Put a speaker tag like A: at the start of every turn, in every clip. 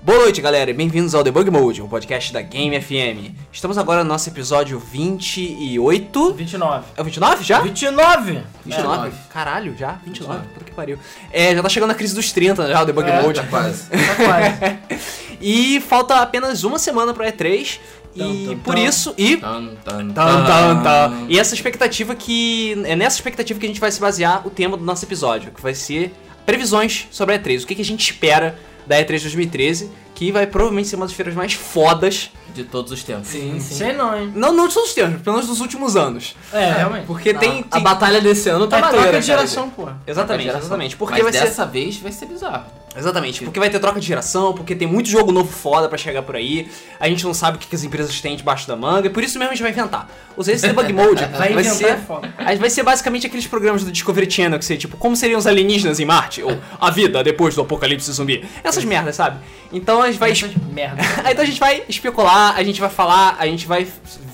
A: Boa noite, galera, e bem-vindos ao Debug Mode, o podcast da Game FM. Estamos agora no nosso episódio 28.
B: 29.
A: É o 29 já?
B: 29!
A: 29?
C: 29.
A: Caralho, já? 29. Puta que pariu. É, já tá chegando a crise dos 30 já, o Debug
B: É.
A: Mode.
C: Tá quase.
B: Tá quase.
A: E falta apenas uma semana pra E3. E
B: Tum, tum,
A: por
B: tum.
A: isso. E.
C: Tan, tan,
A: Tan, tan, tan.
C: tan.
A: E essa expectativa que. É nessa expectativa que a gente vai se basear o tema do nosso episódio, que vai ser previsões sobre a E3. O que, que a gente espera da E3 2013, que vai provavelmente ser uma das feiras mais fodas.
C: De todos os tempos.
D: Sim, sim.
B: Sei não, hein?
A: Não, não de todos os tempos, pelo menos dos últimos anos.
B: É, realmente.
A: Porque
C: Ah,
A: tem.
D: A
A: tem-
D: batalha desse ano tá
B: é
D: maneira,
B: troca de
D: cara.
B: geração, pô.
A: Exatamente,
C: Geração.
A: exatamente. Porque
C: Mas
A: vai ser.
C: dessa vez vai ser bizarro.
A: Exatamente, porque vai ter troca de geração, porque tem muito jogo novo foda pra chegar por aí, a gente não sabe o que que as empresas têm debaixo da manga, e por isso mesmo a gente vai inventar. Ou seja, esse debug mode vai,
B: Vai inventar
A: ser.
B: é foda.
A: aí Vai ser basicamente aqueles programas do Discovery Channel que ser tipo, como seriam os alienígenas em Marte? Ou a vida depois do apocalipse zumbi. Essas merdas, sabe? Então a gente vai.
B: Essas merda.
A: Aí então a gente vai especular, a gente vai falar, a gente vai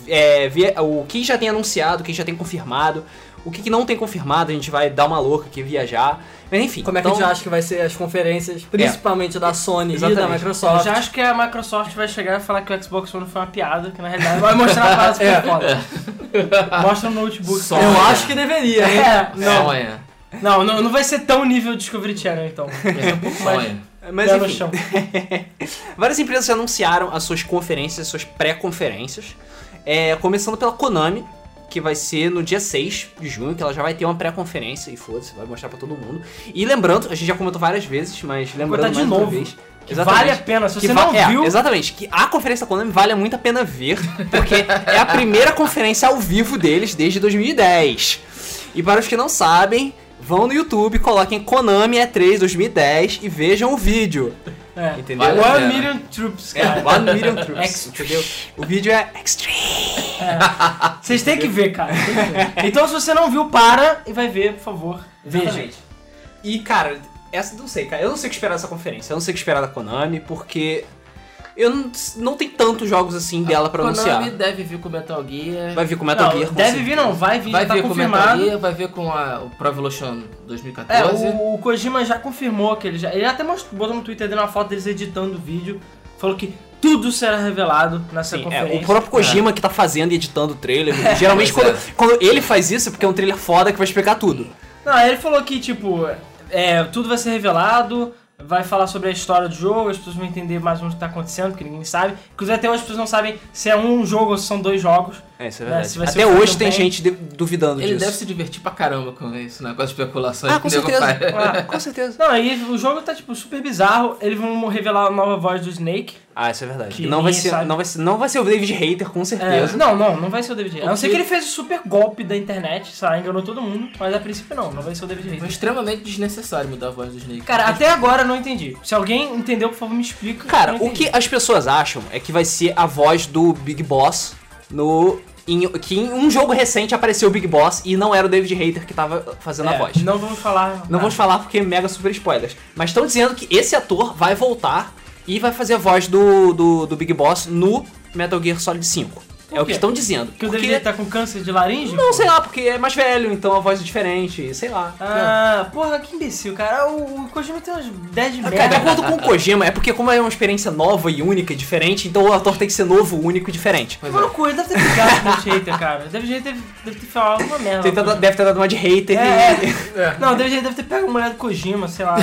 A: é, ver o que já tem anunciado, o que já tem confirmado, o que que não tem confirmado, a gente vai dar uma louca aqui, viajar. Mas enfim.
D: Como é que
A: então,
D: a gente acha que vai ser as conferências, principalmente da Sony e da
A: Exatamente.
B: Eu
D: Microsoft?
B: já acho que a Microsoft vai chegar e falar que o Xbox One foi uma piada, que na realidade vai mostrar a parada super foda. Mostra no notebook.
C: Só.
D: Eu acho que deveria, hein?
B: É, não.
C: Sonha.
B: não, não, não vai ser tão nível Discovery Channel, então. Vai
C: É
B: ser um pouco mais
C: Sonha.
A: é, Mas
B: pé no
A: enfim.
B: chão.
A: Várias empresas já anunciaram as suas conferências, as suas pré-conferências. É, começando pela Konami, que vai ser no dia 6 de junho, que ela já vai ter uma pré-conferência, e foda-se, vai mostrar pra todo mundo. E lembrando, a gente já comentou várias vezes, mas lembrando
B: botar de
A: mais
B: novo,
A: uma vez.
B: Que vale a pena. Se
A: que
B: você
A: va-
B: não
A: é,
B: viu,
A: Exatamente, que a conferência da Konami vale muito a pena ver, porque é a primeira conferência ao vivo deles desde 2010. E para os que não sabem, vão no YouTube, coloquem Konami E3 2010 e vejam o vídeo.
B: é.
A: Entendeu?
C: Vale a
B: One
C: pena.
B: Million Troops,
A: É,
B: cara.
A: One Million Troops,
B: Ex-
A: entendeu? O vídeo é extreme.
B: Vocês têm que ver, cara. tem que ver. Então se você não viu, para e vai ver, por favor. Veja.
A: Exatamente. E, cara, essa não sei, cara. Eu não sei o que esperar dessa conferência. Eu não sei o que esperar da Konami, porque eu não, não tem tantos jogos assim dela pra
C: Konami
A: anunciar.
C: deve vir com Metal Gear.
A: Vai vir com Metal
B: Não,
A: Gear. com
B: deve
A: certeza.
B: vir não, vai vir,
C: Vai
B: já tá
C: vir com Metal
B: confirmado.
C: Gear, vai vir com a- o Pro Evolution
B: É,
C: 2014.
B: o, o Kojima já confirmou que ele já. Ele até mostrou, botou no Twitter dele uma foto deles editando o vídeo. Falou que tudo será revelado nessa
A: Sim, é,
B: conferência.
A: o próprio Kojima que tá fazendo e editando o trailer. Geralmente quando,
C: Pois
A: quando ele faz isso é porque é um trailer foda que vai explicar tudo.
B: É. Não, ele falou que, tipo, é, tudo vai ser revelado, vai falar sobre a história do jogo, as pessoas vão entender mais ou menos o que tá acontecendo, porque ninguém sabe. Inclusive até hoje as pessoas não sabem se é um jogo ou se são dois jogos.
A: É, isso
B: é verdade. se vai ser
A: Até
B: o Final
A: hoje tem
B: Fantasy.
A: gente de- duvidando
C: Ele
A: disso.
C: deve se divertir pra caramba com isso, né? Com as especulações
A: Ah,
C: que
A: com
C: o nego
A: certeza.
C: faz.
A: Ah, com certeza.
B: Não, aí o jogo tá, tipo, super bizarro. Eles vão revelar a nova voz do Snake.
A: Ah, isso é verdade.
B: Que
A: não, vai
B: ninguém
A: ser,
B: sabe.
A: não, vai ser, não vai ser o David Hater, com
B: É,
A: certeza.
B: não, não, não vai ser o David Hater. A não ser
C: que-
B: que ele fez o super golpe da internet, sabe? Enganou todo mundo, mas a princípio não, não vai ser o David
C: Foi
B: Hater.
C: extremamente desnecessário mudar a voz do Snake.
B: Cara, até agora eu não entendi. Se alguém entendeu, por favor, me explica.
A: Cara,
B: Eu não
A: o que
B: entendi.
A: as pessoas acham é que vai ser a voz do Big Boss no. em- que em um jogo recente apareceu o Big Boss e não era o David Hater que tava fazendo
B: é,
A: a voz. Não,
B: Não vamos falar.
A: vamos falar porque é mega super spoilers. Mas estão dizendo que esse ator vai voltar e vai fazer a voz do, do, do Big Boss no Metal Gear Solid 5.
B: Por
A: É o que
B: quê?
A: estão dizendo.
B: Que o
A: Porque-
B: David Hater tá com câncer de laringe?
A: Não,
B: pô?
A: sei lá, porque é mais velho, então a voz é diferente, sei lá.
B: Ah, porra, que imbecil, cara. O, o Kojima tem umas 10 de
A: Ah, Cara, de
B: merda.
A: acordo com o Kojima, é porque como é uma experiência nova e única e diferente, então o ator tem que ser novo, único e diferente.
C: Pois é.
B: Mano, ele deve ter brigado com o David Hater, cara. O David Hater deve, deve ter falado alguma merda.
A: Tem tanta- deve ter dado uma de hater
B: É,
A: e...
B: Não, o David Hater deve ter pego a mulher do Kojima, sei lá.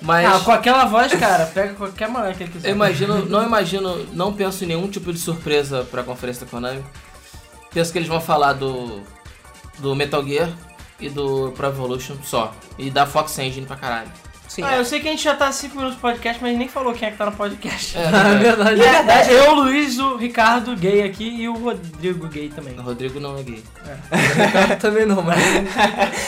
C: Mas
B: Ah, com aquela voz, cara, pega qualquer mulher que ele quiser.
C: eu imagino, não imagino, não penso em nenhum tipo de surpresa pra conferência da Konami. Penso que eles vão falar do, do Metal Gear e do Pro Evolution só. E da Fox Engine pra caralho.
A: Sim,
B: Ah, eu sei que a gente já tá 5 minutos de podcast, mas nem falou quem é que tá no podcast.
D: Na
C: É,
D: verdade.
B: Na verdade, eu, o Luiz, o Ricardo gay aqui e o Rodrigo gay também.
C: o Rodrigo não é gay.
D: Eu também não, mas.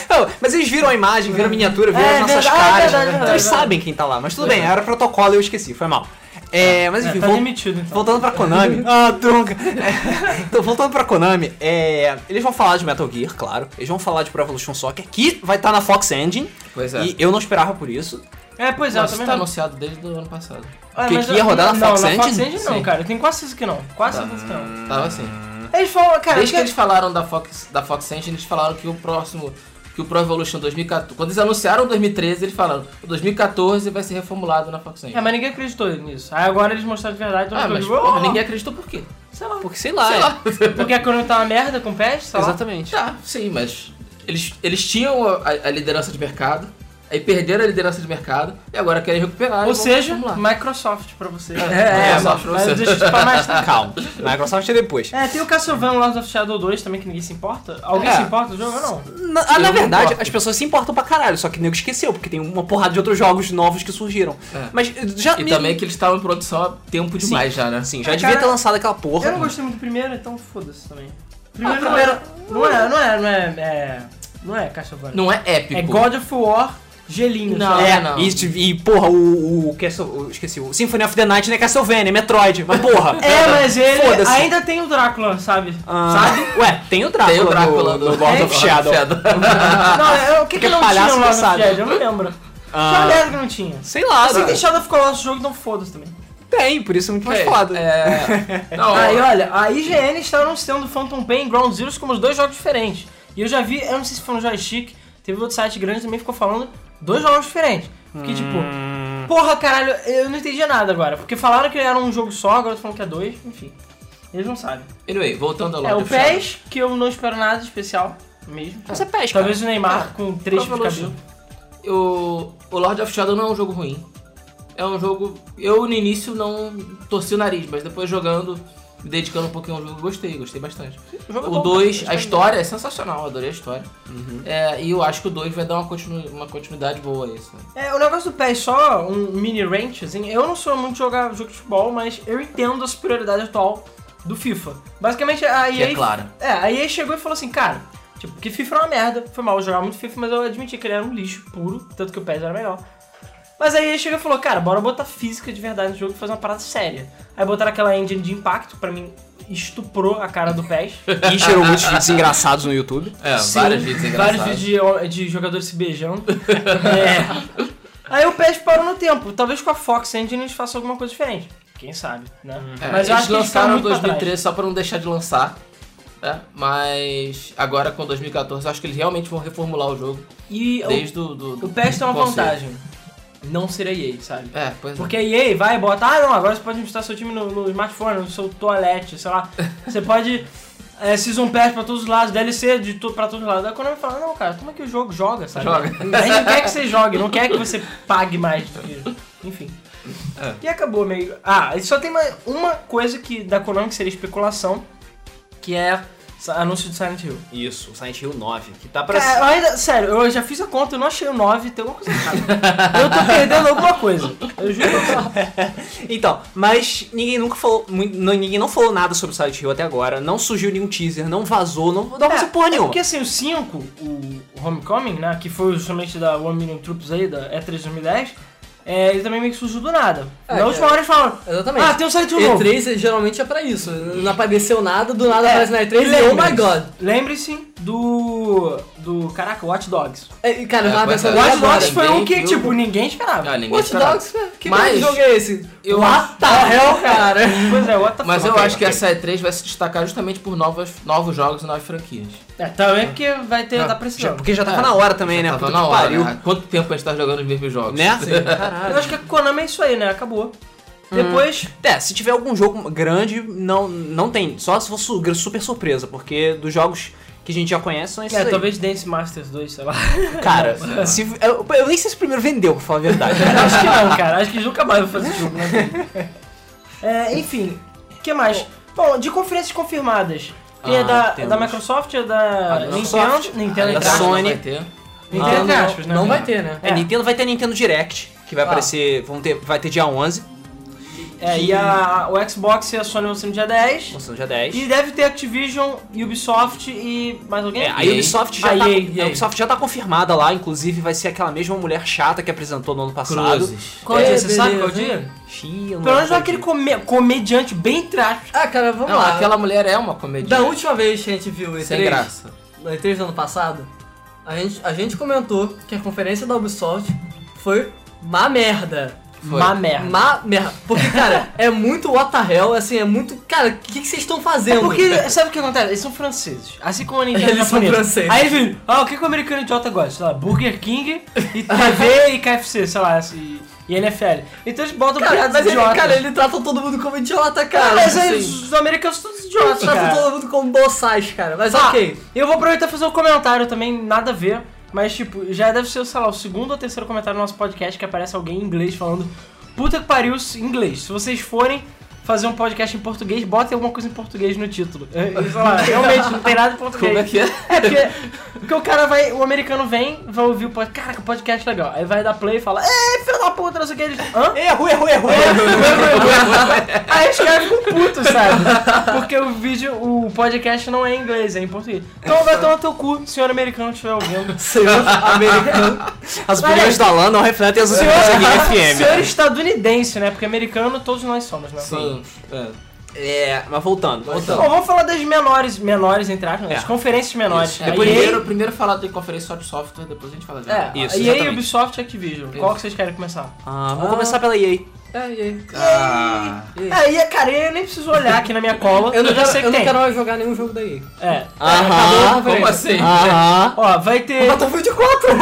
A: Não, mas eles viram a imagem, viram a miniatura, viram
B: É,
A: as nossas
B: verdade,
A: caras.
B: verdade,
A: então
B: verdade,
A: eles
B: verdade.
A: sabem quem tá lá, mas tudo bem, era protocolo e eu esqueci, foi mal. É, mas
B: É,
A: enfim,
B: tá
A: vol-
B: demitido, então.
A: voltando pra Konami. ah, tronca! É, então, voltando pra Konami, é, eles vão falar de Metal Gear, claro. Eles vão falar de Pro Evolution Soccer, que vai estar na Fox Engine.
C: Pois é.
A: E eu não esperava por isso.
B: É, pois é, eu
C: Mas
B: também
C: tá
B: não.
C: anunciado desde o ano passado.
B: Ah,
A: que
B: mas
A: aqui ia
B: eu-
A: rodar na
B: não,
A: Fox
B: Não, na Fox
A: Engine?
B: Engine não,
C: Sim.
B: cara. Eu tenho quase certeza que não. Quase certeza que não. Hum.
C: Tava assim.
B: Eles falam, cara,
C: Desde que
B: eles-
C: eles falaram da Fox, da Fox Engine, eles falaram que o próximo que o Pro Evolution 2014. Quando eles anunciaram 2013, eles falaram: o 2014 vai ser reformulado na Fox Engine.
B: É, mas ninguém acreditou nisso. Aí agora eles mostraram de verdade, todo
C: ah,
B: mundo
C: mas
B: ficou,
C: porra,
B: "Oh!"
C: ninguém acreditou por quê?
B: Sei lá.
A: Porque sei lá.
C: Sei
A: é.
C: lá.
B: Porque a economia tá uma merda com o PES, sei lá.
A: Exatamente.
C: Tá, sim, mas eles, eles tinham a, a- a liderança de mercado, aí perderam a liderança de mercado e agora querem recuperar. e
B: Ou
C: vão
B: seja,
C: reformular.
B: Microsoft pra você.
C: É,
B: mas
C: Microsoft pra você.
B: deixa isso pra mais tarde.
A: Calma. Microsoft é depois.
B: É, tem o Castlevania Lords of Shadow 2 também que ninguém se importa. Alguém
A: É.
B: se importa do jogo ou não?
A: Na, ah, na
C: Eu me
A: verdade,
C: importo.
A: as pessoas se importam pra caralho, só que nego esqueceu, porque tem uma porrada de outros jogos novos que surgiram.
C: É.
A: Mas eh, já.
C: E
A: me-
C: também que eles estavam em produção há tempo
A: Sim.
C: demais já, né?
A: Assim, já
B: É,
A: devia
B: cara,
A: ter lançado aquela porra.
B: Eu não gostei muito do primeiro, então foda-se também. Primeiro,
C: Ah,
B: não, era, não é, não é, não é, é- não é Castlevania.
C: Não é épico.
B: é God of War gelinho.
C: Não,
B: sabe?
A: É,
C: não.
A: E, e, porra, o, o, Castle- o- Esqueci, o Symphony of the Night não é Castlevania, é Metroid, mas porra.
B: É, mas ele
A: Foda-se.
B: ainda tem o Drácula, sabe?
A: Ah,
B: Sabe?
A: Ué, tem o Drácula,
C: Tem o Drácula
A: no, no Lord of Shadow.
B: Não, é- o que que
A: Porque
B: não
A: palhaço
B: tinha lá no
A: cansado.
B: Jedi? Eu não lembro.
A: Ah.
B: Só merda que não tinha.
A: Sei lá,
B: Assim,
A: cara.
B: tem Shadow ficou lá no jogo, então foda-se também.
A: Tem, por isso é muito mais foda.
C: É. Não,
B: Aí, olha, a IGN está anunciando Phantom Pain e Ground Zeroes como os dois jogos diferentes. E eu já vi, eu não sei se foi no Joystick, teve outro site grande também que ficou falando dois jogos diferentes.
C: Hum.
B: Fiquei tipo, porra, caralho, eu não entendi nada agora. Porque falaram que era um jogo só, agora estão falando que é dois, enfim. Eles não sabem.
C: anyway, voltando ao
B: É, o
C: Lord of Shadow.
B: PES, que eu não espero nada especial mesmo.
A: Mas é pesca.
B: Talvez é o Neymar com três tipos de cabelo.
C: O, o Lord of Shadow não é um jogo ruim. É um jogo. Eu no início não torci o nariz, mas depois jogando, me dedicando um pouquinho ao jogo, gostei, gostei bastante.
B: jogo é
C: O
B: bom,
C: 2,
B: cara.
C: a história é sensacional, adorei a história.
A: Uhum.
C: É, e eu acho que o 2 vai dar uma, continu- uma continuidade boa a isso. né?
B: É, o negócio do PES só um mini ranch, assim, eu não sou muito jogar jogo de futebol, mas eu entendo a superioridade atual do FIFA. Basicamente, a
C: Que é
B: EA...
C: clara.
B: É, a EA chegou e falou assim, cara, tipo, que FIFA era uma merda, foi mal eu jogava muito FIFA, mas eu admiti que ele era um lixo puro, tanto que o PES era melhor. Mas aí ele chegou e falou, cara, bora botar física de verdade no jogo e fazer uma parada séria. Aí botaram aquela engine de impacto, pra mim estuprou a cara do PES.
A: E gerou muitos vídeos engraçados no YouTube.
C: É,
B: Sim,
C: várias vezes engraçado.
B: vários vídeos de, de jogadores se beijando. É. Aí o PES parou no tempo. Talvez com a Fox Engine eles façam alguma coisa diferente. Quem sabe, né?
C: É,
B: Mas eu
C: eles
B: acho que eles ficaram
C: lançaram
B: muito pra trás.
C: 2013 só pra não deixar de lançar. Né? Mas agora com 2014 eu acho que eles realmente vão reformular o jogo.
B: E
C: Desde o. Do,
B: o,
C: do-
B: o PES tem uma
C: do conceito.
B: vantagem. Não ser a EA, sabe?
C: É, pois
B: Porque a EA vai e bota, ah não, agora você pode administrar seu time no, no smartphone, no seu toalete, sei lá. Você pode é, Season Pass pra todos os lados, DLC de to pra todos os lados. Aí quando eu fala, não cara, toma aqui o jogo, joga,
C: é.
B: sabe?
C: Joga.
B: A gente quer que você jogue, não quer que você pague mais do que. Enfim.
C: É.
B: E acabou meio. Ah, e só tem uma, uma coisa que da Konami que seria especulação, que é sa- anúncio de Silent Hill.
A: Isso, o Silent Hill 9, que tá pra.
B: Cara, eu ainda, sério, eu já fiz a conta, eu não achei o 9, tem alguma coisa errada. eu tô perdendo alguma coisa. Eu juro.
A: Então, mas ninguém nunca falou. mui- não- Ninguém não falou nada sobre o Silent Hill até agora. Não surgiu nenhum teaser, não vazou, não não vazou porra
B: é
A: nenhuma.
B: Porque assim, o 5, o Homecoming, né, que foi justamente da One Million Troops aí, da E3 2010, é, ele também meio que surgiu do nada.
D: É,
B: Na
D: é.
B: última hora eles falaram,
D: Exatamente.
B: ah, tem um Silent Hill novo.
D: E3 geralmente é pra isso. Não apareceu nada, do nada
B: É,
D: aparece na E3 e oh
B: lembra-se.
D: my god.
B: Lembre-se do. do. Caraca, Watch Dogs.
D: É, Cara, eu
C: É,
D: tava
C: pois
D: pensando
C: é.
B: Watch
D: agora.
B: Dogs
C: ninguém
B: foi um que,
C: viu.
B: tipo, ninguém esperava.
C: Ah, ninguém
D: Watch
C: esperava.
D: Dogs, cara, que
C: Mas-
D: grande jogo é esse?
C: eu
D: What the hell, cara?
B: Pois é, what the
C: Mas
B: fuck.
C: eu acho que essa E3 vai se destacar justamente por novas, novos jogos e novas franquias.
B: É, também porque vai ter. tá
A: Já-
B: precisando.
A: porque já tava
C: É,
A: na hora também, né?
C: Tava
A: Puta
C: na
A: que
C: hora.
A: pariu.
C: né? Quanto tempo a gente tá jogando os mesmos jogos?
A: Né? Caralho.
B: Eu acho que a Konami é isso aí, né? Acabou. Depois.
A: É, se tiver algum jogo grande, não, não tem. Só se for su- super surpresa, porque dos jogos que a gente já conhece são esses.
B: É,
A: aí.
B: talvez Dance Masters 2, sei lá.
A: Cara, se, eu, eu nem sei se o primeiro vendeu, pra falar a verdade.
B: acho que não, cara. Acho que eles nunca mais vão fazer esse jogo, né? É, enfim, o que mais? Bom, de conferências confirmadas. Tem a
A: Ah,
B: da,
A: temos.
B: da Microsoft, a da
C: A da
B: Nintendo,
A: Microsoft,
B: Nintendo
A: a
B: entre
A: da
B: aspas.
A: Sony.
C: Vai ter.
B: Nintendo
D: Ah,
B: entre
D: não-
B: aspas, né?
D: Não vai ter, né?
A: É, Nintendo vai ter Nintendo Direct, que
B: Ah.
A: vai aparecer. Vão ter, vai ter dia 11,
B: É, e a, o Xbox e a Sony vão ser no dia 10.
A: lançando dia 10.
B: E deve ter Activision, Ubisoft e mais alguém?
A: É, a
C: EA.
A: Ubisoft já,
B: A
A: tá,
B: EA.
A: a Ubisoft já tá confirmada lá, inclusive vai ser aquela mesma mulher chata que apresentou no ano passado.
C: Cruzes.
B: Qual é,
D: É,
B: Você sabe qual
D: beleza,
B: dia?
A: Xi, eu não
B: Pelo menos
A: lembro
B: não é aquele
A: disso.
B: come- comediante bem entre aspas.
D: Ah, cara, vamos
C: Não,
D: lá.
C: aquela mulher é uma comédia.
D: Da última vez que a gente viu o E3,
C: Sem graça.
D: no E3 do ano passado, a gente, a gente comentou que a conferência da Ubisoft foi uma merda.
C: Foi.
B: Má
D: É.
B: merda.
D: Má merda. Porque, cara, é muito what the hell, assim, é muito. Cara, o que que vocês estão
B: É
D: fazendo?
B: porque, sabe o que acontece? Eles são franceses. Assim como a Nintendo
D: Eles são
B: japonesa.
D: franceses.
B: Aí vem, ah, o que, que o americano idiota gosta? Sei lá, Burger King e TV e KFC, sei lá, e, e NFL. Então eles botam
D: Cara,
B: piadas
D: mas ele,
B: idiotas.
D: cara, ele trata todo mundo como idiota, cara.
B: mas
D: assim.
B: eles- os americanos são todos idiotas,
D: trata
B: cara.
D: todo mundo como boçais, cara.
C: é
D: Mas
B: Ah,
D: ok.
B: Eu vou aproveitar e fazer um comentário também, nada a ver. Mas, tipo, já deve ser, sei lá, o segundo ou terceiro comentário do nosso podcast que aparece alguém em inglês falando Puta que pariu em inglês. Se vocês forem fazer um podcast em português, botem alguma coisa em português no título. É, Sei lá, realmente, não tem nada em português.
C: Como é que é?
B: É porque, porque o cara vai, o americano vem, vai ouvir o podcast, cara, que podcast é legal. Aí vai dar play e fala, ei, filho da puta, não sei o que. Eles, hã?
A: Erro, erro,
B: é
A: erro, erro.
B: Aí os caras ficam putos, sabe? Porque o vídeo, o podcast não é em inglês, é em português. Então vai tomar teu cu, senhor americano que estiver ouvindo.
A: Senhor americano. As opiniões da Lan não refletem as
B: Senhor,
A: opiniões da Guia FM.
B: senhor estadunidense, né? Porque americano todos nós somos, né?
C: Sim. É.
A: É, mas voltando. voltando.
B: Bom, vamos falar das menores, menores, entre aspas, né?
A: É.
B: As conferências menores.
C: É,
B: Aí-
C: primeiro, primeiro falar de conferência só de software, depois a gente fala de
B: É,
A: Isso,
B: e aí
A: exatamente.
B: Ubisoft e Activision. Qual que vocês querem começar?
A: Ah, vamos começar pela EA.
D: É, e aí?
C: Ah.
B: Aí, É, cara, eu nem preciso olhar aqui na minha cola.
D: Eu não,
B: já
D: quero,
B: sei
D: eu
B: que
D: não
B: tem.
D: quero mais jogar nenhum jogo daí.
B: É.
A: Aham.
C: Como assim?
A: Aham.
B: Ó, vai ter.
D: Battlefield 4!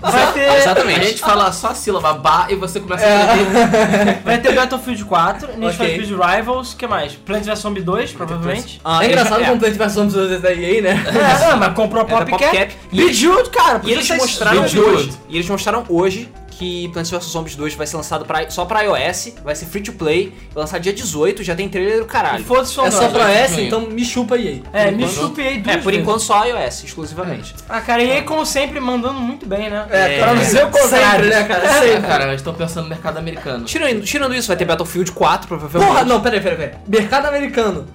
B: Vai
A: É,
B: ter.
C: A
A: Exatamente.
C: gente fala só a sílaba ba e você começa a entender.
B: Vai ter Battlefield 4, Need for
D: Ok.
B: Speed Rivals, o que mais? Plants vs Zombie 2, provavelmente.
A: Ah,
D: é engraçado
A: é.
D: como o Plant vs Zombies é da EA, né?
B: É, ah, mas comprou
A: É
B: a
A: da PopCap.
B: PopCap. Bejeweled, cara.
A: E
B: podia
A: eles
B: sair-
A: mostraram
C: Bejeweled.
A: hoje. E eles mostraram hoje que Plants vs Zombies 2 vai ser lançado pra, só pra iOS, vai ser free to play, vai lançar dia 18, já tem trailer do
B: E
A: caralho.
B: Foda-se o
D: É só
B: Android.
D: pra S,
C: Sim.
D: então me chupa EA.
B: É, me
C: enquanto-
B: chupiei duas
A: É, por
B: vezes.
A: enquanto só iOS, exclusivamente.
B: Ah, cara, e aí, como sempre, mandando muito bem, né?
A: É, pra não
B: dizer o contrário.
D: Sempre, né, cara?
C: É,
D: Sempre.
C: cara, eles estão pensando no mercado americano.
A: Tirando, tirando isso, vai ter Battlefield 4, provavelmente.
D: Porra, não, peraí, peraí, peraí. Mercado americano.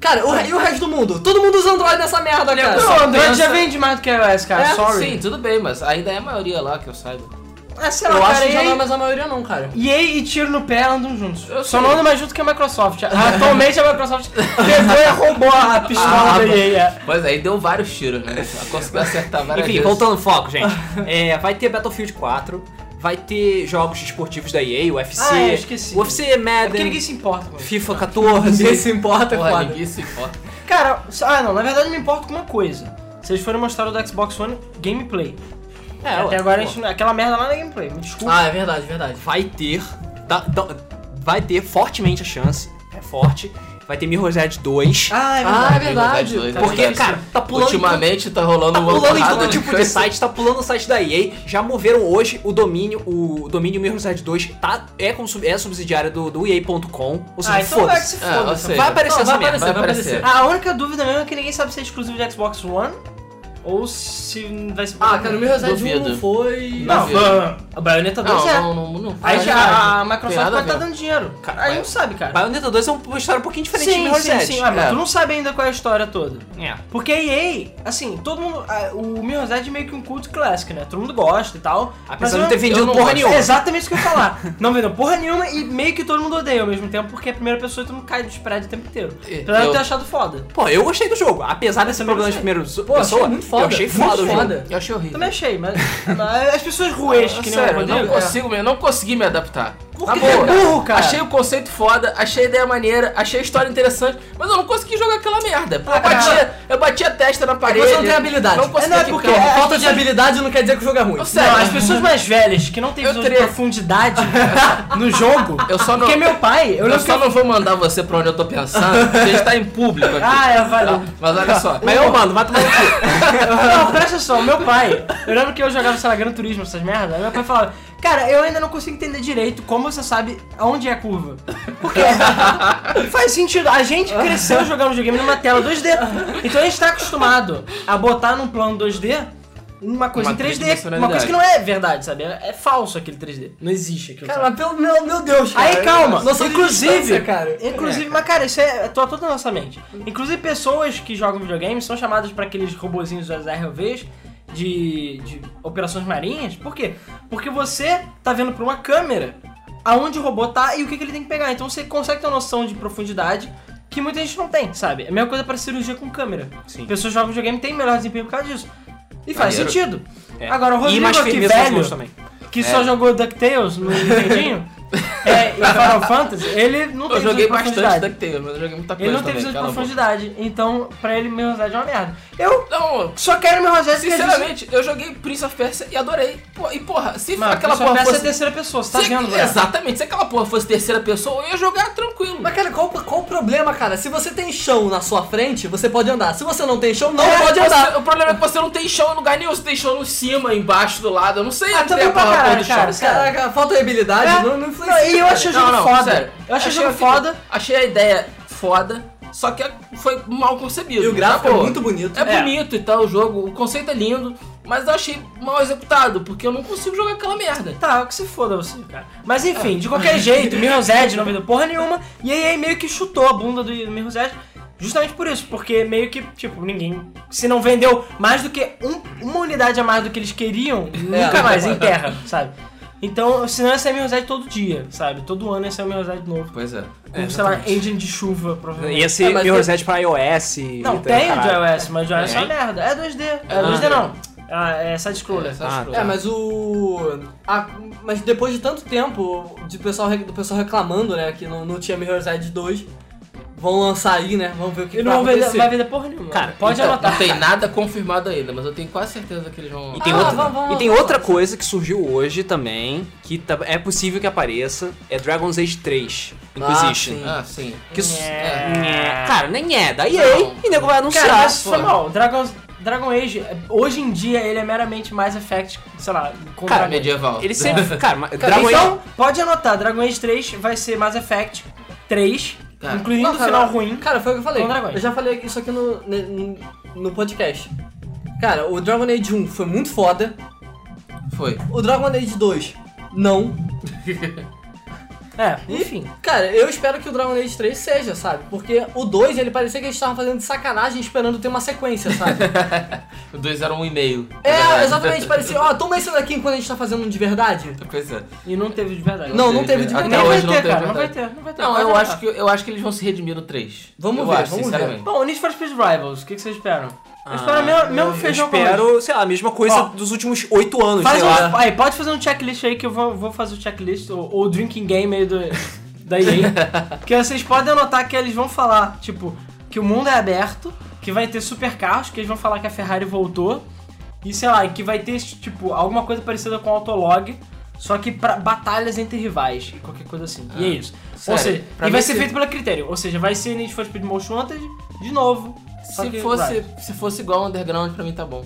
D: Cara, o, re- e o resto do mundo? Todo mundo usa Android nessa merda,
A: é
D: cara.
B: Não, o Android já
C: criança-
B: vende mais do que a iOS, cara.
D: É,
B: Sorry.
C: Sim, tudo bem, mas ainda é a maioria lá que eu saiba.
B: Ah, sei lá,
D: Eu acho
B: cara,
D: que
B: e
D: já não é
B: aí...
D: mais a maioria não, cara.
B: E aí e tiro no pé andam juntos.
C: Eu
B: Só
C: sei.
B: não andam mais junto que a Microsoft. Atualmente a Microsoft pegou e roubou a pistola
C: Ah,
B: da EA. é.
C: Pois aí deu vários tiros, né? Conseguiu acertar várias
A: Enfim,
C: vezes.
A: voltando ao foco, gente. É, vai ter Battlefield 4, vai ter jogos esportivos da EA, UFC.
B: Ah, eu esqueci.
A: UFC,
B: É porque
A: Madden,
B: ninguém se importa com isso.
A: FIFA
D: Ninguém
A: 14.
D: se importa, é
C: Porra,
D: foda.
C: ninguém se importa.
B: Cara, ah não, na verdade eu me importo com uma coisa. Se eles forem mostrar o do Xbox One, gameplay.
A: É,
B: Até
A: ué,
B: agora a
A: pô.
B: gente não... Aquela merda lá na gameplay, me desculpa.
D: Ah, é verdade, verdade.
A: vai ter. da- da- vai ter fortemente a chance. É forte. Vai ter Mirror's Edge 2.
B: Ah,
D: Ah, é verdade.
C: Verdade, verdade.
A: porque, cara, tá pulando. em tudo-
C: Ultimamente tá rolando
A: Tá
C: uma
A: pulando em
C: porrada
A: todo
C: de
A: tipo de
C: coisa.
A: site, tá pulando o site da EA. Já moveram hoje o domínio, o domínio Mirror's Edge 2 tá, é, com, é subsidiário do, do EA.com. Ou seja,
B: Ah, então vai que
A: foda-se.
B: se
C: É,
B: foda.
C: ou seja,
A: Vai aparecer
D: Não,
A: essa
D: vai
A: merda.
D: aparecer, vai
C: aparecer.
D: aparecer.
B: Ah, A única dúvida mesmo é que ninguém sabe se é exclusivo de Xbox One ou se vai ser.
D: Ah, cara, o Mirror's Edge
C: Duvido.
D: 1 foi...
B: Não,
C: Duvido.
B: ah, a Bayonetta 2 é.
C: é Não, não, não, não.
B: Aí
C: faz
B: já
C: nada.
B: a- a
C: Tem
B: Microsoft
C: nada
B: pode
C: a
B: estar
C: ver.
B: dando dinheiro. Cara, aí
C: Mas-
B: não sabe, cara.
A: Bayonetta 2 é uma história um pouquinho diferente de
B: Sim,
A: Mirror's
B: sim,
A: Edge.
B: sim. Ah, mas
C: É.
B: tu não sabe ainda qual é a história toda.
A: É.
B: Porque a EA, assim, todo mundo. ah, O Mirror's Edge é meio que um culto clássico, né? Todo mundo gosta e tal.
A: Apesar
B: mas
A: de
B: eu
A: não ter vendido
B: eu
A: porra
B: gosto.
A: nenhuma.
B: É exatamente isso que eu ia falar. não vendeu porra nenhuma e meio que todo mundo odeia ao mesmo tempo, porque é a primeira pessoa e tu não cai do prédios o tempo inteiro.
C: É,
B: Apesar de eu
C: eu-
B: ter achado foda.
A: Pô, eu gostei do jogo. Apesar desse problema de primeiro
D: Pô, achei
A: pessoa,
D: muito foda,
A: eu achei
D: muito
A: foda o jogo.
D: foda.
C: Eu achei horrível.
B: Também achei, mas. mas as pessoas ruins que nem é.
C: Sério,
B: eu
C: não
B: odeio.
C: consigo, mesmo, não consegui me adaptar.
B: Por
C: Na
B: que
C: boa.
B: tu é burro, cara?
C: Achei o conceito foda, achei a ideia maneira, achei a história interessante, mas eu não consegui jogar aquela merda. Eu,
B: Ah, cara.
C: batia, eu batia a testa na parede.
D: você não tem habilidade.
C: Não consegui.
B: É, não, é porque-
C: cara.
B: é,
D: Falta de habilidade não quer dizer que o jogo é ruim.
C: Eu sei.
B: Sério,
C: Não,
B: as pessoas mais velhas que não têm
C: Eu
B: visão de
C: teria-
B: profundidade no jogo.
C: Eu só não-
B: Porque meu pai, eu
C: Eu,
B: lembro que.
C: só não vou mandar você pra onde eu tô pensando, porque a gente tá em público aqui.
B: Ah, é, valeu.
C: Tá? Mas olha só.
A: Mas eu mando, vai tomar no cu.
B: Não, presta atenção, meu pai. Eu lembro que eu jogava, sei lá, Gran Turismo, essas merdas. Aí meu pai falava, cara, eu ainda não consigo entender direito como você sabe aonde é a curva. Porque faz sentido. A gente cresceu jogando videogame numa tela 2D. Então a gente tá acostumado a botar num plano 2D uma coisa
C: Uma
B: em 3D. Uma
C: tridimensionalidade.
B: coisa que não é verdade, sabe? É é falso aquele 3D. Não existe aquilo.
D: Cara,
B: sabe?
D: mas pelo meu, meu Deus, cara.
A: é
B: Aí calma,
D: Noção de
B: inclusive,
D: distância, cara.
B: inclusive, mas cara, isso é tô toda na nossa mente. Inclusive pessoas que jogam videogame são chamadas pra aqueles robozinhos das ROVs de, de operações marinhas. Por quê? Porque você tá vendo por uma câmera aonde o robô tá e o que, que ele tem que pegar. Então você consegue ter uma noção de profundidade que muita gente não tem, sabe? É a mesma coisa pra cirurgia com câmera.
A: Sim.
B: Pessoas que jogam videogame têm melhor desempenho por causa disso. E faz
C: Maneiro.
B: sentido.
A: É.
B: Agora o
A: E
B: Rodrigo
A: mais
B: aqui,
A: firmeza nas
B: velho,
C: É.
A: mãos também.
B: que só jogou DuckTales no Nintendinho, É, e o Final Fantasy, ele não
C: Eu
B: teve
C: joguei
B: tanta
C: bastante
B: profundidade.
C: DuckTales, mas eu joguei muita coisa
B: Ele não teve
C: também.
B: visão de
C: cala a boca.
B: profundidade, então pra ele meu Rosé é uma merda. Eu
C: Não,
B: só quero meu Rosé porque
C: sinceramente, eu joguei Prince of Persia e adorei. Pô, e porra, se
B: Mano,
C: aquela
B: aquela
C: porra
B: peça é
C: fosse...
B: terceira pessoa, você tá
C: se-
B: vendo, velho?
C: Exatamente, se aquela porra fosse terceira pessoa, eu ia jogar tranquilo.
D: Mas, cara, qual, qual o problema, cara? Se você tem chão na sua frente, você pode andar. Se você não tem chão, não
C: É,
D: pode
C: você-
D: andar.
C: O problema é que você não tem chão em lugar nenhum, você tem chão no cima, embaixo, do lado, eu não sei.
B: Ah,
C: onde tem
B: também
C: a
B: pra
C: porra
B: caralho,
C: do chão.
B: cara.
D: Caraca, falta de habilidade,
B: É.
D: é- não, não influencia.
B: Não, e eu
D: cara.
B: achei o jogo foda. Eu achei o jogo
C: a-
B: foda.
C: Achei a ideia foda, só que foi mal concebido.
D: E o gráfico é
C: Pô,
D: muito bonito.
C: É, bonito e tal o jogo, o conceito é lindo, mas eu achei mal executado, porque eu não consigo jogar aquela merda.
B: Tá, que se foda você, cara. Mas enfim, de qualquer jeito, Mirror Edge não vendeu porra nenhuma, e aí aí meio que chutou a bunda do Mirror Edge justamente por isso, porque meio que, tipo, ninguém. Se não vendeu mais do que um- uma unidade a mais do que eles queriam, nunca mais em terra, sabe? Então, senão ia ser Mirror's Edge todo dia, sabe? Todo ano ia ser o Mirror's Edge novo.
C: Pois é.
B: Com, sei lá, engine de chuva, provavelmente.
A: Ia
D: É,
A: ser
D: mas
A: meu
D: tem-
A: reset pra iOS. e
B: Não,
A: Vita e
B: tem o de
A: caralho.
B: iOS, mas o de iOS é uma
C: Tem.
B: merda. É 2D. É
C: Ah,
B: 2D não. Ah, é side-scroller.
A: Ah,
D: É, mas o. a- mas depois de tanto tempo de pessoal, re- do pessoal reclamando, né, que não, não tinha Mirror's Edge 2, vão lançar aí, né? Vamos ver o que,
B: Ele
D: que
B: não vai
D: vai
B: vender,
D: acontecer.
B: vai vender porra nenhuma.
A: Cara,
B: pode
C: Então,
B: anotar.
C: Não tem nada confirmado ainda, mas eu tenho quase certeza que eles vão.
A: E tem,
D: Ah,
A: outra,
D: vamos, vamos,
A: e tem
D: vamos.
A: outra coisa que surgiu hoje também, que tá- é possível que apareça, é Dragon's Age 3 Inquisition.
D: sim.
C: Ah, sim.
A: que su-
B: É.
A: Nhé. Cara, nem é, da EA,
C: Não.
A: e o nego vai anunciar.
B: Cara, mas foi
A: Pô.
B: mal. Dragon, Dragon Age, hoje em dia, ele é meramente mais effect, sei lá, com
A: Cara,
B: Dragon Age.
C: Medieval.
A: Ele sempre. Cara, mas
B: Cara,
A: Dragon
B: então,
A: Age.
B: pode anotar, Dragon Age 3 vai ser Mass Effect 3,
C: Cara,
B: incluindo o
D: Não, cara,
B: final ruim.
D: Cara, foi o que eu falei.
B: Com dragões.
D: Eu já falei isso aqui no, ne- no, no podcast. Cara, o Dragon Age 1 foi muito foda.
C: Foi.
D: O Dragon Age 2, não.
B: É, enfim.
D: Cara, eu espero que o Dragon Age 3 seja, sabe? Porque o 2, ele parecia que eles estavam fazendo de sacanagem esperando ter uma sequência, sabe?
C: O 2 era um e meio.
D: é, exatamente, parecia, ó, toma esse daqui enquanto a gente tá fazendo um de verdade.
C: Pois é.
B: E não teve de verdade.
D: Não, não teve de
C: Até
D: verdade.
B: nem vai
C: hoje não
B: ter,
C: teve
B: cara. Não vai
C: verdade.
B: ter, não vai ter.
C: Não,
B: Pode
C: eu
B: anotar.
C: acho, que, eu acho que eles vão se redimir no 3.
D: Vamos
C: eu
D: ver,
C: acho,
D: vamos ver.
C: sinceramente.
B: Bom, Need for Speed Rivals, o que que vocês esperam? Eu espero
A: Ah,
B: mesmo, mesmo
A: eu
B: feijão com arroz.
A: espero, sei lá, a mesma coisa
B: Ó.
A: dos últimos oito anos,
B: Faz
A: sei
B: um-
A: lá.
B: aí, pode fazer um checklist aí que eu vou, vou fazer o checklist, ou, ou o drinking game aí do, da EA. que vocês podem anotar que eles vão falar, tipo, que o mundo é aberto, que vai ter super carros, que eles vão falar que a Ferrari voltou, e sei lá, que vai ter, tipo, alguma coisa parecida com o Autolog, só que pra batalhas entre rivais, e qualquer coisa assim. E é isso. ou
C: Ah. sério,
B: seja,
C: pra
B: e
C: mim é
B: vai ser
C: se-
B: feito pelo critério. Ou seja, vai ser Need for Speed Most Wanted de novo. só
C: Se
B: que
C: fosse,
B: Rivals.
C: se fosse igual ao Underground, pra mim tá bom.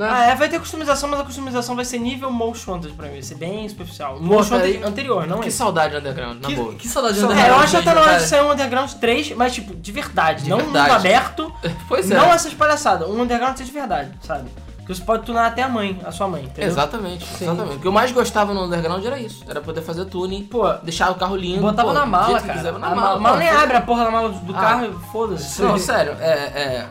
B: Ah, é, vai ter customização, mas a customização vai ser nível Most Wanted pra mim, vai ser bem superficial. Most
C: cara,
B: Wanted anterior, não
C: que
B: é isso.
C: saudade do Underground, na
B: Que-
C: boa.
D: Que saudade de
C: Só-
D: Underground.
B: É, eu acho até na hora de
D: cara.
B: sair um Underground 3, mas tipo, de verdade,
C: De
B: não um mundo
C: verdade.
B: aberto,
C: Pois é.
B: não essas palhaçadas, um Underground 3 de verdade, sabe? Que você pode tunar até a mãe, a sua mãe, entendeu?
C: Exatamente, exatamente. O que eu mais gostava no Underground era isso. Era poder fazer tuning,
B: Pô,
C: deixar o carro lindo.
B: botava
C: pô,
B: na
C: do
B: mala,
C: jeito que
B: cara.
C: quiser, na
B: a
C: mala.
B: mala, mala é nem
C: Não,
B: abre a porra da mala do, do
C: Ah.
B: carro e foda-se.
C: Não,
B: sabe?
C: sério, é, é.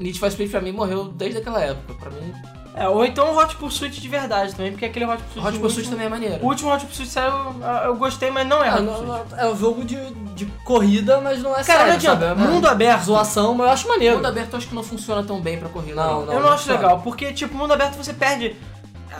C: Need for Speed pra mim morreu desde aquela época. Pra mim,
B: É, ou então Hot Pursuit de verdade também, porque aquele Hot Pursuit...
C: Hot
B: o
C: Pursuit
B: último-
C: também é maneiro.
B: O último Hot Pursuit saiu, eu- eu gostei, mas não é
D: Ah,
B: Hot
D: não-
B: Pursuit.
D: não- é um jogo de, de corrida, mas não é
B: Cara, não
D: sério,
B: adianta,
D: sabe? É
B: mundo
D: uma
B: aberto...
D: zoação, mas eu acho
C: O
D: maneiro.
C: mundo aberto eu acho que não funciona tão bem pra corrida.
D: Não,
B: Eu não acho
D: sabe?
B: legal, porque, tipo, mundo aberto você perde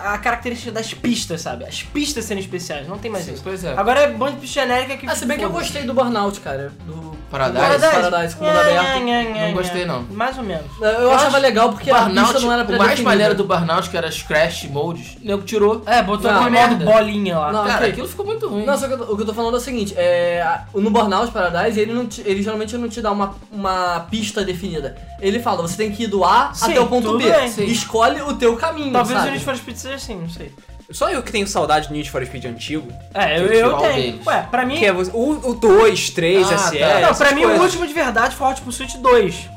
B: a característica das pistas, sabe? As pistas serem especiais, não tem mais
C: Sim,
B: isso.
C: pois é.
B: Agora é bando de pista genérica que.
D: Ah, se bem que eu
B: foda-se.
D: gostei do Burnout, cara. Do...
C: Paradise.
D: Paradise. Paradise com mundo
B: Nha,
D: aberto.
B: nha, nha, nha,
C: Não gostei,
B: nha.
C: não.
B: Mais ou menos.
D: É, Eu,
B: Eu
D: achava
B: acho-
D: legal porque a
C: Burnout,
D: pista não era
C: o mais
D: pré-definida.
C: maneiro do Burnout, que era os Crash Modes, o nego tirou.
B: É, botou
D: Não,
B: aquele
C: merda.
B: modo bolinha lá.
D: Não,
C: Cara,
D: ok.
C: aquilo ficou muito ruim.
D: Não, só que eu tô- o que eu tô falando é o seguinte, é, a- no Burnout Paradise, ele, não te- ele geralmente não te dá uma, uma pista definida. Ele fala, você tem que ir do A
B: Sim,
D: até o ponto
B: tudo
D: B.
B: bem.
D: Sim. Escolhe o teu caminho,
B: Talvez o
D: sabe?
B: Need for Speed seja assim, não sei.
A: Só eu que tenho saudade do Need for Speed antigo.
B: É, eu,
C: Tem que
B: eu
C: tirar um
B: tenho.
C: deles.
B: Ué, pra mim.
A: Que é você- o 2, 3,
C: Ah,
A: SE.
C: tá.
B: Não,
A: É, essas
B: pra mim
A: coisas.
B: o último de verdade foi o Hot Pursuit 2.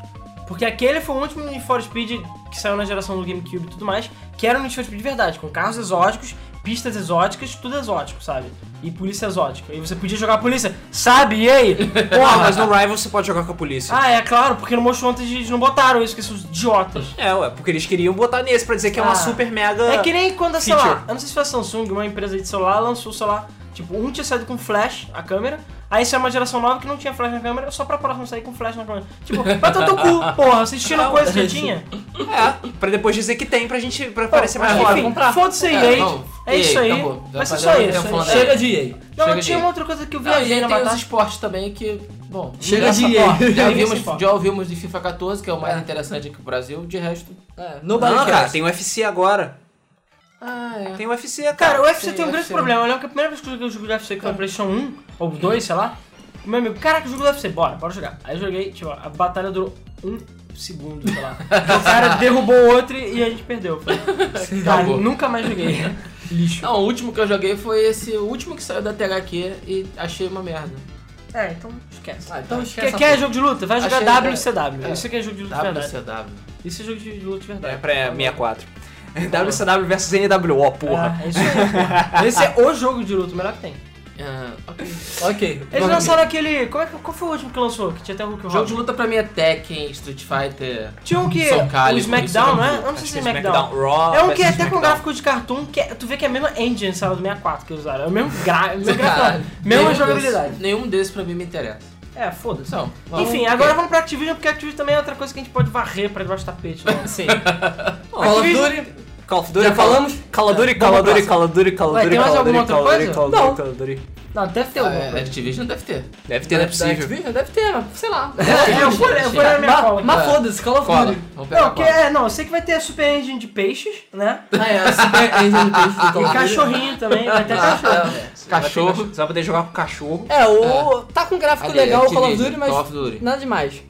B: Porque aquele foi o último Need for Speed que saiu na geração do GameCube e tudo mais, que era um Need for Speed de verdade, com carros exóticos, pistas exóticas, tudo exótico, sabe? E polícia exótica. E você podia jogar a polícia, sabe? E aí?
A: Porra, mas no Rival você pode jogar com a polícia.
B: ah, é claro, porque no Most Wanted eles não botaram isso, que são os idiotas.
A: É, ué, porque eles queriam botar nesse pra dizer que é
B: Ah.
A: uma super mega.
B: É que nem quando, sei
A: Feature.
B: lá, eu não sei se foi a Samsung, uma empresa de celular, lançou o celular, tipo, um tinha saído com flash, a câmera, Aí saiu uma geração nova que não tinha flash na câmera, só pra próxima sair com flash na câmera. Tipo, vai tomar teu cu, porra, vocês tiram coisa que tinha.
A: É, pra depois dizer que tem pra gente pra parecer mais
C: Ah,
B: mas
A: foda.
B: é, enfim, foda-se aí, é,
C: não,
B: é isso
C: EA,
B: aí.
C: acabou. um Já
B: Vai ser
C: faz-
B: só
C: já
B: isso,
C: estamos
B: é
C: falando
B: isso.
D: Chega de EA.
B: Não,
C: Chega
B: tinha
C: de-
B: uma outra coisa que eu
C: Não, e
B: viajei
C: aí
B: na
C: tem os
B: batata.
C: esportes também que, bom,
D: Chega
C: já-
D: de EA.
B: EA.
C: já
B: Ninguém se
C: ouvimos,
B: importa.
C: já ouvimos de FIFA 14, que é o mais interessante aqui pro Brasil, de resto.
D: É,
A: Não,
D: nobody
A: cara,
D: cares.
A: tem UFC agora.
C: Ah, é.
A: Tem UFC, cara.
B: Cara, o UFC
C: Sim,
B: tem um grande
C: UFC.
B: problema. Eu lembro que a primeira vez que eu joguei o jogo do UFC, que foi no PlayStation 1 ou 2, sei lá. Meu amigo, caraca, o jogo do UFC, bora, bora jogar. Aí eu joguei, tipo, a batalha durou um segundo, sei lá. o cara derrubou o outro e a gente perdeu. Foi. Cara,
C: Acabou.
B: nunca mais joguei. Lixo.
C: Não, o último que eu joguei foi esse o último que saiu da THQ e achei uma merda.
B: É, então esquece.
D: Ah, então esquece
B: Quer,
D: essa
B: quer jogo de luta? Vai jogar
C: Achei-
B: WCW.
C: é.
B: Isso aqui é jogo de luta de verdade.
C: WCW.
B: Isso é jogo de luta de
A: É
B: verdade.
A: pra 64. WCW versus NWO, porra.
B: É, é isso aí, porra. Esse é o jogo de luta, o melhor que tem.
C: Ah, ok.
D: Ok.
B: Eles lançaram aquele. Como é que, qual foi o último que lançou? Que tinha até o Hulk
C: O
B: Hogan?
C: jogo de luta pra mim é Tekken, Street Fighter.
B: Tinha um que.
C: São
B: o
C: Calibur,
B: SmackDown,
C: isso
B: não é?
C: é
B: Eu não sei
A: Acho
B: se
A: que é
B: é SmackDown.
A: Raw
C: Ah,
B: É um
A: versus
B: que até com
A: SmackDown.
B: gráfico de cartoon, que é- tu vê que é a mesma engine, sabe, do 64 que usaram. É o mesmo gra- mesmo
C: Caralho,
B: gráfico, é
C: nenhum
B: mesma
C: desses-
B: jogabilidade.
C: nenhum desses pra mim me interessa.
B: É, foda-se.
C: Então, vamos-
B: Enfim, agora vamos pra Activision, porque Activision também é outra coisa que a gente pode varrer pra debaixo do tapete. né?
D: Sim.
B: Call
D: Call
B: of
D: of
B: Duty-
D: Duty.
A: Call of Duty,
D: Já
A: Call-
D: falamos?
A: Call of Duty,
D: Tá,
A: Call of
D: vamos pra
A: Duty, Call of Duty, Call of
B: Ué,
A: Duty,
B: tem mais
A: Call of
B: alguma
A: Duty, Call
B: outra
A: of Duty, Call of
B: coisa?
A: Duty,
D: Não.
A: Call of Duty.
B: Não, deve ter
C: Ah,
B: alguma
C: é,
B: coisa.
C: Activision deve ter.
A: Deve ter, não é
D: Da
A: possível.
D: Activision? Deve ter, mas sei lá.
B: É, eu vou eu vou ler a minha cola.
D: Mas mas
B: aqui.
D: foda-se, Call of
C: Cola.
D: Duty.
C: Vamos pegar
B: Não,
C: É, a
B: que
C: cola.
B: é, não, eu sei que vai ter a Super Engine de peixes, né?
D: Ah, é, a Super Engine do Peixe do Call
B: E
C: Ah.
D: of Duty.
B: cachorrinho também, vai ter
D: Ah,
B: cachorro.
D: é.
C: Cachorro.
A: Você vai poder jogar com cachorro.
D: É, o. Tá com um gráfico
C: Ali, é
D: legal o Call of
C: Activision,
D: Duty, mas.
C: Call of Duty.
D: Nada demais.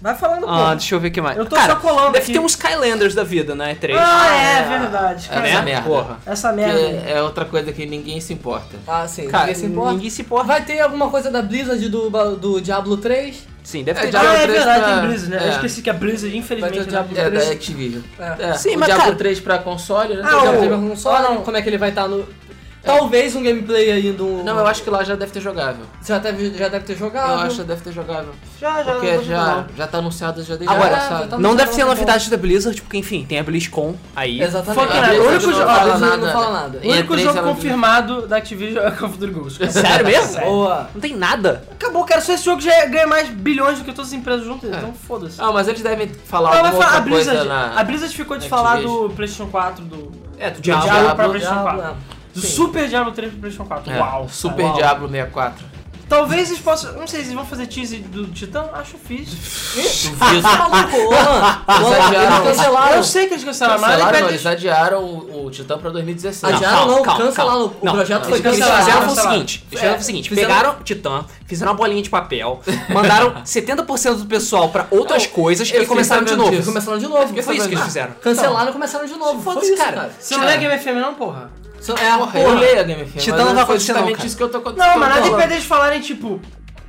B: Vai falando, um pô.
A: Ah, deixa eu ver o que mais.
B: Tá Eu tô
A: Cara,
B: só colando
A: Deve
B: aqui.
A: ter uns Skylanders da vida, né? E3.
B: Ah, é,
C: é.
B: verdade.
C: É,
B: cara.
C: essa
A: né?
C: merda.
A: Porra.
B: Essa
C: Que
B: merda.
C: é outra coisa que ninguém se importa.
D: Ah, sim.
A: Cara,
D: ninguém se importa.
A: ninguém se importa.
D: Vai ter alguma coisa da Blizzard do, ba- do Diablo 3?
A: Sim, deve
C: É,
A: ter.
C: já- Diablo
B: Ah, é
C: 3
B: verdade,
C: tá-
B: tem Blizzard, né? Eu
C: é.
B: esqueci que a Blizzard,
D: Vai ter
B: infelizmente, né?
D: o Diablo
C: É, da
D: 3.
C: Activision.
D: É.
C: É,
A: Sim,
C: o
A: mas,
C: Diablo
A: cara-
C: 3 pra console, né?
B: Ah,
D: o
B: o-
D: Diablo 3 vai console,
B: Ah, não.
D: como é que ele vai estar no... Talvez um gameplay aí do...
C: Não, eu acho que lá já deve ter jogável.
D: Você já deve, já deve ter jogado.
C: Eu acho que deve ter jogável.
B: Já, já,
C: Porque
B: não,
C: já,
B: não.
C: já tá anunciado já desde
A: Agora,
C: ano passado.
D: já tá-
A: Não
D: Não
A: deve
D: sei
A: ter
D: lá,
A: novidade da Blizzard, porque enfim, tem a BlizzCon aí.
D: Exatamente.
B: Fucking hell,
D: A Blizzard
B: o único
D: não
B: jogo-
D: fala
B: a
C: Blizzard
D: nada,
C: não
D: não
C: fala
D: fala nada.
B: O único
C: E a é três
B: jogo
C: era-
B: confirmado da Activision é o Call of Duty Ghosts.
A: Sério mesmo?
D: Boa.
A: Não tem nada?
B: Acabou, cara. Só esse jogo já ganha mais bilhões do que todas as empresas juntas. Então foda-se.
C: Ah, mas eles devem falar
B: Não,
C: alguma
B: mas
C: outra
B: a Blizzard,
C: coisa na...
B: a Blizzard ficou de
C: na
B: falar
C: Activision.
B: do PlayStation 4, do,
A: É, do
B: Diablo,
C: Diablo
B: pra PlayStation
D: Diablo,
B: 4. Do
C: Sim.
B: Super Diablo 3 pro PlayStation 4.
C: É,
B: Uau.
C: Super
B: Uau.
C: Diablo 64.
B: Talvez eles possam. Não sei, eles vão fazer tease do Titã? Acho fixe.
D: é. Tá maluco, ô, Alan. Ô, Alan,
C: Exageraram.
D: Eles cancelaram.
B: Eu sei que eles cancelaram, Tá, mas
C: Cancelaram,
B: vai
C: não,
B: ter-
C: eles adiaram o, o Titã pra 2017.
D: Adiaram?
A: calma,
D: não,
A: calma,
D: cancelaram.
A: calma.
D: O projeto foi
A: eles- eles
D: cancelado.
A: fizeram foi o
B: Cancelado.
A: seguinte, eles fizeram
D: É,
A: o seguinte,
D: fizeram-
A: pegaram o Titã, fizeram uma bolinha de papel, mandaram 70% do pessoal pra outras coisas e
C: eles
A: começaram de
C: fizeram
A: novo.
C: disso.
D: Começaram de novo.
A: Foi isso que eles fizeram.
D: Cancelaram e começaram de novo.
A: Foda-se,
D: Foi isso,
A: cara.
D: cara.
B: Você não é Game FM, não, porra?
D: Isso É a
C: Porra, eu
D: porra.
C: leio a Game FM,
A: Titã
C: mas
A: não vai
C: foi
A: acontecer não,
C: justamente
A: cara.
C: isso que eu tô contando.
B: Não, mas nada impede eles falarem, tipo.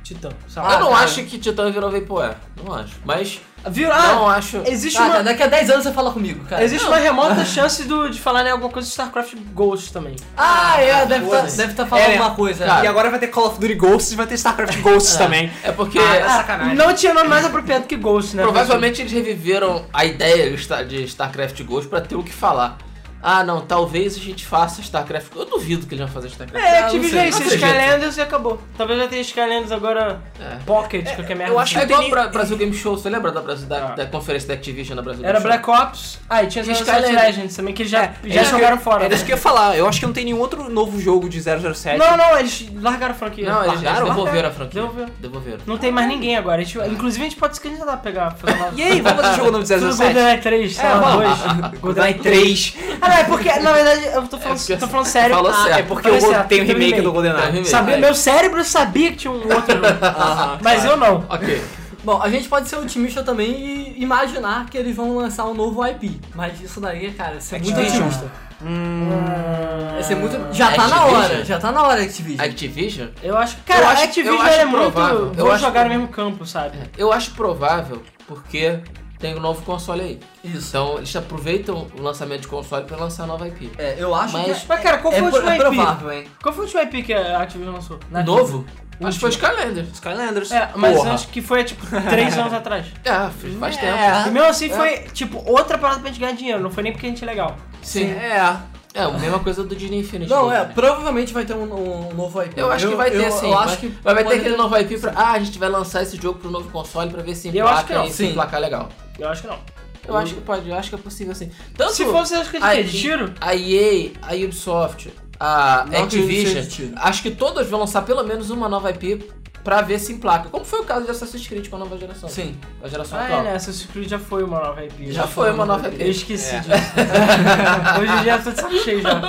B: Titã. sei lá.
C: Eu não
D: cara.
C: acho que Titã virou Vaporware. Não acho. Mas
B: Viu? Ah,
C: não tá, acho...
B: Existe
D: Ah,
B: uma.
D: cara, daqui a 10 anos você fala comigo, cara.
B: Existe uma remota chance do- de falar em alguma coisa de StarCraft Ghost também.
D: Ah, é, deve estar
B: foda-se.
D: deve tá falando
A: É,
D: alguma coisa.
A: E agora vai ter Call of Duty Ghosts e vai ter StarCraft Ghosts também.
C: É porque...
B: Ah,
A: sacanagem.
B: Não tinha nome mais apropriado que Ghost, né?
C: Provavelmente eles reviveram a ideia de Star- de StarCraft Ghost pra ter o que falar. Ah, não, talvez a gente faça StarCraft. Eu duvido que eles vão fazer StarCraft.
B: É,
D: Ah,
B: Activision
D: não
B: é
D: sei.
B: isso,
C: Tá, Não acredito.
B: Skylanders e acabou. Talvez vai ter Skylanders agora
C: É.
B: Pocket, qualquer merda.
A: eu acho
C: É
B: assim.
A: que-
C: igual
A: tem-
C: pra Brasil Game Show, você lembra da, Brasil- da-
B: Ah.
C: da conferência da Activision na Brasil
B: Era
C: Game
B: Black Ops. Ah, e tinha
C: é E
B: Skylanders
C: Skylanders.
B: Legends também, que eles já,
A: É,
B: já
A: era
B: jogaram fora.
A: Era
B: né?
A: isso que eu ia falar. Eu acho que não tem nenhum outro novo jogo de 007.
B: Não, não, eles largaram a franquia.
C: Show? Não, eles, eles
A: Largaram?
C: devolveram a franquia.
B: Devolveram.
C: Devolveram.
B: Não tem mais ninguém agora. A gente- inclusive a gente pode se candidatar a pegar. Fazer uma...
A: E aí, vamos fazer jogo novo de
B: Tudo né?
A: 007?
B: GoldenEye 3, sei
A: É,
B: lá,
A: vamos.
B: 2.
A: GoldenEye 3.
B: Ah, não, é porque, na verdade, eu tô falando,
C: É porque-
B: tô falando sério.
C: Falou
B: Ah,
A: É
C: certo.
A: porque
B: Vai
A: eu
B: ser,
A: tem o
B: tem
A: remake
B: remake.
A: do
C: Tem o
A: GoldenEye.
C: remake.
B: Sabia,
C: Vai.
B: meu cérebro sabia que tinha um outro jogo.
A: Aham.
B: Mas eu não.
C: Ok.
D: Bom, a gente pode ser otimista também e imaginar que eles vão lançar um novo IP. Mas isso daí, cara, isso é muito
A: Activision.
D: otimista.
A: Hum,
B: Ah.
D: Isso é muito. Já tá na hora,
C: Ah, Activision?
D: já tá na hora, Activision.
C: Activision?
B: Eu acho que. Cara,
C: Eu
B: a
C: acho-
B: Activision
C: eu acho
B: é muito.
C: provável. Eu
B: Vão jogar no
C: acho provável.
B: mesmo campo, sabe?
C: é, Eu acho provável, porque tem um novo console aí.
D: Isso.
C: Então eles aproveitam o lançamento de console pra lançar nova IP.
D: É, eu acho
C: Mas-
D: que.
B: Mas, cara, qual foi
D: é,
B: o
D: pro-
B: último
D: é
B: IP?
D: provável, hein?
B: Qual foi o último IP que a Activision lançou?
C: Novo? Acho que foi Skylander.
A: Skylanders.
B: É, mas
A: Porra.
B: acho que foi, tipo, três anos atrás.
C: É, faz faz
A: É.
C: tempo.
B: E mesmo assim foi, tipo, outra parada pra gente ganhar dinheiro. Não foi nem porque a gente é legal.
C: Sim.
A: É.
C: É, a mesma coisa do Disney Infinity.
D: Não,
C: War,
D: é,
C: né?
D: provavelmente vai ter um, um novo IP.
C: Eu acho que vai ter
D: eu-
C: sim.
D: Eu
C: vai,
D: acho que
C: vai, vai ter
D: pode-
C: aquele novo IP pra. Ah, a gente vai lançar esse jogo pro novo console pra ver se
B: Eu acho que não,
C: e se
D: sim.
C: placar legal.
B: Eu acho que não.
C: Eu acho que pode, eu acho que é possível sim. Tanto
B: Se fosse, acho que de quê?
C: Aí-
B: De tiro?
C: a EA, a Ubisoft, a
D: Não acredito
C: Activision,
D: que seja de tiro.
C: acho que todas vão lançar pelo menos uma nova IP pra ver se emplaca. Como foi o caso de Assassin's Creed com a nova geração.
D: Sim.
C: A geração
B: Ah,
C: atual.
B: é, né? Assassin's Creed já foi uma nova IP.
C: Já foi uma nova
B: Eu
C: IP.
B: esqueci
A: É.
B: disso. Hoje em dia eu tô de saco cheio já.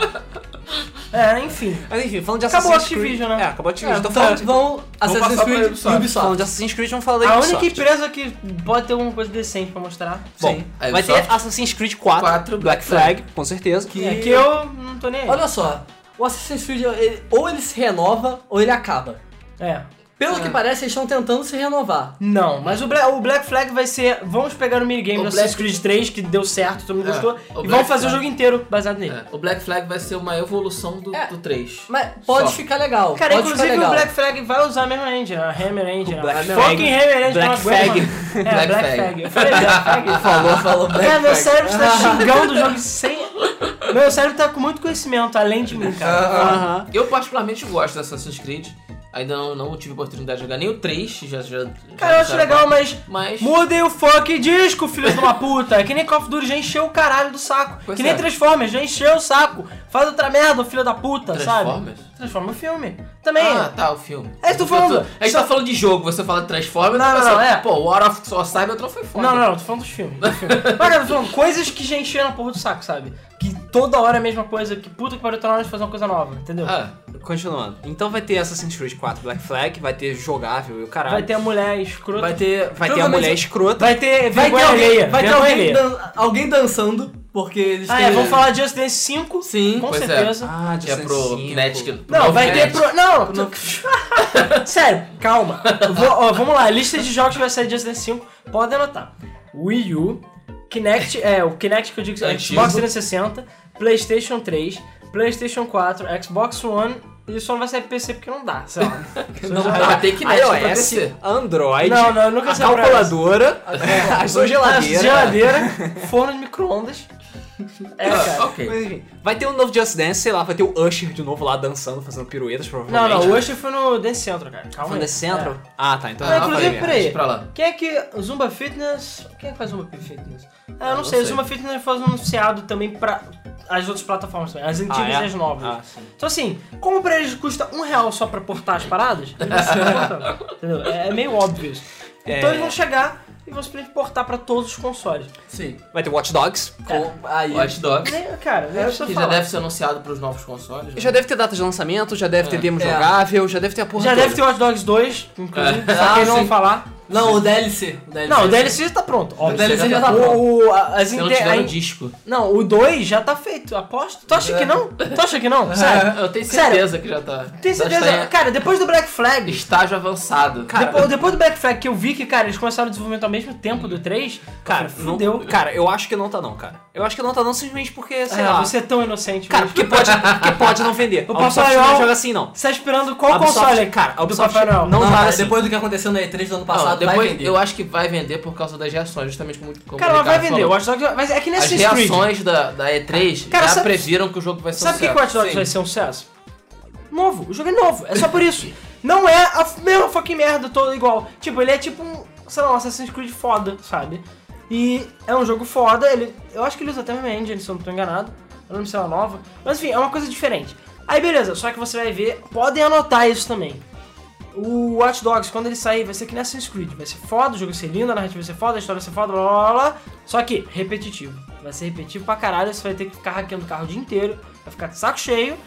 B: É, enfim.
A: Mas enfim, falando de
B: Acabou
A: Assassin's
B: a Activision,
A: Creed...
B: né?
A: É, acabou a Activision.
D: É,
A: então, falando,
D: então vão Assassin's
C: passar pra
D: Creed
C: Ubisoft.
D: e
A: falando de
D: Ubisoft.
A: Assassin's Creed, vamos falar da
B: A
A: Ubisoft.
B: única empresa que pode ter alguma coisa decente pra mostrar.
A: Bom,
D: Sim.
C: A
A: vai
C: Ubisoft.
A: ter Assassin's Creed 4,
C: Quatro,
A: Black
C: Black
A: Flag, com certeza.
D: Que-
B: É, que eu não tô nem aí.
D: Olha só, o Assassin's Creed, ele- ou ele se renova ou ele acaba.
B: É.
D: Pelo
C: É.
D: que parece, eles estão tentando se renovar.
B: Não, mas o Bla- o Black, Flag vai ser. Vamos pegar o minigame
C: O
B: do
C: Black-
B: Assassin's Creed 3, que deu certo, todo mundo
C: É,
B: gostou,
C: o
B: e
C: Black
B: vamos fazer o
C: Flag.
B: jogo inteiro baseado nele.
C: É, O Black Flag vai ser uma evolução do,
D: É.
C: do 3.
D: Mas pode
C: Só.
D: ficar legal.
B: Cara,
D: pode
B: inclusive
D: ficar
B: o
D: legal.
B: Black Flag vai usar a mesma engine, a Hammer Engine.
A: Black
B: a
A: Flag.
B: fucking Hammer
A: Black
B: Engine. que eu não aguento
A: Flag.
B: mais. É,
C: Black
B: Black,
C: Flag.
B: Flag. Eu falei Black Flag.
D: Falou, falou Black
C: Né?
B: Cara, É, meu
D: Flag.
B: cérebro está xingando o jogo sem... Meu cérebro tá com muito conhecimento, além de mim,
C: Ah,
B: cara.
A: Aham.
C: Eu particularmente gosto de Assassin's Creed. Ainda não, não tive oportunidade de jogar nem o 3. Já, já,
B: Cara, eu acho legal, mas...
C: Mas.
B: Mudem o fucking disco, filho de uma puta. Que nem Call of Duty já encheu o caralho do saco.
C: Pois
B: que nem
C: é.
B: Transformers, já encheu o saco. Faz outra merda, filho da puta, sabe?
C: Transformers?
B: Transforma o filme. Também.
C: Ah, tá, o filme.
B: É isso que eu tô falando.
C: A gente tá falando de jogo, você fala de Transformers,
B: Não,
C: a
B: não,
C: pessoa,
B: não, é.
C: Pô, War of Cybertron foi foda.
B: Não, não, não, tô falando dos filmes. Dos filmes. Mas, cara, tô falando coisas que já encheram a porra do saco, sabe? Que toda hora é a mesma coisa, que puta que pariu, tá na hora de fazer uma coisa nova, entendeu?
C: Ah,
A: Continuando. Então vai ter Assassin's Creed 4, Black Flag, vai ter jogável e o caralho.
B: Vai ter a mulher escrota.
A: Vai ter, vai ter a
D: Provavelmente-
A: mulher escrota.
B: Vai ter
D: Vai ter
B: vergonha alheia.
D: alguém, vai ter
B: vergonha
D: alguém,
B: alheia.
D: dan- alguém dançando, porque eles
B: Ah,
D: têm...
B: é, vamos falar de Just Dance 5.
D: Sim.
B: Com
C: Pois é.
B: certeza.
A: Ah,
C: que é
A: Justin
C: pro
A: Cinco.
C: Kinetic. pro
B: Não,
C: novo
B: vai ter
C: Kinetic.
B: pro... Não, tu- Sério, calma. Eu vou- ó, vamos lá, lista de jogos que vai sair de Just Dance 5. Pode anotar. Wii U, Kinect... É, o Kinect que eu digo que é
C: Antigo.
B: Xbox 360, Playstation 3, Playstation 4, Xbox One... E só não vai sair pro PC porque não dá, sei lá.
D: Não
C: Vai
D: dá.
C: ter
B: Ah,
C: Kinect pra
A: iOS,
C: PC.
A: é assim, Android,
B: Não, não, eu nunca
A: a
B: sei pra
A: calculadora, as suas geladeiras.
B: Geladeira, forno de micro-ondas. É,
C: Ah,
B: cara.
C: ok.
A: Mas enfim, vai ter um novo Just Dance, sei lá, vai ter o Usher de novo lá dançando, fazendo piruetas,
B: Não,
A: provavelmente.
B: não, o Usher foi no Dance Central, cara. Calma
A: Fã
B: aí.
A: desse centro?
B: É.
A: Ah, tá, então
B: Ah,
A: é
B: inclusive,
A: falei merda.
B: peraí.
C: Deixa pra lá.
B: Quem é que. Zumba Fitness. Quem é que faz Zumba Fitness? Ah, eu não,
C: não
B: sei.
C: sei.
B: Zumba Fitness faz um anunciado também pra as outras plataformas também, as antigas
A: Ah, é?
B: e as novas.
A: Ah, sim.
B: Então assim, como pra eles custa um real só pra portar as paradas, eles vão se portando, entendeu? É, é meio óbvio isso. Então
A: É.
B: eles vão chegar e vão simplesmente portar pra todos os consoles.
D: Sim.
A: Vai ter Watch Dogs.
D: Com- Aí,
C: Watch Dogs.
B: Nem- Cara, nem precisa
C: É, Que já
B: falar.
C: deve ser anunciado pros novos consoles. né?
A: Já deve ter data de lançamento, já deve ter
C: É.
A: demo
D: É.
A: jogável, já deve ter a porra
B: Já
A: toda.
B: deve ter Watch Dogs 2, inclusive,
C: É.
B: só que
D: Ah,
B: eles não vão
D: sim.
B: falar.
D: Não, o DLC. O DLC.
B: Não, o DLC já tá pronto,
D: O
B: óbvio.
D: DLC já
C: já
D: tá
C: tá
D: pronto.
B: O, o- a- as
C: Se não
B: inte-
C: tiver
B: a
C: no
B: in-
C: disco.
B: Não, o 2 já tá feito, aposto. Tu acha que não? Tu acha que
C: É.
B: não? Sério?
C: Eu tenho
B: Sério.
C: certeza que já tá.
B: Tem
C: já
B: certeza?
C: Está
B: Cara, depois do Black
C: em
B: Flag.
C: estágio avançado.
B: depois, depois do Black Flag que eu vi que, cara, eles começaram o desenvolvimento ao mesmo tempo do 3.
A: Cara,
B: não
A: não, cara, eu acho que não tá não, cara. Eu acho que não tá não simplesmente porque, sei lá...
B: você é tão inocente.
A: Cara,
B: mesmo.
A: porque pode, porque pode não vender.
B: O
A: A Ubisoft
B: Papai
A: não
B: Noel-
A: joga assim, não.
B: Você tá esperando qual
A: A Ubisoft-
B: console?
A: cara, a
B: do
A: Ubisoft
B: Papai Noel.
A: não-
D: Não,
A: tá
D: cara,
A: assim.
D: depois do que aconteceu na E3 do ano
C: Não,
D: passado, vai
C: depois
D: vender.
C: eu acho que vai vender por causa das reações, justamente como, como
B: Cara, mas
C: o
B: vai
C: Ricardo
B: vender. O
C: falou.
B: Watch Dogs vai ser. É que nem
C: As
B: Assassin's Creed.
C: reações da, da E3
B: Cara,
C: já
B: sabe-
C: previram que o jogo vai ser um
B: Sabe por que que o Watch Dogs
D: Sim.
B: vai ser um sucesso? Novo. O jogo é novo. É só por isso. Não é a f- mesma fucking merda toda igual. Tipo, ele é tipo um, sei lá, um Assassin's Creed foda, sabe? E é um jogo foda. Ele, eu acho que ele usa até a mesma engine, se eu não tô enganado. Eu não lembro se ela é nova. Mas enfim, é uma coisa diferente. Aí beleza, só que você vai ver, podem anotar isso também. O Watch Dogs, quando ele sair, vai ser que nem Assassin's Creed. Vai ser foda, o jogo vai ser lindo, a narrativa vai ser foda, a história vai ser foda, blá blá blá. blá. Só que repetitivo. Vai ser repetitivo pra caralho, você vai ter que ficar hackeando o carro o dia inteiro, vai ficar de saco cheio.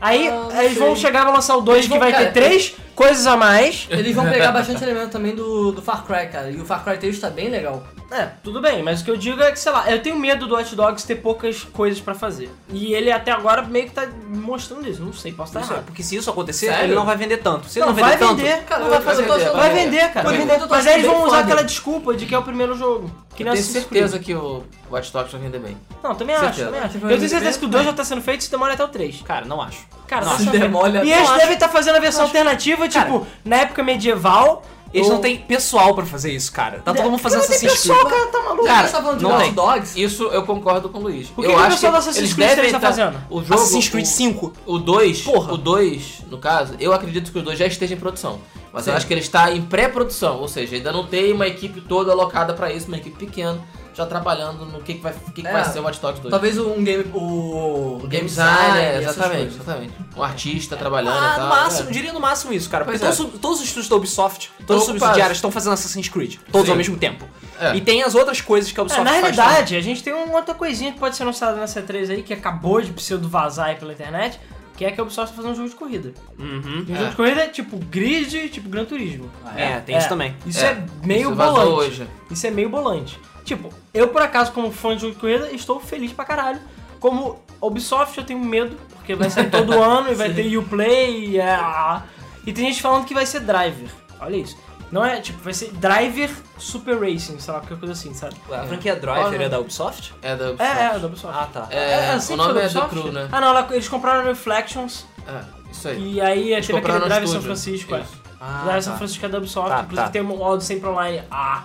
B: Aí
D: Ah, não
B: eles vão
D: sei.
B: chegar e vão lançar o 2
D: Eles
B: que
D: vão-
B: vai
D: cara,
B: ter três coisas a mais.
D: Eles vão pegar bastante elemento também do, do Far Cry, cara. E o Far Cry 3 tá bem legal.
B: É, tudo bem, mas o que eu digo é que, sei lá, eu tenho medo do Hot Dogs ter poucas coisas pra fazer. E ele até agora meio que tá mostrando isso, não sei, posso estar
A: Não sei,
B: errado.
A: porque se isso acontecer,
C: Sério?
A: ele não vai vender tanto. Se ele
B: Tá. Não,
A: não,
B: vai
A: vender tanto...
B: vender.
D: Cara,
C: Não, vai
D: eu-
C: fazer
D: eu tô
C: o quê?
D: achando-
B: Vai
C: Vai
B: vender, cara.
D: Por
B: Vai
D: enquanto,
B: vender.
D: eu tô
B: Mas aí
D: achando
B: eles vão
D: bem
B: usar
D: foda.
B: aquela desculpa de que é o primeiro jogo. Que
C: Eu
B: não é
C: tenho
B: Assassin's Creed.
C: certeza que o Watch Dogs vai vender bem.
B: Não, também acho,
C: Certeza.
B: também acho. Eu
D: Vai
B: tenho certeza
D: vender.
B: que o 2 já tá sendo feito se demora até o 3.
A: Cara, não acho.
B: Cara,
A: Não,
B: tá
D: se
B: sendo feito.
D: demora-
B: E
D: eu
B: eles tá
D: acho-
B: devem estar fazendo a versão alternativa, tipo, na época medieval.
A: Eles
D: Eu-
A: não têm pessoal pra fazer isso, cara. Tá todo mundo fazendo
B: Cara, tem
A: Assassin's
B: pessoal,
A: Creed.
B: cara, tá maluco.
D: Cara, você tá falando de
A: não
D: Watch
A: tem.
D: Dogs?
C: Isso eu concordo com o Luiz.
B: O que
C: eu
B: que o
C: acho
B: pessoal do Assassin's
C: eles
B: Creed
C: devem
B: 3 tá
C: tá-
B: fazendo?
C: O jogo,
A: Assassin's Creed
C: o-
A: 5.
C: O 2,
A: Porra.
C: o 2, no caso, eu acredito que o 2 já esteja em produção. Mas eu
A: Sim.
C: acho que ele está em pré-produção, ou seja, ainda não tem uma equipe toda alocada pra isso, uma equipe pequena, já trabalhando no que, que, vai, o que que
D: É.
C: vai ser o Watch Dogs 2.
D: Talvez um game. O.
C: O game design, é,
D: essas
C: exatamente,
D: coisas.
C: exatamente. Um artista trabalhando
A: Ah,
C: e
A: no
C: tal.
A: máximo,
C: é.
A: diria no máximo isso, cara. Porque
C: Pois é.
A: todos, todos os estudos da Ubisoft, todas as
C: Então,
A: subsidiárias estão fazendo Assassin's Creed. Todos
C: Sim.
A: ao mesmo tempo.
C: É.
A: E tem as outras coisas que a
B: É,
A: Ubisoft
B: na
A: faz
B: realidade, a gente tem uma outra coisinha que pode ser anunciada nessa 3 aí, que acabou de pseudo vazar aí pela internet, que é que a Ubisoft tá fazendo um jogo de corrida.
A: também. Uhum.
B: E um
C: É.
B: jogo de corrida é tipo grid, tipo Gran Turismo.
A: É, tem isso também.
B: Isso é, meio
C: Isso vazou
B: bolante.
C: hoje.
B: Isso é meio bolante. Tipo, eu por acaso, como fã de jogo de corrida, estou feliz pra caralho. Como Ubisoft, eu tenho medo, porque vai sair todo ano e vai ter Uplay e... ah. E tem gente falando que vai ser Driver. Olha isso. Não é, tipo, vai ser Driver Super Racing, sei lá, qualquer coisa assim, sabe?
A: A franquia Driver é da Ubisoft?
C: É da
B: É,
C: Ubisoft.
B: é, é da Ubisoft.
A: Ah, tá.
C: É,
B: ela
C: o
B: sempre
C: nome
B: foi
C: é
B: da
C: The
B: Ubisoft?
C: Crew, né?
B: Ah, não, ela- eles compraram Reflections
C: É, isso aí.
B: e aí
C: Eles
B: teve aquele
C: compraram
B: Drive
C: no
B: São
C: estúdio.
B: Francisco, é.
C: Isso.
A: Ah,
B: Drive
A: tá.
B: São Francisco é da Ubisoft,
A: Tá,
B: inclusive
A: tá.
B: tem um modo sempre online. Ah!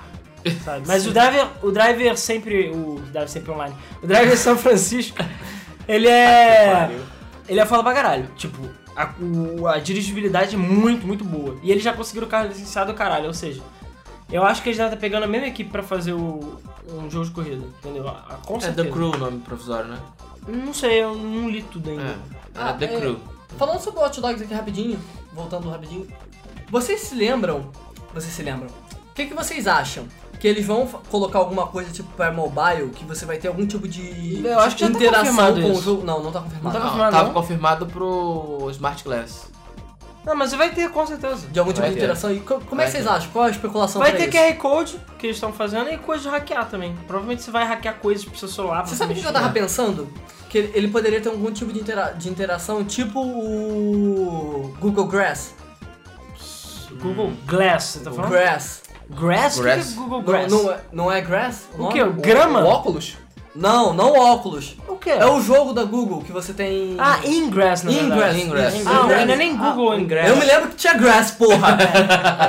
B: Sabe? Mas o Driver, o Driver sempre. O Driver sempre online. O Driver São Francisco, ele é. Ele é foda pra caralho. Tipo, a, o- a dirigibilidade é muito, muito boa. E eles já conseguiram o carro licenciado, caralho. Ou seja, eu acho que eles já tá pegando a mesma equipe pra fazer o, um jogo de corrida, entendeu? A, a, com
C: É
B: certeza.
C: The Crew o nome provisório, né?
B: Não sei, eu não li tudo ainda.
C: É, é
D: Ah,
C: The
D: é.
C: Crew.
B: Tá
D: Falando sobre o Watch Dogs aqui rapidinho, voltando rapidinho. Vocês se lembram? Vocês se lembram? O que, que vocês acham? Que eles vão fa- colocar alguma coisa tipo para mobile, que você vai ter algum tipo de
B: Eu acho que já tá
D: interação
B: confirmado
D: com
B: isso.
D: o jogo? Não, não tá confirmado.
B: Não tá
C: Não,
B: confirmado,
C: tava
B: não?
C: confirmado pro Smart Glass.
B: Não, mas vai ter, com certeza.
D: De algum tipo
C: Vai
D: de
C: ter.
D: interação. E co- como
C: Vai
D: é que vocês
C: ter.
D: acham? Qual a especulação
B: tá Vai
D: pra
B: ter
D: Então tá isso?
B: QR Code que eles estão fazendo e coisa de hackear também. Provavelmente você vai hackear coisas pro seu celular.
D: Você
B: pra
D: sabe o que eu
B: mexer.
D: tava pensando? Que ele ele poderia ter algum tipo de, intera- de interação, tipo o Google Grass.
B: Google Glass, você tá falando?
D: Grass.
B: Grass? O que que é
C: Grass.
B: Google
D: Não,
B: Grass?
D: não, é, não é Grass?
B: O
D: nome?
B: quê? Grama?
D: O óculos? Não, não óculos.
B: O que?
D: É o jogo da Google que você tem.
B: Ah, Ingress, na verdade.
D: Ingress.
C: Ingress.
B: Ah,
D: Ingress.
B: não é nem Google Ingress.
D: Eu me lembro que tinha Grass, porra.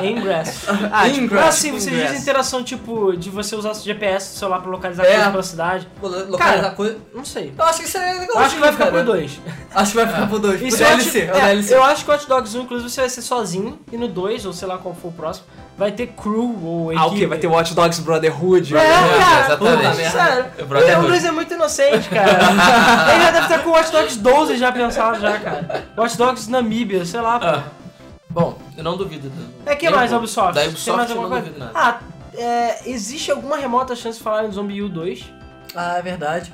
B: É Ingress. Ah, tipo,
D: Ingress,
B: ah, sim,
D: tipo
B: você
D: Ingress.
B: diz interação, tipo, de você usar o GPS do celular pra localizar
D: É.
B: coisas pela cidade.
D: Vou localizar
B: Cara,
D: coisa.
B: Não sei.
D: Eu acho que isso é legal.
B: Eu acho que vai ficar
D: cara.
B: por dois.
D: Acho que vai ficar por dois.
B: Isso
D: Pro
B: eu
D: DLC.
B: acho-
D: é o
B: é,
D: DLC.
B: Eu acho que o Hot Dogs 1, inclusive, você vai ser sozinho. E no 2, ou sei lá qual for o próximo, vai ter crew ou equipe.
A: Ah, o quê? Vai ter Watch Dogs Brotherhood?
B: É, cara,
C: Exatamente.
B: puta,
D: merda.
B: sério.
C: O brother
B: o
C: hood.
B: Luiz é muito inocente, cara. Ele já deve estar com o Watch Dogs 12 já pensado já, cara. Watch Dogs Namíbia, sei lá, pô.
C: Bom, eu não duvido. do-
B: É que
C: nem um
B: mais,
C: pouco.
B: Ubisoft?
C: Ah, Da
B: Tem
C: Ubisoft
B: mais
C: eu
B: alguma
C: não
B: coisa?
C: duvido nada.
B: Ah, é, existe alguma remota chance de falar em Zombie U 2,
D: Ah, é verdade.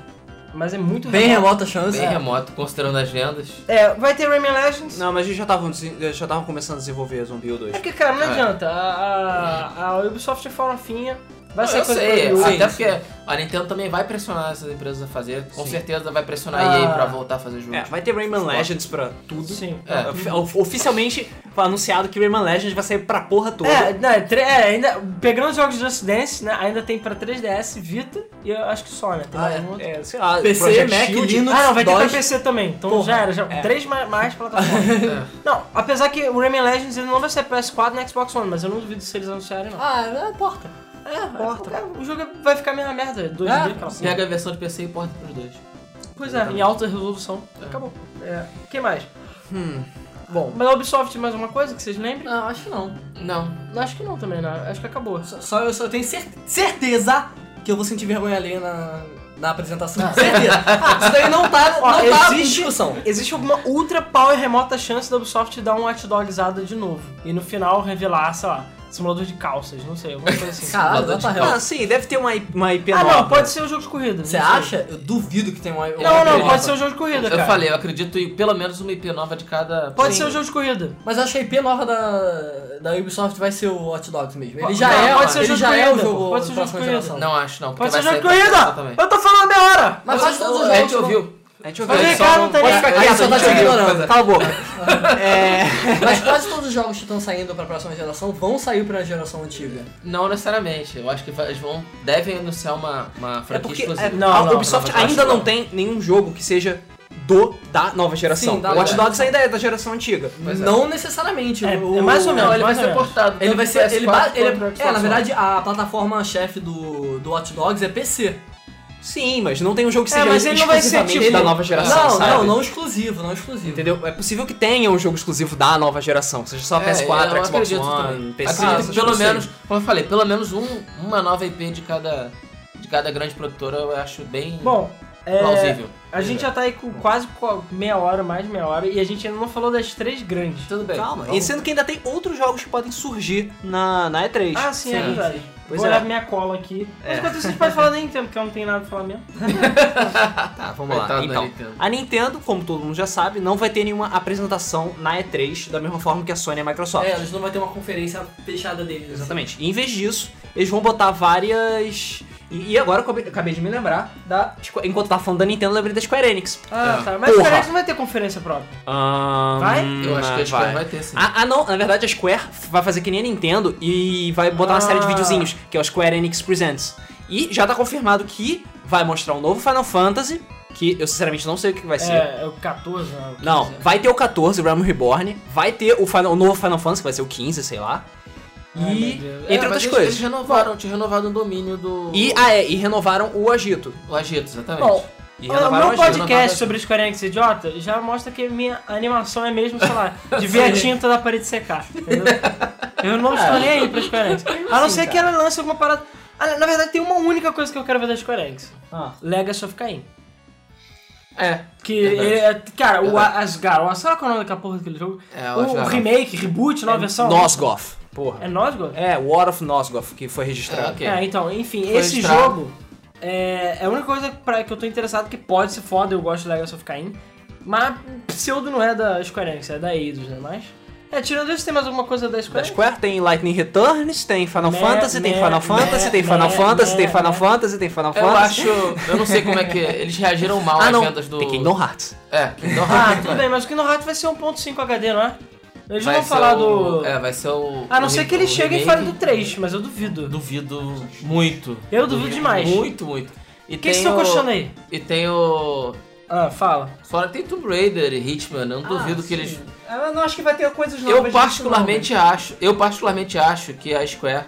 B: mas é muito
D: Bem remota
B: Ah,
D: chance. Ah.
C: Bem remoto, considerando as vendas.
B: É, vai ter Rayman Legends.
A: Não, mas eles já estavam desen- eles já estavam começando a desenvolver Zombie U2.
B: É que, cara, não
C: É.
B: adianta. A, a, a Ubisoft é farofinha. Vai ser
C: eu
B: coisa pra
C: sei,
B: Wii U.
C: até porque é a Nintendo também vai pressionar essas empresas a fazer. Com
A: Sim.
C: certeza vai pressionar
B: Ah.
C: a EA pra voltar a fazer jogo.
A: É, vai ter Rayman Legends pra tudo.
B: Sim.
C: É.
A: Ofi- of- Oficialmente foi anunciado que Rayman Legends vai sair pra porra toda.
B: É, não, é, tre- é, ainda, pegando os jogos de Just Dance, né, ainda tem pra 3DS, Vita e eu acho que só, né? Tem
D: Ah,
B: mais
D: é.
B: um outro.
A: É, sei lá,
D: PC,
A: Project
D: Mac,
A: Shield.
D: Linux.
B: Ah, não, vai ter pra
D: DOS.
B: PC também. Então
D: Porra.
B: já era, já,
A: É.
B: três mais, mais
C: É.
B: plataformas. não, apesar que o Rayman Legends ele não vai ser PS4 nem Xbox One, mas eu não duvido se eles anunciarem, não.
D: Ah, é a porta.
B: é, porta. o jogo vai ficar a mesma merda, 2D,
D: É,
B: aquela porra.
C: Pega a versão de PC e porta pros dois.
B: Pois é, em alta resolução. Acabou. É. Hum. O que mais? Bom, mas a Ubisoft mais uma coisa que vocês lembrem?
D: Não, acho que não.
C: Não.
B: Acho que não também, né? Acho que acabou.
D: Só- Só, eu só tenho cer- certeza que eu vou sentir vergonha ali na, na apresentação. Certeza. Isso daí não tá,
B: Ah. Ó,
D: não tá em
B: existe-
D: discussão.
B: Existe alguma ultra power remota chance da Ubisoft dar um hot dogzada de novo. E no final revelar, sei lá, simulador de calças, não sei, alguma coisa assim.
D: Caralho,
C: Simulador
D: já
C: de
D: tá
A: Ah,
D: real.
A: sim, deve ter uma, I- uma IP
B: ah,
A: nova.
B: não, pode ser um jogo de corrida.
D: Você
B: não sei.
D: acha? Eu duvido que tenha uma.
B: Não,
D: uma
B: não,
D: nova.
B: pode ser um jogo de corrida,
C: Eu
B: cara.
C: falei, eu acredito em pelo menos uma IP nova de cada.
B: Pode
C: Sim.
B: ser um jogo de corrida.
D: Mas eu acho que a IP nova da, da Ubisoft vai ser o Hot Dogs mesmo. Ele já
B: Não,
D: é,
B: pode ser
D: ele
B: jogo de
D: já é o
B: corrida,
D: jogo
B: pô. Pode ser jogo
D: da
B: de
D: próxima
B: corrida.
D: geração.
C: Não acho, não. porque
B: Pode ser
C: vai
B: jogo de
C: pra
B: corrida!
C: também.
B: Eu tô falando a minha hora!
C: Mas
D: Mas quase todos os
C: É, a
D: jogos.
C: gente ouviu.
A: A gente vai
B: Mas
A: ver.
B: vem
C: só
B: cá,
C: não
B: não tá
C: pode
B: nem
C: ficar
B: aí.
D: quieto, só tá
A: a gente
D: te
A: ouviu.
D: ignorando.
A: Cala a boca. É...
D: Mas quase todos os jogos que estão saindo pra próxima geração vão sair pra geração antiga.
C: Não necessariamente. Eu acho que vai- eles vão. Devem anunciar uma, uma
A: É
C: franquia
A: porque é,
C: exclusiva. Ah,
B: Não,
A: a
B: não,
A: Ubisoft
C: não, não,
A: ainda
C: não.
A: não tem nenhum jogo que seja do da nova geração.
D: Sim, da
A: Watch
D: nova
A: Dogs ainda é da geração antiga.
C: Pois é.
D: Não necessariamente.
B: É,
D: o-
B: é mais ou menos,
D: Ele vai
B: mais ou
D: ser
B: menos.
D: portado. Ele
B: Tanto
C: né?
D: vai
B: pro
D: ser. Ele,
B: PS4
D: ba- ele-
B: quanto pro
D: é, na
B: Xbox
D: verdade, a plataforma chefe do, do Watch Dogs é PC.
A: Sim, mas não tem um jogo que
B: É,
A: seja
B: mas ele não vai ser
A: exclusivamente
B: tipo-
A: da nova
C: Ah,
A: geração,
D: não,
A: sabe?
D: não, não exclusivo, não exclusivo.
A: Entendeu? É possível que tenha um jogo exclusivo da nova geração, que seja só
C: É,
A: PS4,
C: eu
A: Xbox
C: acredito
A: One,
C: também.
A: PC.
C: Acredito
A: essas
C: que pelo
A: coisas.
C: menos, como eu falei, pelo menos um- uma nova IP de cada, de cada grande produtora eu acho bem
B: Bom, é,
C: plausível.
B: a gente já tá aí com quase co- meia hora, mais de meia hora, e a gente ainda não falou das três grandes.
C: Tudo bem.
A: Calma, e
C: Vamos-
A: sendo que ainda tem outros jogos que podem surgir na, na E3.
B: Ah, sim, é
C: Sim.
B: verdade.
A: Pois
B: Vou
A: é.
B: olhar minha cola aqui.
A: É.
B: Mas enquanto isso, a gente pode falar da Nintendo, porque eu não tenho nada pra falar mesmo.
A: tá, vamos lá.
C: Coitado da
A: Então,
C: Nintendo.
A: a Nintendo, como todo mundo já sabe, não vai ter nenhuma apresentação na E3 da mesma forma que a Sony e a Microsoft.
D: É, eles não vai ter uma conferência fechada deles. assim.
A: Exatamente. E em vez disso, eles vão botar várias. E, e agora eu acabei- acabei de me lembrar da. Squ- Enquanto eu tava falando da Nintendo, eu lembrei da Square Enix.
B: Ah,
C: É.
B: tá. Mas
A: Porra.
B: a Square Enix não vai ter conferência própria. Hum, Vai?
C: Eu acho que a Square vai ter sim.
A: Ah, ah, não, na verdade a Square vai fazer que nem a Nintendo e vai botar uma
B: Ah.
A: série de videozinhos, que é o Square Enix Presents. E já tá confirmado que vai mostrar um novo Final Fantasy, que eu sinceramente não sei o que vai ser.
B: É, é o 14, né? o 15,
A: Não,
B: né?
A: vai ter o 14, o Realm Reborn, vai ter o, Final- o novo Final Fantasy, que vai ser o 15, sei lá.
B: Ai,
A: E,
B: meu Deus.
A: entre
C: É, mas
A: outras
C: eles-
A: coisas.
C: Eles renovaram, tinha renovado o domínio do.
A: E, ah, é, e renovaram o Agito.
C: O Agito, exatamente.
B: Bom,
A: E
B: o
A: renovaram o
B: meu
A: Agito.
B: podcast sobre Square Enix idiota já mostra que minha animação é mesmo, sei lá, de ver a tinta da parede secar, entendeu? Eu não estou nem aí pra Square Enix. A não ser que ela lance alguma parada... Ah, na verdade, tem uma única coisa que eu quero ver da Square Enix. Legacy of Kain.
C: é.
B: Que,
C: Verdade.
B: ele é- cara, o
C: Verdade.
B: Asgard, o- sabe qual é o nome daquela porra daquele jogo?
C: É,
B: o
C: o Asgard.
B: remake, reboot, nova versão?
A: Nosgoth. Porra.
B: É Nosgoth?
A: É, War of Nosgoth, que foi registrado.
C: É, ok.
B: É, então, enfim,
C: Foi
B: esse
C: registrado.
B: jogo é, é a única coisa pra, que eu tô interessado que pode ser foda, eu gosto de Legacy of Kain, mas pseudo não é da Square Enix, é da Eidos, né, mas... É, tirando isso, tem mais alguma coisa da
A: Da
B: Square Enix?
A: Square tem Lightning Returns, tem Final
B: Meh,
A: Fantasy, tem
B: meh,
A: Final Fantasy,
B: meh,
A: tem Final
B: meh,
A: Fantasy, tem
B: meh,
A: Final
B: meh.
A: Fantasy, tem Final
C: Eu
A: Fantasy.
C: acho. Eu não sei como é que. Eles reagiram mal
A: Ah,
C: às
A: não.
C: vendas do.
A: Tem Kingdom Hearts.
C: É, Kingdom
B: Ah,
C: Hearts.
B: tudo bem, mas o Kingdom Hearts vai ser 1.5 HD, não é? Eles não vão
C: Vai ser
B: falar
C: o-
B: do...
C: É, vai ser o.
B: a não
C: o
B: ser
C: re-
B: que eles
C: o
B: cheguem e
C: remake.
B: falem do 3, mas eu duvido. O
C: Duvido muito.
B: Eu duvido demais.
C: Muito, muito. E
B: que vocês
C: tem
B: estão
C: o-
B: coxando aí?
C: E tem o.
B: Ah, fala.
C: Fora tem Tomb Raider e Hitman, eu
B: Ah,
C: não duvido que eles.
A: Eu não acho que vai ter coisas
C: Eu particularmente acho. Eu particularmente acho que a Square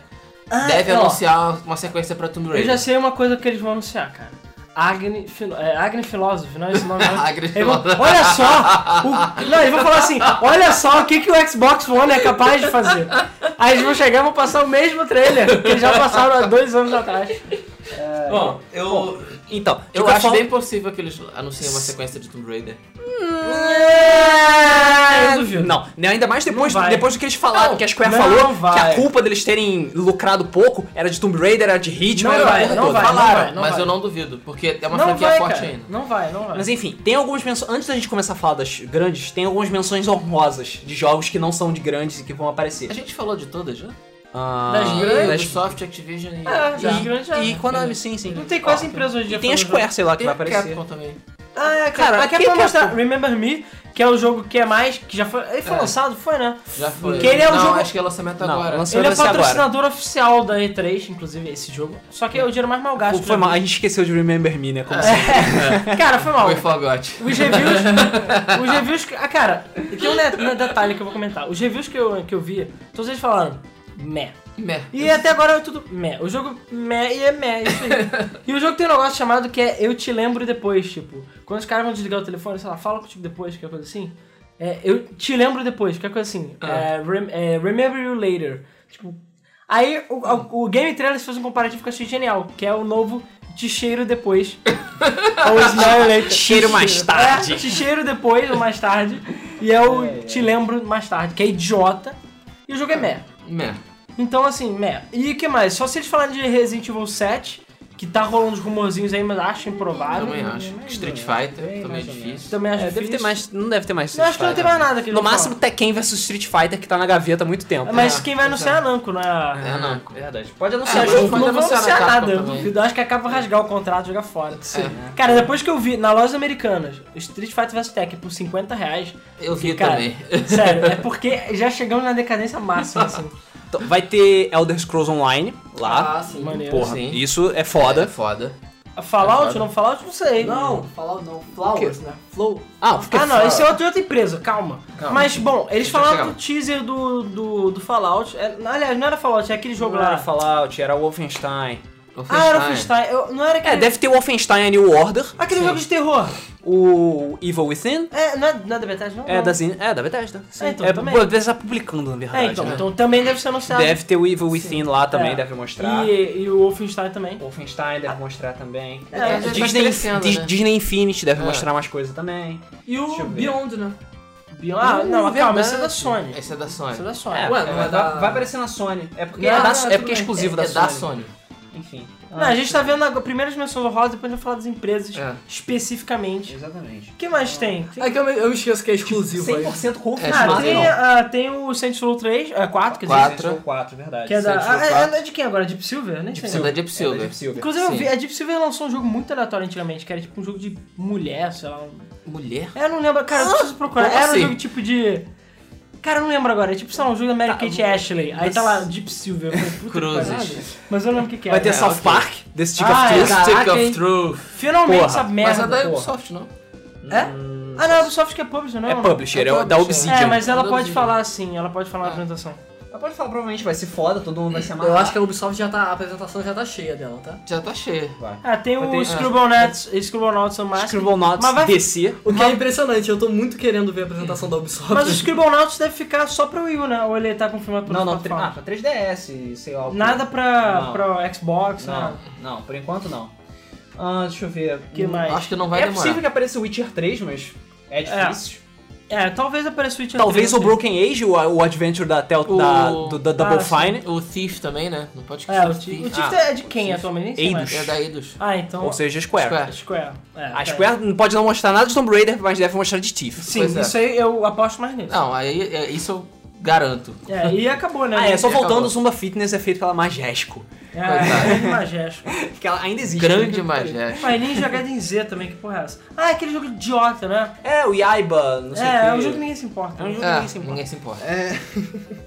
A: Ah,
C: deve
B: Ah, então, ó,
C: anunciar uma sequência pra Tomb
B: Eu
C: Raider.
B: já sei uma coisa que eles vão anunciar, cara. Agni, Filo, é, Agni Philosophy, não é esse nome? não?
C: Agni
B: Eles vão-
C: Philosophy.
B: olha só! o- não, eles vão falar assim, olha só o que, que o Xbox One é capaz de fazer. Aí eles vão chegar e vão passar o mesmo trailer que eles já passaram há dois anos atrás.
C: É Bom, eu.
A: Então,
C: Eu
A: qualquer
C: acho
A: forma-
C: bem possível que eles anunciem uma sequência de Tomb Raider.
B: Eu duvido.
A: Não, né, ainda mais depois,
B: Não vai.
A: depois do que eles falaram,
B: Não,
A: que a Square
B: não
A: falou
B: vai.
A: que a culpa deles terem lucrado pouco era de Tomb Raider, era de Hitman,
B: Não
A: era da
B: vai,
A: porra
B: não
A: toda.
B: vai, não
A: Falaram.
B: vai.
C: mas eu não duvido, porque é uma
B: não
C: franquia
B: vai,
C: forte
B: cara.
C: ainda.
B: Não vai, não vai.
A: Mas enfim, tem algumas menções. Antes da gente começar a falar das grandes, tem algumas menções honrosas de jogos que não são de grandes e que vão
C: A
A: aparecer.
C: gente falou de todas já?
A: Ah,
B: Das grandes?
A: das-
C: Ubisoft, Activision e.
B: É,
C: e-
B: já. grande já.
A: E Konami, sim, sim.
B: Não tem quase empresa hoje em
A: E
B: dia.
A: tem a
B: fazendo
A: Square, sei lá, que
C: Tem
A: vai
C: a
A: aparecer.
C: Capcom também.
B: jogo. Ah,
A: Cara,
B: é, cara. Aqui é
A: que
B: pra
A: que é
B: mostrar
A: essa-
B: Remember Me, que é o jogo que é mais, que já foi... Ele foi
C: É.
B: lançado? Foi, né?
C: Já foi.
B: Que ele é o
C: não,
B: jogo-
C: acho que é lançamento
A: Não,
C: agora.
A: lançamento- Você
B: Ele
A: vai
B: é
A: ser agora.
B: patrocinador oficial da E3, inclusive, esse jogo. Só que é o dinheiro mais mal gasto.
A: Pô, foi
B: né?
A: mal, a gente esqueceu de Remember Me, né? Como sempre.
B: Cara, foi mal.
C: Foi Forgot.
B: Os reviews. os reviews. que- Ah, cara, tem um net- um detalhe que eu vou comentar. Os reviews que eu, que eu vi, todos eles falaram. Meh.
C: Merda.
B: E até agora é tudo meh. O jogo meh e é meh, isso aí. e o jogo tem um negócio chamado que é Eu Te Lembro Depois, tipo. Quando os caras vão desligar o telefone, sei lá, fala contigo depois, que é coisa assim. É, eu te lembro depois, que é coisa assim. É, rem- é, remember you later. Tipo. Aí o, o- o Game Trailers fez um comparativo que eu achei genial, que é o novo Te Cheiro Depois. Ou Smile Te
A: assim? Cheiro mais tarde.
B: É, te cheiro depois ou mais tarde. E é o Te Lembro Mais Tarde, que é idiota. E o jogo é meh.
C: Merda.
B: Então, assim, né? E que mais? Só se eles falarem de Resident Evil 7, que tá rolando uns rumorzinhos aí, mas acho improvável.
C: Também acho. Street Fighter, também é
B: Eu
C: difícil.
B: Também acho
A: É, deve
B: difícil.
A: ter mais. Não deve ter mais
B: Eu acho que não tem mais nada que eles
A: No
B: vão
A: máximo Tekken vs Street Fighter que tá na gaveta há muito tempo.
B: falar. Mas
C: É,
B: quem vai anunciar é a Namco, não é a...
C: É, não.
D: Ah,
A: Verdade. Pode
B: Não sei,
A: anunciar
C: É,
B: acho
A: jogo.
B: que
C: mas
B: não
C: vai
B: vão
C: anunciar
B: anunciar
C: na Capcom
B: nada. Eu
C: também.
B: duvido. Eu acho que acaba rasgar o contrato e jogar fora.
C: É,
B: Cara, depois que eu vi na lojas americanas, Street Fighter vs Tekken por 50 reais...
C: eu vi
B: cara,
C: também.
B: Sério, é porque já chegamos na decadência máxima, assim.
A: Então, vai ter Elder Scrolls Online lá.
D: Ah, sim.
B: Maneiro.
A: Porra,
C: sim.
A: isso é foda.
C: É foda.
B: Fallout, não Fallout, não sei.
D: Não, falar não. Flowers, né? Flow.
A: Ah, porque
B: Ah, não, isso é outra, outra empresa, calma.
C: Calma.
B: Mas, bom, eles
C: Deixa eu
B: falaram
C: chegar
B: do
C: lá.
B: teaser do, do, do Fallout. É, aliás, não era Fallout, é aquele jogo
A: Não era
B: lá.
A: Fallout, era Wolfenstein.
B: Ah, era o Freestyle. Eu- não era aquele,
A: É, deve ter o Wolfenstein A New Order,
B: aquele jogo de terror.
A: o Evil Within.
B: É, não é, não é da Bethesda, não?
A: É da, Zin- é da Bethesda. Sim.
B: É, então,
A: é,
B: também.
A: a Bethesda tá publicando, na verdade.
B: É, então,
A: né?
B: então também deve ser anunciado.
A: Deve ter o Evil Within lá também,
B: É.
A: deve mostrar.
B: E, e o Wolfenstein também.
A: Wolfenstein deve mostrar também.
B: É, a
D: gente tá
A: Disney,
D: crescendo,
A: Dis-
D: né?
A: Disney Infinity deve
C: É.
A: mostrar mais coisa também.
D: E
A: Deixa
D: o
A: eu ver.
D: Beyond, né?
B: Ah,
C: Hum,
B: não, calma,
C: verdade.
B: esse é da Sony.
C: Esse é da Sony.
B: Esse é da Sony.
A: É,
D: Ué,
A: é,
D: não
A: vai,
D: é da-
A: vai aparecer na Sony. É porque
D: Não,
A: é, da-
D: não,
A: é
D: tudo
A: porque é
D: bem.
A: exclusivo
C: é
A: da, Sony.
C: da Sony.
A: Enfim.
B: Não, a gente tá vendo agora, primeiro as menções honrosas, depois a gente vai falar das empresas
C: É.
B: especificamente.
A: Exatamente.
B: O que mais tem? Tem-
D: É que eu me, eu me esqueço
B: Tipo,
D: que é exclusivo aí.
A: 100% confirmado.
B: Ah,
C: Smart,
B: tem,
C: não.
B: ah, tem o Saints Row 3, é 4, quer dizer.
C: Quatro.
A: Quatro. Quatro, verdade.
B: Que é da.
C: Saints Row
B: Ah, é-
C: 4.
B: é de quem agora? Deep Silver? Eu Nem sei.
C: Esse é da Deep
A: É da
C: Silver.
A: Deep Silver.
B: Inclusive, eu
C: Sim.
B: vi, a Deep Silver lançou um jogo muito aleatório antigamente, que era tipo um jogo de mulher, sei lá. um-
C: Mulher?
B: É, Eu não lembro, cara, eu preciso procurar.
C: Como
B: Era um
C: assim?
B: jogo tipo de. Cara, eu não lembro agora. É tipo, sei lá, um jogo da Mary
C: Tá,
B: Kate
C: mas-
B: Ashley. Aí tá lá, Deep Silver. Eu falei, puta que pariu.
C: Cruzes.
B: Mas eu não lembro o que, que era.
A: Vai ter
B: né?
A: South Park, The Stick
B: Ah,
A: of
B: é,
A: Truth.
B: cara.
C: Stick
B: Caraca, hein?
C: of Truth.
B: Finalmente
A: Porra,
B: essa
C: Mas
B: merda.
C: é da
B: porra.
C: Ubisoft, não?
B: É? Ah, não, a Ubisoft que é publisher, não?
A: É publisher, é o- da
C: É,
A: Obsidian.
B: É, mas ela
C: Da
B: pode
C: Obsidian.
B: falar assim, ela pode falar na
C: Ah.
B: apresentação.
A: Ela pode falar, provavelmente vai ser foda, todo mundo vai se amarrar.
D: É, Eu acho que a Ubisoft já tá. A apresentação já tá cheia dela, tá?
C: Já tá cheia.
A: Vai.
B: Ah, tem
A: Vai
B: o
A: ter- é.
B: Scribblenauts, Scribblenauts on Mask.
A: Scribblenauts
B: Mas vai-
A: DC.
D: O que é impressionante, eu tô muito querendo ver a apresentação da Ubisoft.
B: Mas o Scribblenauts deve ficar só pra Wii U, né? Ou ele tá confirmado pra
A: Não, não, tre- ah, pra 3DS, sei lá. o que.
B: Nada pra,
A: Não.
B: pra Xbox, né?
A: Não,
B: nada.
A: não, por enquanto não. Ah, deixa eu ver.
B: Que
A: Hum,
B: mais?
C: Acho que não vai
A: é
C: demorar.
A: possível que apareça o Witcher 3, mas é difícil.
B: É, talvez apareça o Switch
A: Talvez o
B: Brook.
A: Broken Age, o, o Adventure da, Tel,
C: O-
A: da, do- da Double
B: Ah, sim.
A: Fine.
C: O Thief também, né? Não pode
B: É,
C: esquecer
B: o
C: do
B: Ti-
C: Thief.
B: o Tiff
A: Ah,
B: é de quem atualmente? Nem sei
A: Eidos.
B: mais.
C: É da Eidos.
B: Ah, então...
A: Ou seja, Square.
C: Square.
B: Square. É,
A: A
B: tá.
A: Square pode não mostrar nada de Tomb Raider, mas deve mostrar de Tiff.
B: Sim,
C: Pois é.
B: isso aí eu aposto mais nisso.
C: Não, aí é, isso eu garanto.
B: É, e acabou, né?
A: Ah, é, só
C: Acabou.
A: voltando, o Zumba Fitness é feito pela Majesco.
B: É, é de Majesco.
A: Que ela ainda existe.
C: Grande
A: né?
C: é. majestia.
B: Mas Ninja Gaiden Z também, que porra é essa? Ah, é aquele jogo idiota, né?
A: É, o Yaiba, não sei o
B: É,
A: quê.
B: é um jogo que ninguém se importa.
A: É um jogo-
C: É,
A: Ninguém se importa.
C: ninguém se importa.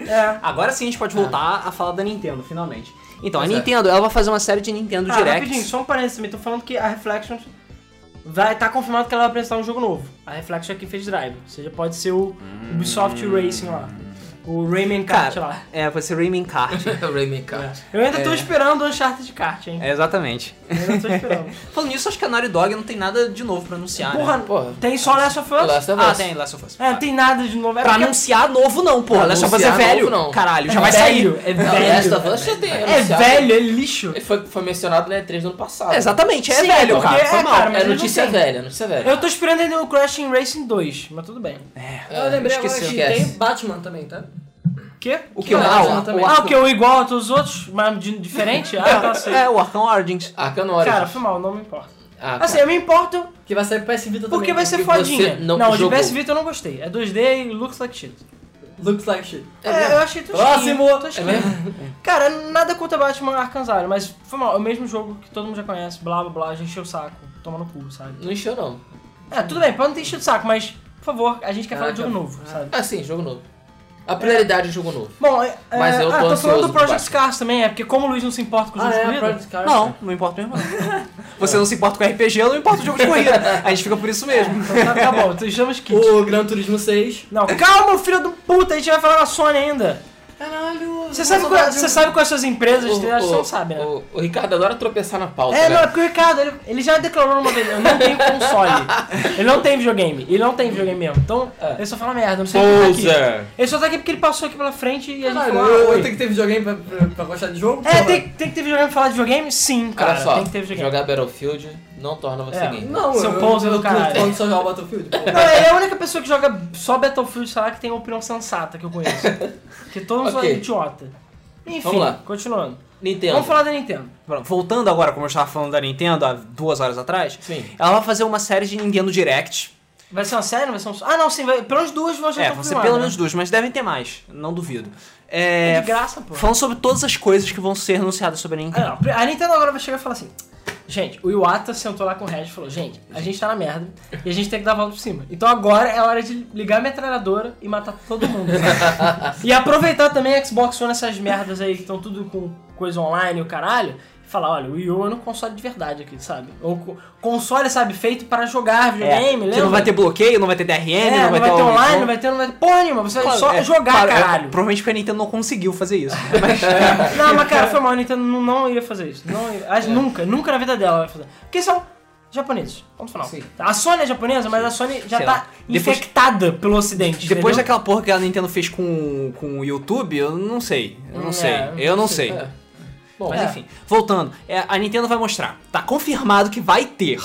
B: É.
A: Agora sim a gente pode voltar a falar da Nintendo, finalmente. Então,
C: Pois
A: a
C: é.
A: Nintendo, ela vai fazer uma série de Nintendo
B: Ah, rapidinho,
A: Directs.
B: só um parênteses também. Tô falando que a Reflections vai tá confirmado que ela vai apresentar um jogo novo. A Reflection é quem fez Drive. Ou seja, pode ser o Ubisoft Racing lá. O Rayman Kart
A: Hum. Cara.
B: lá.
A: É, vai ser Rayman Kart.
C: Rayman Kart.
B: Eu ainda tô esperando o Uncharted de kart, hein?
A: é, exatamente.
B: Eu ainda tô esperando.
A: Falando nisso, acho que a Naughty Dog não tem nada de novo pra anunciar, né?
B: porra,
C: Porra.
B: tem só Last of Us?
C: Last of
A: Ah,
C: Us.
A: tem Last of Us.
B: É, não tem nada de novo. É
A: Pra
B: porque-
A: anunciar novo não, porra.
C: Pra
A: Last of Us é
C: anunciar
A: velho.
C: novo, não.
A: Caralho, já
B: é
A: vai
B: velho,
A: sair.
B: É
C: Não,
B: velho.
C: Last of Us já tem
B: é
C: anunciado.
B: velho, é lixo.
C: Ele Foi, foi mencionado na E3 do ano passado.
A: É, exatamente, é né?
B: Sim,
A: velho,
B: porque-
A: cara. Foi
B: é,
A: mal.
B: cara, mas
C: É
B: ele não
C: notícia
B: tem.
C: velha, notícia velha.
B: Eu tô esperando ainda o Crash in Racing 2, mas tudo bem.
A: É.
D: eu lembrei agora
C: esqueci,
D: que
C: esquece.
D: tem Batman também, tá?
B: Quê?
A: O que? O,
D: Batman
A: ah, o-
D: também.
B: Ah, o que? Eu igual a todos os outros, mas de- diferente? Ah, tá, sei.
A: É, o Arkham Origins.
C: Arcano Origins.
B: Cara, foi mal, não me importa.
C: Ah,
B: Assim,
A: tá.
C: cara.
B: eu me importo
D: Que vai sair pro PS Vita também.
B: porque vai ser
D: né?
B: fodinha.
C: você não
B: Não, o de
C: jogou.
B: PS Vita eu não gostei. É 2D e looks like shit.
D: Looks like shit.
B: É, eu achei tosquinho.
D: Próximo!
C: É
B: tosquinho. Cara, nada contra Batman Arkham Asylum, mas foi mal. É o mesmo jogo que todo mundo já conhece, blá blá blá, já encheu o saco. Toma no cu, sabe?
C: Não encheu, não.
B: É, tudo bem, pode não ter enchido o saco, mas, por favor, a gente quer falar de jogo
C: Caraca.
B: novo, sabe?
C: Ah, sim, jogo novo. A prioridade é jogo novo.
B: Bom, é, é,
C: Mas eu
B: ah,
C: tô
B: tô
C: ansioso
B: falando do
C: pro
B: Project
C: Batman.
B: Scars também, é porque como o Luiz não se importa com os
D: Ah,
B: jogos de
D: é, a
B: corrida,
D: Project Card.
A: Não, não importa mesmo. não. Você não se importa com RPG, eu não importo com jogo de corrida. A gente fica por isso mesmo.
B: então tá, tá bom, deixamos que.
D: O Gran Turismo 6.
B: Não, calma, filho do puta, a gente vai falar da Sony ainda.
D: Caralho!
B: Você sabe, qual- é, você sabe quais são as empresas,
C: O-
B: acho que você não
C: o-
B: sabe, né?
C: O, o Ricardo adora tropeçar na pauta,
B: É,
C: né?
B: não, é porque o Ricardo, ele, ele já declarou uma vez, eu não tenho console. ele não tem videogame, ele não tem videogame mesmo. Então,
C: É.
B: ele só fala merda, não sei o que tá aqui.
C: Poser!
B: Ele só tá aqui porque ele passou aqui pela frente e a gente
D: Caralho,
B: falou,
D: eu,
B: ah,
D: eu
B: oi.
D: tenho que ter videogame pra, pra, pra gostar de jogo?
B: É,
D: Porra.
B: tem, tem que ter videogame pra falar de videogame? Sim, cara,
C: Olha só,
B: tem que ter videogame.
C: jogar Battlefield não torna você
B: É.
C: gay.
D: Não,
B: Seu
D: eu,
B: poser
D: eu,
B: do
D: eu tô
B: caralho.
D: falando só jogar Battlefield. porra.
B: Não, ele é a única pessoa que joga só Battlefield, sei lá, que tem uma opinião sensata que eu conheço. Porque todo mundo
C: Ok.
B: é idiota. Enfim,
C: Vamos lá.
B: continuando.
C: Nintendo.
B: Vamos falar da Nintendo.
A: Pronto, Voltando agora, como eu estava falando da Nintendo há duas horas atrás,
C: Sim.
A: ela vai fazer uma série de Nintendo Direct.
B: Vai ser uma série? Vai ser um... Ah, não, sim, vai... pelo menos duas vão já
A: É,
B: estão
A: vão ser
B: filmadas,
A: pelo
B: né?
A: menos duas, mas devem ter mais, não duvido.
B: É,
A: É,
B: de graça, pô.
A: falando sobre todas as coisas que vão ser anunciadas sobre a
B: Ah,
A: Nintendo.
B: não, a Nintendo agora vai chegar e falar assim: Gente, o Iwata sentou lá com o Red e falou: Gente, a gente tá na merda e a gente tem que dar a volta por cima. Então agora é hora de ligar a metralhadora e matar todo mundo. sabe? e aproveitar também a Xbox One, essas merdas aí que estão tudo com coisa online e o caralho. e falar, olha, o Wii U é um console de verdade aqui, sabe? Ou co- console, sabe, feito para jogar videogame, lembra?
A: É, que não vai ter bloqueio, não vai ter DRM,
B: Ah, É,
A: não, vai ter,
B: online, não vai ter, não vai ter porra nenhuma, você
A: Claro,
B: vai só
A: é,
B: jogar,
A: claro, é,
B: caralho.
A: provavelmente porque a Nintendo não conseguiu fazer isso.
B: Não, mas cara, foi mal, a Nintendo não, não iria fazer isso. Não, ia-
A: É.
B: acho- Nunca, nunca na vida dela vai fazer. Porque são japoneses, ponto final.
C: Sim.
B: A Sony é japonesa, mas a Sony já
A: Sei
B: tá
A: lá. Depois-
B: infectada pelo ocidente,
A: Depois
B: entendeu?
A: daquela porra que a Nintendo fez com, com o YouTube, eu não sei. Eu não
B: É,
A: sei. Eu não sei.
C: É. Bom,
A: Mas
B: É.
A: enfim, voltando, é, a Nintendo vai mostrar. Tá confirmado que vai ter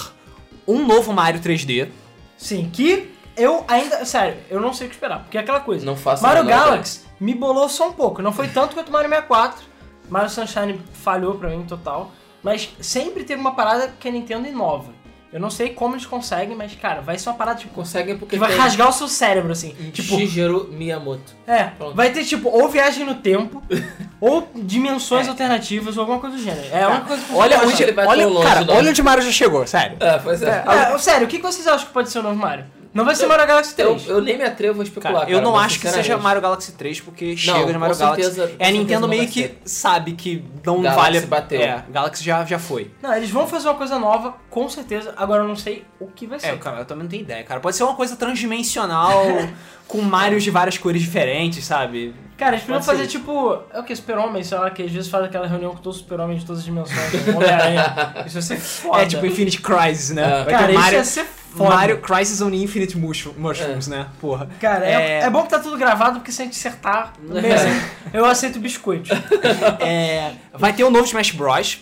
A: um novo Mario 3D.
B: Sim, que eu ainda... Sério, eu não sei o que esperar, porque é aquela coisa.
C: Não faço a
B: Mario
C: menor
B: Galaxy me bolou só um pouco. Não foi tanto quanto Mario 64. Mario Sunshine falhou pra mim total. Mas sempre teve uma parada que a Nintendo inova. Eu não sei como eles conseguem, mas, cara, vai ser uma parada tipo,
C: Conseguem porque
B: que vai
C: tem
B: rasgar o seu cérebro, assim. Tipo,
C: Shigeru Miyamoto.
B: é,
C: Pronto.
B: vai ter tipo, ou viagem no tempo, ou
A: É.
B: dimensões alternativas, ou alguma coisa do gênero.
A: Tá.
B: É uma coisa que
A: Olha
C: acho
A: onde,
C: que ele vai
A: olha,
C: tão longe,
A: cara,
C: não.
A: olha onde o Mario já chegou, sério.
C: É, pois é.
B: É, sério, o que que vocês acham que pode ser o novo Mario? Não vai ser Mario Galaxy
C: Eu,
B: 3.
C: eu nem me atrevo a especular.
A: Cara, eu
C: cara,
A: não
C: mas
A: acho que seja
C: sinceramente.
A: Mario Galaxy 3, porque chega de
C: com
A: Mario
C: certeza-
A: Galaxy.
C: com
A: É, a
C: certeza
A: Nintendo
C: não
A: meio
C: vai
A: que
C: ser.
A: sabe que não
C: Galaxy
A: vale.
C: bateu.
A: É, Galaxy já, já foi.
B: Não, eles vão fazer uma coisa nova, com certeza. Agora eu não sei o que vai ser.
A: É, cara, eu também não tenho ideia, cara. Pode ser uma coisa transdimensional, com Marios de várias cores diferentes, sabe?
B: Cara, eles podiam
A: Pode ser
B: fazer
A: isso.
B: tipo. É o que? Super-Homem, sei lá, que às vezes faz aquela reunião com todos os super-homens de todas as dimensões. com o Homem-Aranha. Isso vai ser foda.
A: É tipo Infinite Crisis, né?
C: É.
A: Vai ter
B: Cara, isso
A: Mario,
B: ia ser foda.
A: Mario Crisis on Infinite Mush- Mushrooms, né? Porra.
B: Cara,
A: É.
B: é... é bom que tá tudo gravado, porque se a gente acertar, beleza. eu aceito biscoito.
A: É, vai ter um novo Smash Bros.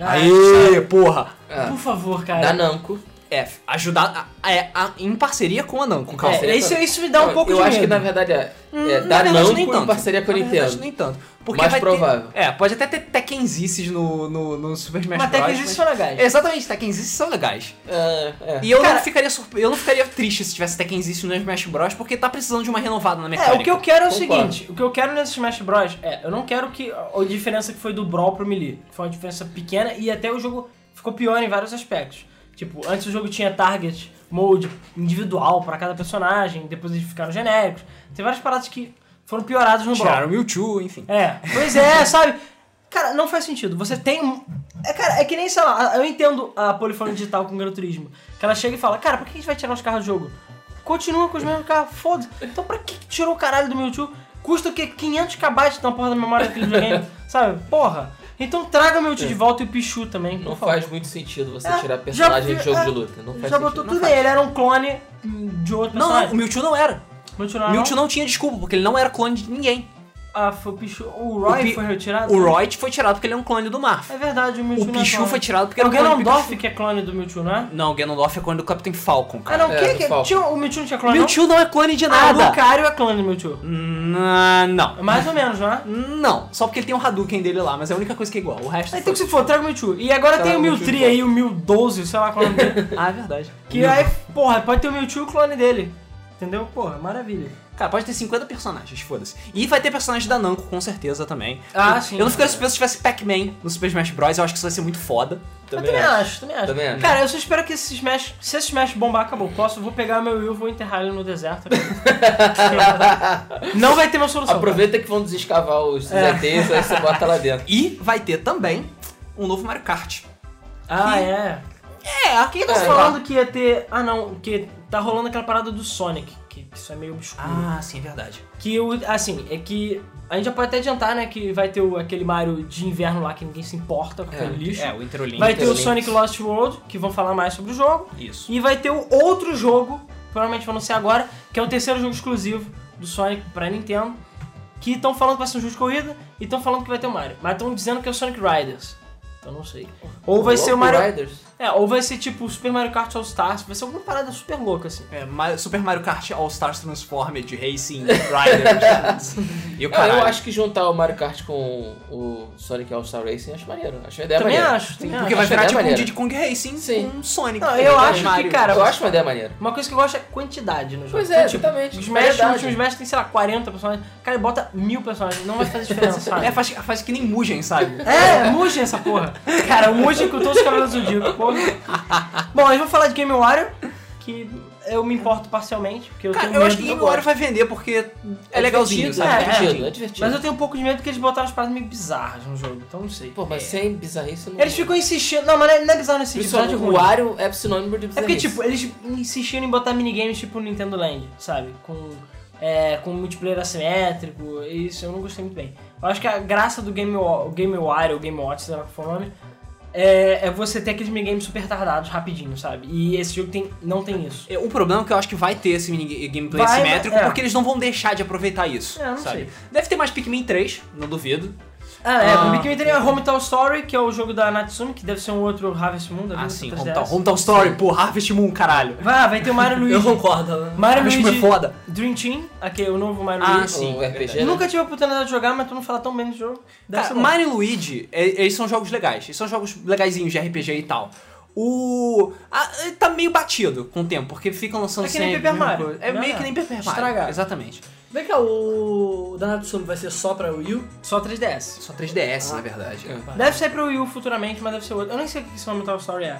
B: Ah,
A: Aê, porra!
B: Por
C: Ah,
B: favor, cara.
C: da Namco.
A: É, ajudar. a- é, a- em parceria com a Namco, calma.
C: É,
B: É, isso, isso me dá um
C: Eu-
B: pouco
C: eu
B: de
C: acho
B: medo. Hum,
C: que na verdade é, é
A: Na
C: da
A: verdade,
C: Namco
A: nem
C: em
A: tanto.
C: parceria com a
A: Na
C: Nintendo.
A: verdade, nem tanto. Porque
C: Mais
A: vai ter-
C: provável.
A: é, pode até ter Tekkenzices no, no, no Super Smash
B: Mas até
A: Bros.
B: que existe só legais.
A: Exatamente, Tekkenzices são legais.
C: É, é.
A: E eu,
B: Cara-
A: não ficaria surpre... eu não ficaria triste se tivesse Tekkenzices no Smash Bros. Porque tá precisando de uma renovada na
B: É,
A: mecânica.
B: o que eu quero é o
C: Concordo.
B: seguinte, o que eu quero nesse Smash Bros é, eu não quero que a diferença que foi do Brawl pro Melee, que foi uma diferença pequena e até o jogo ficou pior em vários aspectos. Tipo, antes o jogo tinha target mode individual pra cada personagem, depois eles ficaram genéricos. Tem várias paradas que foram pioradas no Brawl.
A: Tiraram o Mewtwo, enfim.
B: É, pois é, sabe? Cara, não faz sentido. Você tem. um- É, cara, é que nem, sei lá, eu entendo a polifonia digital com o Gran Turismo. Que ela chega e fala, cara, por que a gente vai tirar os carros do jogo? Continua com os mesmos carros, foda-se. Então pra que que tirou o caralho do Mewtwo? Custa o quê? 500 KB na porra da memória daquele videogame, sabe? Porra. Então traga
A: É.
B: o Mewtwo de volta e o Pichu também. por
C: Não
B: favor.
C: faz muito sentido você
B: É,
C: tirar
B: já
C: personagem
B: vi-
C: de jogo
B: é,
C: de luta. Não faz
B: Já
C: sentido.
B: botou
C: Não
B: tudo
C: faz.
B: aí, ele era um clone hum, de outro
A: Não, não, o
B: personagem.
A: Mewtwo não era.
B: Mewtwo
A: O
B: não.
A: Mewtwo não tinha desculpa, porque ele não era clone de ninguém.
B: Ah, foi o Pichu. O Roy
A: O Pi-
B: foi retirado?
A: O Roy foi tirado porque ele é um clone do Marth.
B: É verdade, o Mewtwo
A: O
B: não é
A: Pichu
B: clone.
A: foi tirado porque
B: É
A: era
B: o
A: um clone do
B: Ganondorf
A: Pikachu.
B: que é clone do Mewtwo, né?
A: Não, o Ganondorf é clone do Capitão Falcon,
B: Ah,
A: cara.
B: não,
C: É,
B: quem
C: do
B: que
C: Falcon.
B: tinha, o Mewtwo não tinha clone,
A: Mewtwo não é clone de
B: não? Ah, o
A: nada.
B: Lucario é clone do Mewtwo.
A: Não, não.
B: Mais ou menos, né?
A: Não, só porque ele tem um Hadouken dele lá, mas é a única coisa que é igual. O resto.
B: Então, se for, traga o Mewtwo. E agora
C: Tá,
B: tem o
C: o Mewtwo
B: Mewtwo
C: igual.
B: aí, o Mewdoze, sei lá qual é o nome dele.
A: Ah, é verdade.
B: Que aí, porra, pode ter o Mewtwo e o clone dele. Entendeu? Porra, maravilha.
A: Cara, pode ter 50 personagens, foda-se. E vai ter personagem da Namco, com certeza, também.
B: Ah,
A: Eu-
B: sim.
A: Eu não ficaria surpreso se tivesse Pac-Man no Super Smash Bros. Eu acho que isso vai ser muito foda.
B: eu também acho, também acho.
C: Também acho.
B: Cara, eu só espero que esse Smash. Se esse Smash bombar, acabou. Posso, vou pegar meu Will, vou enterrar ele no deserto. não vai É. ter uma solução.
C: Aproveita que vão desescavar os ZTs, aí você bota lá dentro.
A: E vai ter também um novo Mario Kart.
B: Ah, é.
A: É, aqui
B: Tô
A: tá
B: falando que ia ter. Ah, não, que tá rolando aquela parada do Sonic, que que isso é meio obscuro.
A: Ah, sim, é verdade.
B: Que o. Assim, é que. A gente já pode até adiantar, né? Que vai ter o, aquele Mario de inverno lá que ninguém se importa com aquele lixo.
A: É, o Interolink.
B: vai ter o
C: Interlinks.
B: Sonic Lost World, que vão falar mais sobre o jogo.
A: Isso.
B: E vai ter o outro jogo, que provavelmente vão anunciar agora, que é o terceiro jogo exclusivo do Sonic pra Nintendo. Que estão falando que vai ser um jogo de corrida e estão falando que vai ter o Mario. Mas estão dizendo que é o Sonic Riders. Então não sei. Ou vai ser o
C: Loco
B: Mario.
C: Riders?
B: É, ou vai ser tipo Super Mario Kart All Stars, vai ser alguma parada super louca, assim.
A: É, Ma- Super Mario Kart All Stars Transformed Racing Riders. e o
C: Ah,
A: caralho.
C: eu acho que juntar o Mario Kart com o Sonic All-Star Racing acho maneiro. Acho uma ideia
B: Também
C: maneira.
B: acho, também
A: É Porque
B: acho.
A: vai
C: acho
A: virar
C: ideia
A: tipo um
C: maneira.
A: Diddy Kong Racing
C: Sim.
A: com um Sonic.
B: Não, eu
A: com
B: acho que,
A: Mario.
B: cara,
C: Eu acho uma ideia maneira.
B: Uma coisa que eu gosto é quantidade no jogo.
C: Pois é,
B: Então, tipo,
C: exatamente.
B: os Smash, os
C: Variedade. É
B: últimos Smash tem, sei lá, 40 personagens. Cara, ele bota mil personagens, não vai fazer diferença, sabe?
A: É, faz, faz que nem Mugen, sabe?
B: É, Mugen essa porra. Cara, o Mugen com todos os cabelos do Dico, porra. Bom, a gente vai falar de Game Wario, que eu me importo parcialmente, porque eu
A: Cara,
B: tenho
A: eu
B: medo
A: acho um que
B: do
A: Game Over vai vender porque é legalzinho, sabe?
C: divertido, É divertido,
B: É,
C: é, divertido.
B: Mas eu tenho um pouco de medo porque eles botaram as paradas meio bizarras no jogo, então não sei.
C: Pô, mas sem bizarrice não...
B: Eles ficam insistindo. Não, mas não é- não é bizarro nesse
C: Pessoal,
B: episódio
C: o
B: ruim.
C: Wario é sinônimo de
B: É porque,
C: bizarrice.
B: tipo, eles insistiram em botar minigames tipo Nintendo Land, sabe? Com, é, com multiplayer assimétrico, isso eu não gostei muito bem. Eu acho que a graça do Game, Wa- o Game Wire ou Game Watch, sei lá qual for o nome, é, é você ter aqueles minigames super tardados, rapidinho, sabe? E esse jogo tem, não tem isso.
A: É, O problema é que eu acho que vai ter esse mini gameplay
B: Vai,
A: simétrico,
B: é.
A: porque eles não vão deixar de aproveitar isso.
B: É, eu não
A: sabe?
B: sei.
A: Deve ter mais Pikmin 3, não duvido.
B: Ah, é,
A: Ah.
B: o Big Meter é Home Town Story, que é o jogo da Natsumi, que deve ser um outro Harvest Moon, da
A: Ah,
B: vida,
A: sim,
B: 3DS.
A: Hometown, Hometown Story, pô, Harvest Moon, caralho.
B: Vai, vai ter o Mario
D: Eu
B: Luigi.
D: concordo. né?
B: Mario
A: Harvest Moon é
B: Luigi
A: foda.
B: Dream Team, aqui é o novo Mario
A: Ah,
B: Luigi.
A: sim,
C: o RPG,
A: verdade.
C: né?
B: Nunca tive a oportunidade de jogar, mas tu não fala tão bem do jogo. Deve
A: Cara,
B: ser bom.
A: Mario e Luigi, é- eles são jogos legais. Eles são jogos legaisinhos de RPG e tal. O. ah, ele tá meio batido com o tempo, porque ficam lançando
B: É que nem
A: sempre
B: Paper
A: a mesma
B: Mario.
A: coisa. É
B: Não,
A: meio
B: não.
A: que nem Paper Mario.
B: Estragado.
A: Exatamente.
D: Vem cá, é o da Natsumi vai ser só pra Wii U?
B: Só 3DS.
A: Só 3DS, na verdade.
B: Deve sair pro Wii U futuramente, mas deve ser outro. Eu nem sei o que esse Home Town Story é.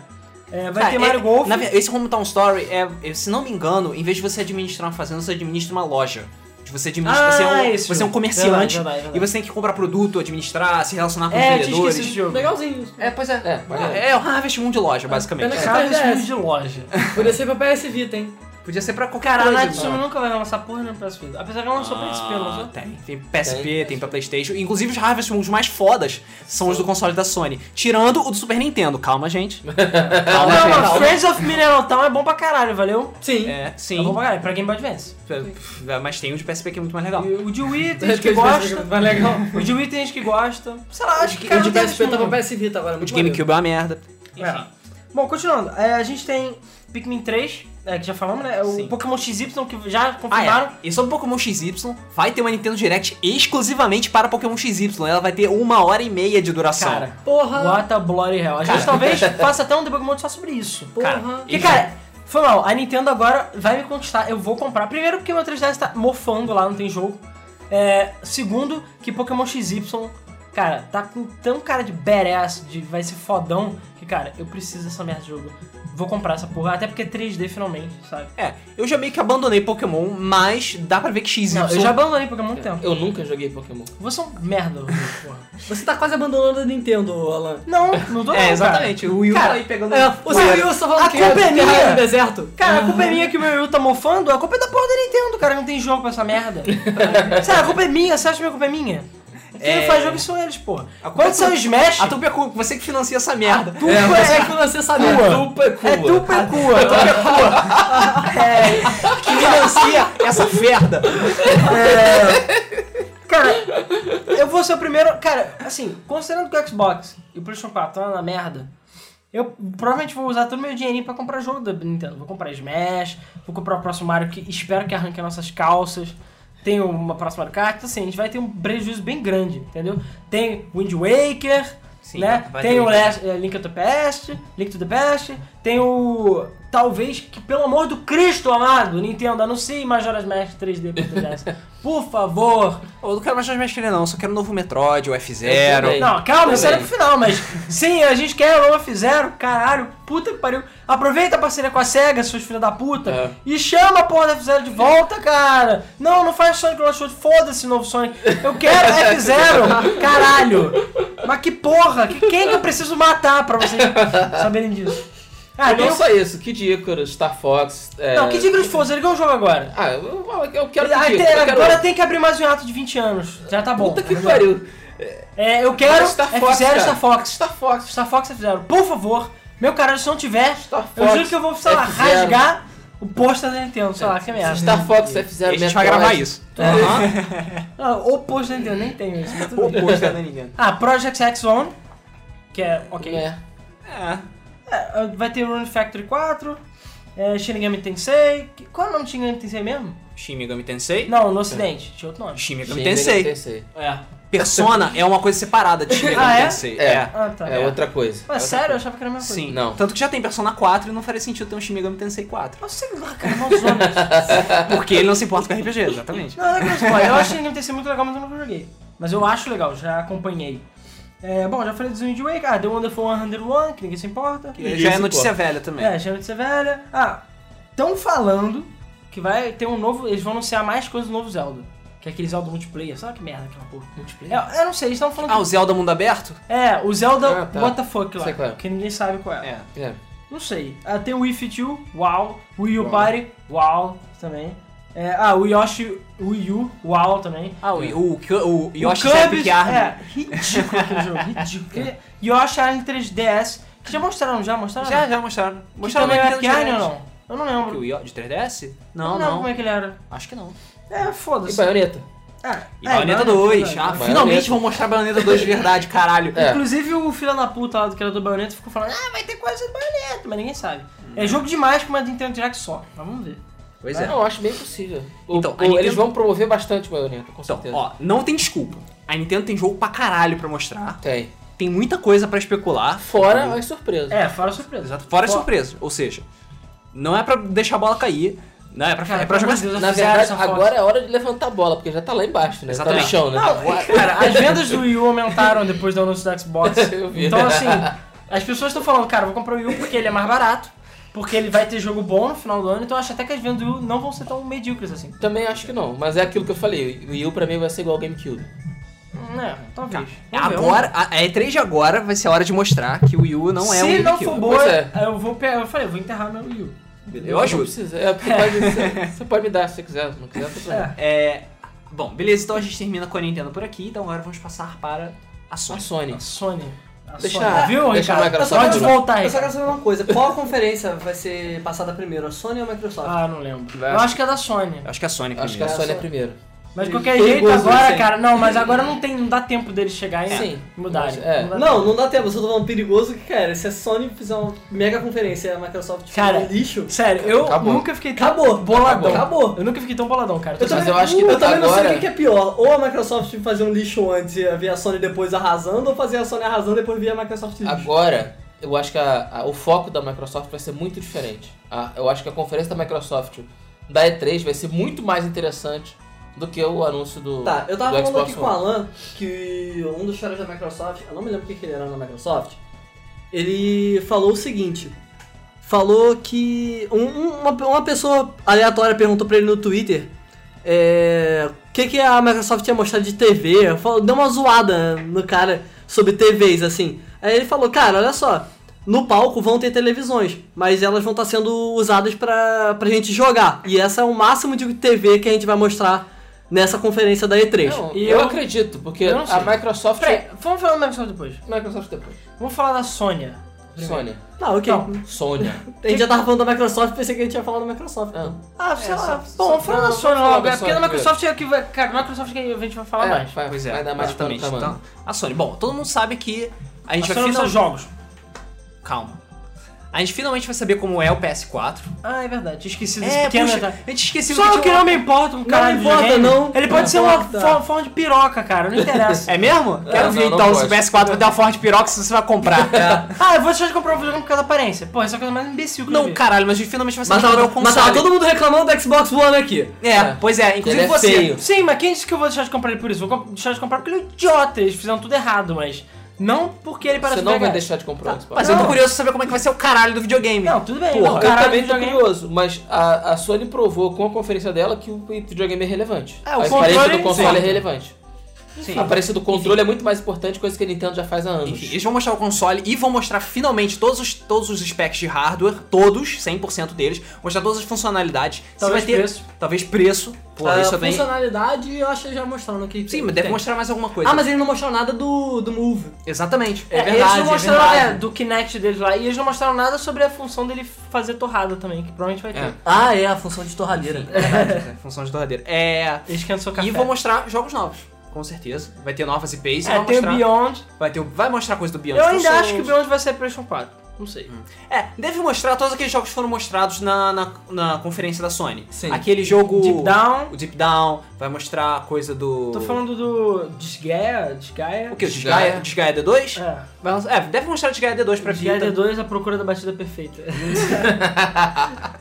B: É, vai
A: Cara,
B: ter Mario
A: é-
B: Golf.
A: na verdade, esse Hometown Story é, é, se não me engano, em vez de você administrar uma fazenda, você administra uma loja. Você, administra,
B: Ah,
A: você, é um,
B: esse
A: você é um
B: jogo.
A: comerciante
B: Verdade, verdade, verdade.
A: e você tem que comprar produto, administrar, se relacionar com
B: é, eu
A: os
B: tinha esquecido
A: vendedores.
B: esse jogo.
D: Legalzinho.
C: É, pois é. É, maneiro.
A: É, é o Harvest Moon de loja,
D: Pena
A: basicamente.
D: que
A: É.
B: Cara, esse
D: 3DS.
B: jogo de loja.
D: Podia ser pra PS Vita, hein?
A: Podia ser pra qualquer
B: Cara, a
A: coisa. então.
B: Natsumi nunca vai lançar porra nenhuma PS Vita. Apesar que ela lançou pra PSP, não
A: Ah,
B: lançou?
A: tem. Tem PSP, tem, pra Playstation. Inclusive os Harvest Moons mais fodas são os do console da Sony. Tirando o do Super Nintendo. Calma, gente. Calma,
B: Não,
A: gente.
B: mas Friends of Mineral Town é bom pra caralho, valeu?
D: Sim.
A: É,
B: É bom
A: sim.
B: pra caralho, pra Game Boy Advance.
A: Mas tem o de PSP que é muito mais legal.
B: E O de Wii tem gente que gosta.
D: Mas legal.
B: O de Wii tem gente que gosta. Sei lá, acho que
D: O
B: cara,
D: de
B: não tem um
D: PSP tá
B: muito.
D: pra PS Vita agora.
A: O de
D: muito maneiro.
A: GameCube é uma merda.
B: É. Bom, continuando, é, a gente tem Pikmin 3, é, que já falamos, né? O
A: Sim.
B: Pokémon XY, que já
A: Ah,
B: confirmaram.
A: é. E sobre Pokémon XY, vai ter uma Nintendo Direct exclusivamente para Pokémon XY. Ela vai ter uma hora e meia de duração.
B: Cara,
D: Porra.
B: what a bloody hell. A gente
A: Cara.
B: talvez faça até um The Pokémon só sobre isso.
D: Porra.
A: Cara,
B: Porque, cara, foi mal, a Nintendo agora vai me conquistar, eu vou comprar. Primeiro, porque meu 3DS tá mofando lá, não tem jogo. É, segundo, que Pokémon XY, cara, tá com tão cara de badass, de vai ser fodão, que, cara, eu preciso dessa merda de jogo. Vou comprar essa porra, até porque é 3D finalmente, sabe?
A: É, eu já meio que abandonei Pokémon, mas dá pra ver que XY.
B: Não, eu já abandonei Pokémon há muito tempo.
C: Eu nunca joguei Pokémon.
B: Você é um merda, porra.
D: Você tá quase abandonando a Nintendo, Alan.
B: Não, não tô não,
A: É, exatamente. O Will
B: Cara,
A: tá aí pegando.
D: É, o seu Wii U só falando
B: A
D: que
B: culpa é
D: que raio
B: minha.
D: do deserto.
B: Cara, cara a culpa é minha que o meu Wii U tá mofando, a culpa é da porra da Nintendo, cara, não tem jogo pra essa merda. Sério, a culpa é minha, você acha que a minha culpa é minha? Quem
A: É.
B: faz jogo são eles, porra.
A: A culpa
B: Quando
A: é
B: saiu o
A: tua.
B: Smash,
A: A tupa é cu- você que financia essa merda.
B: tu é,
D: Você que você sabe.
C: Tupa
B: é tu é cua.
A: que financia essa merda.
B: Cara, eu vou ser o primeiro. Cara, assim, considerando que o Xbox e o PlayStation 4 tá na merda, eu provavelmente vou usar todo o meu dinheirinho pra comprar jogo da Nintendo. Vou comprar Smash, vou comprar o próximo Mario que espero que arranque as nossas calças. Tem uma próxima Mario Kart, então, assim, a gente vai ter um prejuízo bem grande, entendeu? Tem Wind Waker,
A: Sim,
B: né?
A: vai
B: Tem
A: ter
B: o
A: isso.
B: Last- é, Link to the Past, Link to the Past, tem o. Talvez que, pelo amor do Cristo amado, Nintendo, anuncie Majora's Mask 3D pro 3DS. Por favor!
A: Eu não quero mais Smash 3 não, eu só quero o novo Metroid, o F0.
C: também.
B: Não, calma, isso era pro
C: Também.
B: final, mas sim, a gente quer o Off Zero, caralho, puta que pariu. Aproveita a parceria com a SEGA, seus filhos da puta,
C: É.
B: e chama a porra do F-Zero de volta, cara. Não, não faz Sonic Lost World, foda-se esse novo Sonic. Eu quero F-Zero, caralho. Mas que porra, que, quem que eu preciso matar pra vocês saberem disso? Ah, tem
C: Não
B: o...
C: só isso, Kid Icarus, Star Fox... É...
B: Não, que Dignos Foz, ele ganhou o jogo agora.
C: Ah, eu, eu quero
B: Ah,
C: Kid
B: tem-
C: Icarus, eu quero...
B: agora tem que abrir mais um ato de 20 anos. Já tá bom.
C: Puta que pariu.
B: É, eu quero
C: Star Fox,
B: F-Zero
C: cara.
B: Star Fox.
C: Star Fox.
B: Star Fox F-Zero, por favor, meu caralho, se não tiver,
C: Star
B: eu
C: Fox,
B: juro que eu vou, sei lá,
C: F-Zero.
B: rasgar o pôster da Nintendo, sei lá, que merda.
C: Star Fox é F-Zero
A: A gente vai gravar isso. Uhum.
B: Aham. Ah, o pôster da Nintendo, nem tenho isso, mas tudo bem.
A: posto da Nintendo.
B: Ah, Project X Zone, que é ok.
C: É.
A: É.
B: É, vai ter Rune Factory 4, é, Shinigami Tensei, que- qual é o nome de Shinigami Tensei mesmo?
A: Shin Megami Tensei.
B: Não, no ocidente, tinha outro nome.
A: Shin Megami
C: Shin
A: Tensei.
C: Megami Tensei.
B: É.
A: Persona é uma coisa separada de Shin Megami
B: Ah, é?
A: Tensei.
C: É.
B: Ah, tá.
C: É outra coisa.
B: Mas
C: É outra
B: sério, eu achava que era a mesma coisa.
A: Sim.
C: Não.
A: Tanto que já tem Persona 4 e não faria sentido ter um Shin Megami Tensei 4.
B: Mas sei lá, cara, é malzona.
A: Porque ele não se importa com RPG, exatamente.
B: Não, não é que eu spoiler. Eu acho Shinigami Tensei muito legal, mas eu nunca joguei. Mas eu acho legal, já acompanhei. É, bom, já falei do Wind Waker. Ah, The Wonderful 101, que um, ninguém se importa.
C: né?
A: Já é notícia velha também.
B: É, Chama de Ser Velha. Ah, Estão falando que vai ter um novo. Eles vão anunciar mais coisas do novo Zelda. Que é aquele Zelda multiplayer. Sabe que merda aquela porra?
C: Multiplayer?
B: É, eu não sei, eles estão falando.
A: Ah, o Zelda Mundo Aberto?
B: que- É, o Zelda
C: Ah, tá.
B: What the fuck lá.
C: Sei qual é.
B: Que ninguém sabe qual é.
A: É.
C: É.
B: Não sei. Ah, tem o Wii Fit U, uau. O Wii U
C: Uau.
B: Party, uau também. É, ah, o Yoshi Wii U, uau também.
A: Ah, o, o, o, o Yoshi
B: É. o
A: sabe
B: Kirby,
A: que arma.
B: É, ridículo aquele jogo, ridículo. Aquele
A: É.
B: Yoshi Island 3DS, que já mostraram, já mostraram?
A: Já, já mostraram.
B: Que
A: Mostraram
B: também
A: no
B: era
A: Nintendo
B: Arcane ou
A: Direct.
B: não? Eu não
A: Que
B: lembro.
A: o Yoshi de 3DS?
B: eu
A: Não,
B: lembro
A: não.
B: como é que ele era.
A: Acho que não.
B: É,
C: E
B: foda-se.
C: baioneta?
A: E
B: É, é,
A: Bayonetta
B: Bayonetta
A: 2.
B: Bayonetta.
A: Ah,
C: Bayonetta.
A: finalmente vão mostrar Bayonetta 2 de verdade, caralho.
C: É.
B: Inclusive o filho da puta lá do criador do Bayonetta ficou falando, ah, vai ter coisa do Bayonetta, mas ninguém sabe. É jogo demais com uma Nintendo Direct só, mas vamos ver.
A: Pois
C: Não, eu acho bem possível. é. O-
A: Então, a
C: o-
A: Nintendo-
C: eles vão promover bastante baioneta, com
A: Então,
C: certeza.
A: ó, não tem desculpa. A Nintendo tem jogo pra caralho pra mostrar.
C: Tem.
A: Tem muita coisa pra especular. Uhum.
C: Fora as surpresas.
B: É, fora a surpresa.
A: Exato. Fora as
B: Fora-
A: surpresas. Ou seja, não é pra deixar a bola cair. Não, é pra,
B: Cara,
A: é pra
B: pelo
A: jogar.
B: amor de Deus,
C: Na
B: fizeram
C: verdade,
B: essa foto.
C: agora é hora de levantar a bola, porque já tá lá embaixo, né? Tá no
A: Exatamente.
C: chão, né?
B: Não, cara, as vendas do Wii U aumentaram depois do anúncio do Xbox.
C: Eu vi.
B: Então, assim, as pessoas estão falando, cara, eu vou comprar o Wii U porque ele é mais barato, porque ele vai ter jogo bom no final do ano, então eu acho até que as vendas do Wii U não vão ser tão medíocres assim.
C: Também acho que não, mas é aquilo que eu falei. O Wii U pra mim vai ser igual ao GameCube.
B: É, talvez. Vamos ver, vamos ver.
A: Agora, a a E3 de agora vai ser a hora de mostrar que o Wii U não é
B: Se
A: um Wii
B: não
A: que-
B: for boa,
C: Pois é.
B: eu vou pegar, eu falei, eu vou enterrar meu Wii U.
A: Eu ajudo.
C: Não precisa. É, você, pode, você- você pode me dar se você quiser, se não quiser, tudo bem.
B: É.
A: É. Bom, beleza, então a gente termina com a Nintendo por aqui, então agora vamos passar para a
C: A
A: Sony.
C: Sony.
B: A Sony. A
C: Deixa-
B: Sony. Viu,
C: deixa
B: Ricardo?
C: a Microsoft
B: Pode
C: de
D: novo.
B: voltar aí.
D: Eu só quero saber uma coisa, qual a conferência vai ser passada primeiro, a Sony ou a Microsoft?
B: Ah, não lembro.
C: Vai.
B: Eu acho que é da Sony.
A: Eu Acho que é a Sony
C: Acho que a
A: primeiro.
C: Sony é primeiro.
B: Mas de qualquer
D: Perigoso
B: jeito, agora,
D: isso, hein?
B: cara, não, mas agora não tem, não dá tempo deles chegarem
C: Sim.
B: e mudarem.
C: Mas, é.
B: Não dá
D: Não, não dá tempo, eu só tô falando perigoso que, cara, se a Sony fizer uma mega conferência e a Microsoft fizer
B: Cara,
D: um lixo,
B: Sério, eu
C: Acabou.
B: nunca fiquei tão
D: acabou,
B: boladão.
D: acabou.
B: Eu nunca fiquei tão boladão, cara. Eu tô
C: Mas
B: sendo-
C: eu acho que
D: eu também não sei
C: agora-
D: o que que é pior, ou a Microsoft fazer um lixo antes e ver a Sony depois arrasando, ou fazer a Sony arrasando e depois ver a Microsoft lixo.
C: Agora, eu acho que a- a- o foco da Microsoft vai ser muito diferente. A- eu acho que a conferência da Microsoft da E3 vai ser muito mais interessante do que o anúncio do.
D: Tá, eu tava
C: do
D: falando
C: Xbox
D: aqui com o
C: One.
D: Alan que um dos caras da Microsoft, eu não me lembro o que que ele era na Microsoft, ele falou o seguinte. Falou que. um- um- uma, uma pessoa aleatória perguntou pra ele no Twitter é, o que, que a Microsoft ia mostrar de TV. Falou- deu uma zoada no cara sobre TVs, assim. Aí ele falou, cara, olha só, no palco vão ter televisões, mas elas vão estar sendo usadas pra, pra gente jogar. E essa é o máximo de TV que a gente vai mostrar nessa conferência da E3.
C: Não,
B: E
C: eu,
B: eu-
C: acredito, porque
B: eu não sei.
C: a Microsoft. é
B: Peraí, vamos falar da Microsoft depois.
C: Microsoft depois.
B: Vamos falar da Sônia.
C: Sony.
D: Não, Tá, ok.
B: Não.
C: é Sônia.
D: A gente já tava falando da Microsoft, pensei que a gente ia falar da Microsoft.
C: Não.
B: Ah, sei
A: É,
B: lá.
A: só-
B: Bom,
C: só-
B: vamos falar
C: não,
B: da
C: vamos
B: Sony
C: falar
B: logo,
C: da
B: é porque da
C: Sony
B: Microsoft é que vai. Cara, da Microsoft é que a gente vai falar
C: É,
B: mais.
C: vai-
A: Pois é,
C: vai dar mais pano
A: exatamente.
C: pra manga.
A: Então, a Sony. Bom, todo mundo sabe que a
B: A
A: gente vai
B: Sony
A: final...
B: são jogos.
A: Calma. A gente finalmente vai saber como é o PS4.
B: Ah, é verdade. Tinha esquecido esse
A: É,
B: pequeno
A: puxa,
B: detalhe.
A: a gente esqueceu
B: Só
A: que
B: que
A: tinha...
B: não me importa um cara de
D: importa,
B: videogame.
D: não.
B: Ele
D: Não
B: pode ser uma
D: importa.
B: fo- forma de piroca, cara. Não interessa.
A: É mesmo? Quero
C: não,
A: ver
C: não
A: então
C: pode.
A: se o PS4 vai dar uma forma de piroca se você vai comprar.
B: Ah, eu vou deixar de comprar um videogame por causa da aparência. Pô, essa é a coisa mais imbecil que eu
A: Não,
B: vi.
A: caralho, mas a gente finalmente vai saber
D: Mas
A: como é
D: tava,
A: o
D: mas tava
A: console.
D: todo mundo reclamando do Xbox One aqui.
A: É, pois é, inclusive
C: Ele é
A: você.
C: feio.
B: Sim, mas quem disse que eu vou deixar de comprar ele por isso? Vou com- deixar de comprar porque ele é um idiota, eles fizeram tudo errado, mas não porque ele parece
C: Você
B: um
C: não vai
B: PH.
C: deixar de comprar o Xbox.
A: Mas eu
B: Não.
A: tô curioso pra saber como é que vai ser o caralho do videogame.
B: Não, tudo bem.
A: Porra,
B: não,
A: eu
C: eu
B: caralho,
C: também tô
B: videogame-
C: curioso, mas a, a Sony provou com a conferência dela que o videogame é relevante.
B: É, o
C: a aparência
B: controle-
C: do console é
B: sim.
C: relevante.
A: Sim.
C: A aparência do controle é muito mais importante, coisa que a Nintendo já faz há anos.
A: Enfim, eles vão mostrar o console e vão mostrar finalmente todos os, todos os specs de hardware, todos, 100% deles, mostrar todas as funcionalidades. Se
B: Talvez
A: vai ter,
B: preço.
A: Talvez preço. Pô,
D: a
A: isso é bem.
D: Ah, funcionalidade eu acho que já mostraram aqui.
A: Sim, mas deve
D: Tem.
A: mostrar mais alguma coisa.
D: Ah, mas eles não mostraram nada do, do Move.
A: Exatamente.
B: É, eles não
A: é
B: mostraram
A: verdade.
B: é, do Kinect deles lá, e eles não mostraram nada sobre a função dele fazer torrada também, que provavelmente vai ter.
D: Ah, é, a função de torradeira.
A: É, Função de torradeira. É.
B: Eles querem seu café.
A: E vão mostrar jogos novos, com certeza. Vai ter novas IPs e
B: É,
A: vai
B: tem o
A: mostrar.
B: Beyond.
A: Vai, ter, vai mostrar coisa do Beyond.
B: Eu ainda
A: Two
B: acho que o
A: Souls.
B: Beyond vai ser PlayStation 4. Não sei.
A: É, deve mostrar todos aqueles jogos que foram mostrados na, na, na conferência da Sony.
D: Sim.
A: Aquele jogo.
B: Deep Down.
A: O Deep Down, vai mostrar a coisa do.
B: Tô falando do Disgaea. Disgaea.
A: O que? O
C: Disgaea.
A: Disgaea, Disgaea D2?
B: É.
A: Vai lançar- É, deve mostrar o Disgaea D2 pra
B: Disgaea
A: Vita.
B: D2, a procura da batida perfeita.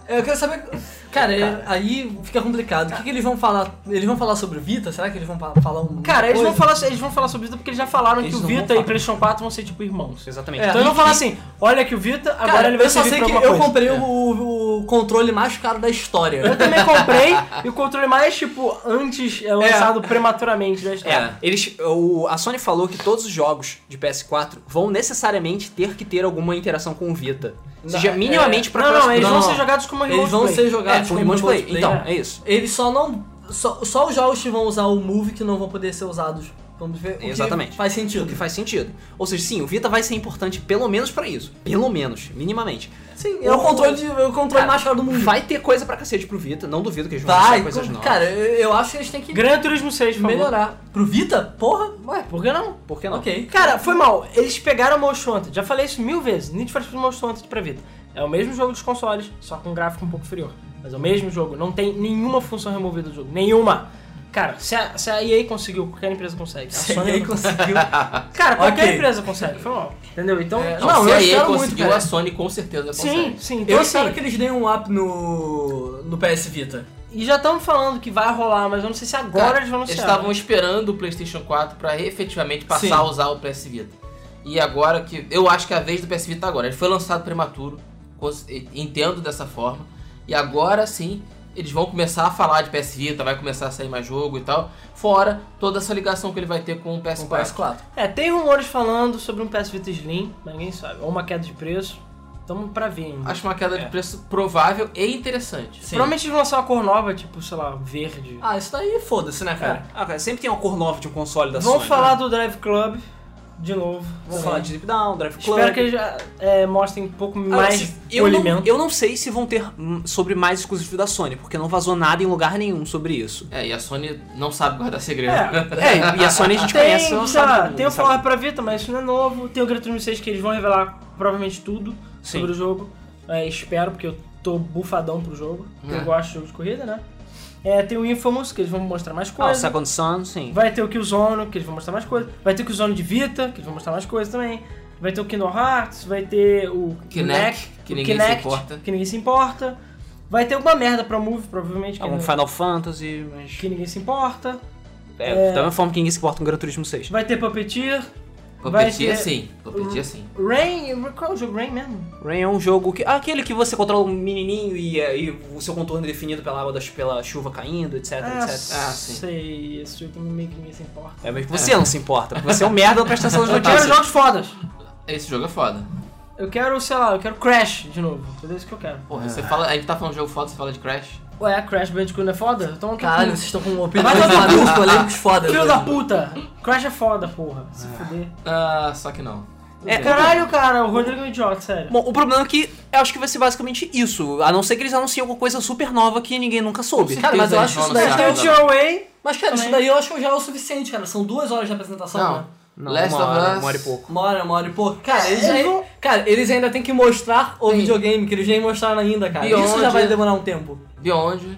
D: É, Eu quero saber. Cara, é- aí fica complicado. O que, que eles vão falar? Eles vão falar sobre o Vita? Será que eles vão fa- falar um.
B: Cara, eles vão, falar, eles vão falar sobre isso porque eles já falaram
A: Eles
B: que o
A: não vão
B: Vita e
A: falar.
B: o PlayStation 4 vão ser tipo irmãos.
A: Exatamente.
D: É.
B: Então eles vão falar assim: olha que o Vita, agora
D: Cara,
B: ele vai
D: eu só
B: servir
D: sei
B: pra
D: que
B: alguma
D: eu
B: coisa. É.
D: comprei o, o, o controle mais caro da
B: Eu
D: história.
B: também comprei e o controle mais, tipo, antes é lançado prematuramente da história.
A: É, eles, o, a Sony falou que todos os jogos de PS4 vão necessariamente ter que ter alguma interação com o Vita. Ou seja,
D: Não,
A: minimamente pra
B: é. Não, não,
A: cross-
B: eles
D: Não.
B: vão ser jogados como remote
D: Eles vão
B: play.
D: ser
A: é,
D: jogados
A: com
D: como
A: remote play. Então,
D: multiplayer.
A: é isso.
D: Eles só não. Só, só os jogos que vão usar o Move que não vão poder ser usados. Vamos ver. o que
A: Exatamente.
D: Faz
A: O que
D: sentido.
A: faz sentido. Ou seja, sim, o Vita vai ser importante pelo menos pra isso. Pelo menos, minimamente.
D: Sim, é o controle, de, é o controle
A: Cara,
D: mais caro do
B: Uhum.
D: mundo.
A: Vai ter coisa pra cacete pro Vita, não duvido que eles vão lançar
D: Vai,
A: coisas
D: com-
A: novas.
D: cara, eu, eu acho que eles têm que
B: Gran Turismo 6, por favor.
D: melhorar. Pro Vita? Porra,
A: Ué,
B: Por que não?
A: por que não?
D: ok.
B: Cara, foi mal. Eles pegaram o Most Wanted. Já falei isso mil vezes. Need for Speed Most Wanted pra vida. É o mesmo jogo dos consoles, só com um gráfico um pouco inferior. Mas é o mesmo jogo. Não tem nenhuma função removida do jogo. Nenhuma. Cara, se a, se a EA conseguiu, qualquer empresa consegue. A
D: Se
B: Sony
D: ele
B: não-
D: conseguiu.
B: Cara, qualquer
D: Ok.
B: empresa consegue. Foi mal. Entendeu? Então...
D: É,
C: Não,
D: Não,
C: se
D: eu
C: a EA
D: espero muito,
C: conseguiu,
D: cara.
C: a Sony com certeza
B: Sim,
C: consegue.
B: sim. Então,
D: Eu
B: assim,
D: espero que eles deem um up no, no PS Vita.
B: E já estamos falando que vai rolar, mas eu não sei se agora
C: Cara,
B: eles vão anunciar.
C: Eles estavam esperando o PlayStation 4 pra efetivamente passar
D: Sim.
C: a usar o PS Vita. E agora que. Eu acho que é a vez do PS Vita agora. Ele foi lançado prematuro, cons- entendo dessa forma. E agora sim, eles vão começar a falar de PS Vita, vai começar a sair mais jogo e tal. Fora toda essa ligação que ele vai ter com o
D: Com o
C: PS4.
D: PS4.
B: É, tem rumores falando sobre um PS Vita Slim, mas ninguém sabe. Ou uma queda de preço. Tamo pra ver ainda.
C: Acho uma queda
B: É.
C: de preço provável e interessante.
D: Sim.
B: Provavelmente eles vão lançar uma cor nova, tipo, sei lá, verde.
D: Ah, isso daí foda-se, né, cara?
A: Ah, cara, sempre tem uma cor nova de um console da
B: Vamos
A: Sony.
B: falar do Drive Club de novo.
A: Vamos
B: Sim.
A: falar de Deep Down, Drive Club.
B: Espero que eles já, é, mostrem um pouco
A: Ah,
B: mais
A: se-
B: de
A: eu não,
B: polimento.
A: eu não sei se vão ter hum, sobre mais exclusivo da Sony, porque não vazou nada em lugar nenhum sobre isso.
C: É, e a Sony não sabe guardar segredo.
B: É.
A: É, e a Sony a gente
B: Tem,
A: conhece. ela
B: sei lá,
A: sabe-
B: tem o
A: sabe-
B: Fallout pra Vita, mas isso não é novo. Tem o Gran Turismo 6 que eles vão revelar provavelmente tudo
A: Sim.
B: sobre o jogo. É, espero, porque eu tô bufadão pro jogo. porque
A: Uhum.
C: É.
B: Eu gosto de jogo de corrida, né? É, tem o Infamous, que eles vão mostrar mais
A: Ah, o
B: coisas.
A: Second Son, sim.
B: Vai ter o Killzone, que eles vão mostrar mais coisas. Vai ter o Killzone de Vita, que eles vão mostrar mais coisas também. Vai ter o Kingdom Hearts, vai ter o
C: Kinect, que
B: o
C: ninguém se
B: Kinect,
C: importa.
B: que ninguém se importa. Vai ter alguma merda pra Move, provavelmente, que,
A: Algum
B: não-
A: Final Fantasy, mas.
B: que ninguém se importa.
A: É, da mesma forma que ninguém se importa com Gran Turismo 6.
B: Vai ter Puppeteer. Vai
C: Puppeteer
A: é
B: ter-
C: sim. Puppeteer sim.
B: Rain, qual é o jogo Rain mesmo?
A: Rain é um jogo que. ah, Aquele que você controla um menininho e, é, e o seu contorno é definido pela água da, chu- pela chuva caindo, etc,
B: Ah,
A: etc.
C: Ah, sim.
B: sei, esse jogo também meio que ninguém se importa.
A: É, mas você não se importa, porque você é um merda na prestação de
B: Eu
C: tá
B: quero
A: notícias.
B: jogos fodas.
C: Esse jogo é foda.
B: Eu quero, sei lá, eu quero Crash de novo. Tudo isso que eu quero.
C: Porra, você
D: É.
C: fala, a gente tá falando de jogo foda, você fala de Crash.
B: Ué, Crash Bandicoot não é foda? Então
D: Caralho, vocês estão com um
B: Vai
D: opiniões
B: tomar no
D: malucos, polêmicos foda.
B: Filho
D: hoje.
B: da puta! Crash é foda, porra. Se fuder.
C: é Ah, só que não.
A: É,
B: Caralho, cara, o Rodrigo é um idiota, sério.
A: Bom, o problema é que eu acho que vai ser basicamente isso. A não ser que eles anunciem alguma coisa super nova que ninguém nunca soube.
D: Cara, mas eu acho que isso daí
B: Mas tem o
C: Caralho.
B: Your Way.
D: Mas, cara, isso
B: Também.
D: daí eu acho que já é o suficiente, cara. São duas horas de apresentação,
C: Não.
D: né?
A: Não,
C: Last
A: uma
C: of
A: hora,
C: Us.
A: uma hora e pouco.
D: Uma hora, uma hora e pouco. Cara, eles,
B: Eles
D: aí-
B: vão-
D: cara, eles ainda têm que mostrar o
C: Sim.
D: videogame, que eles nem mostraram ainda, cara.
C: Beyond.
D: Isso já vai demorar um tempo.
C: Beyond.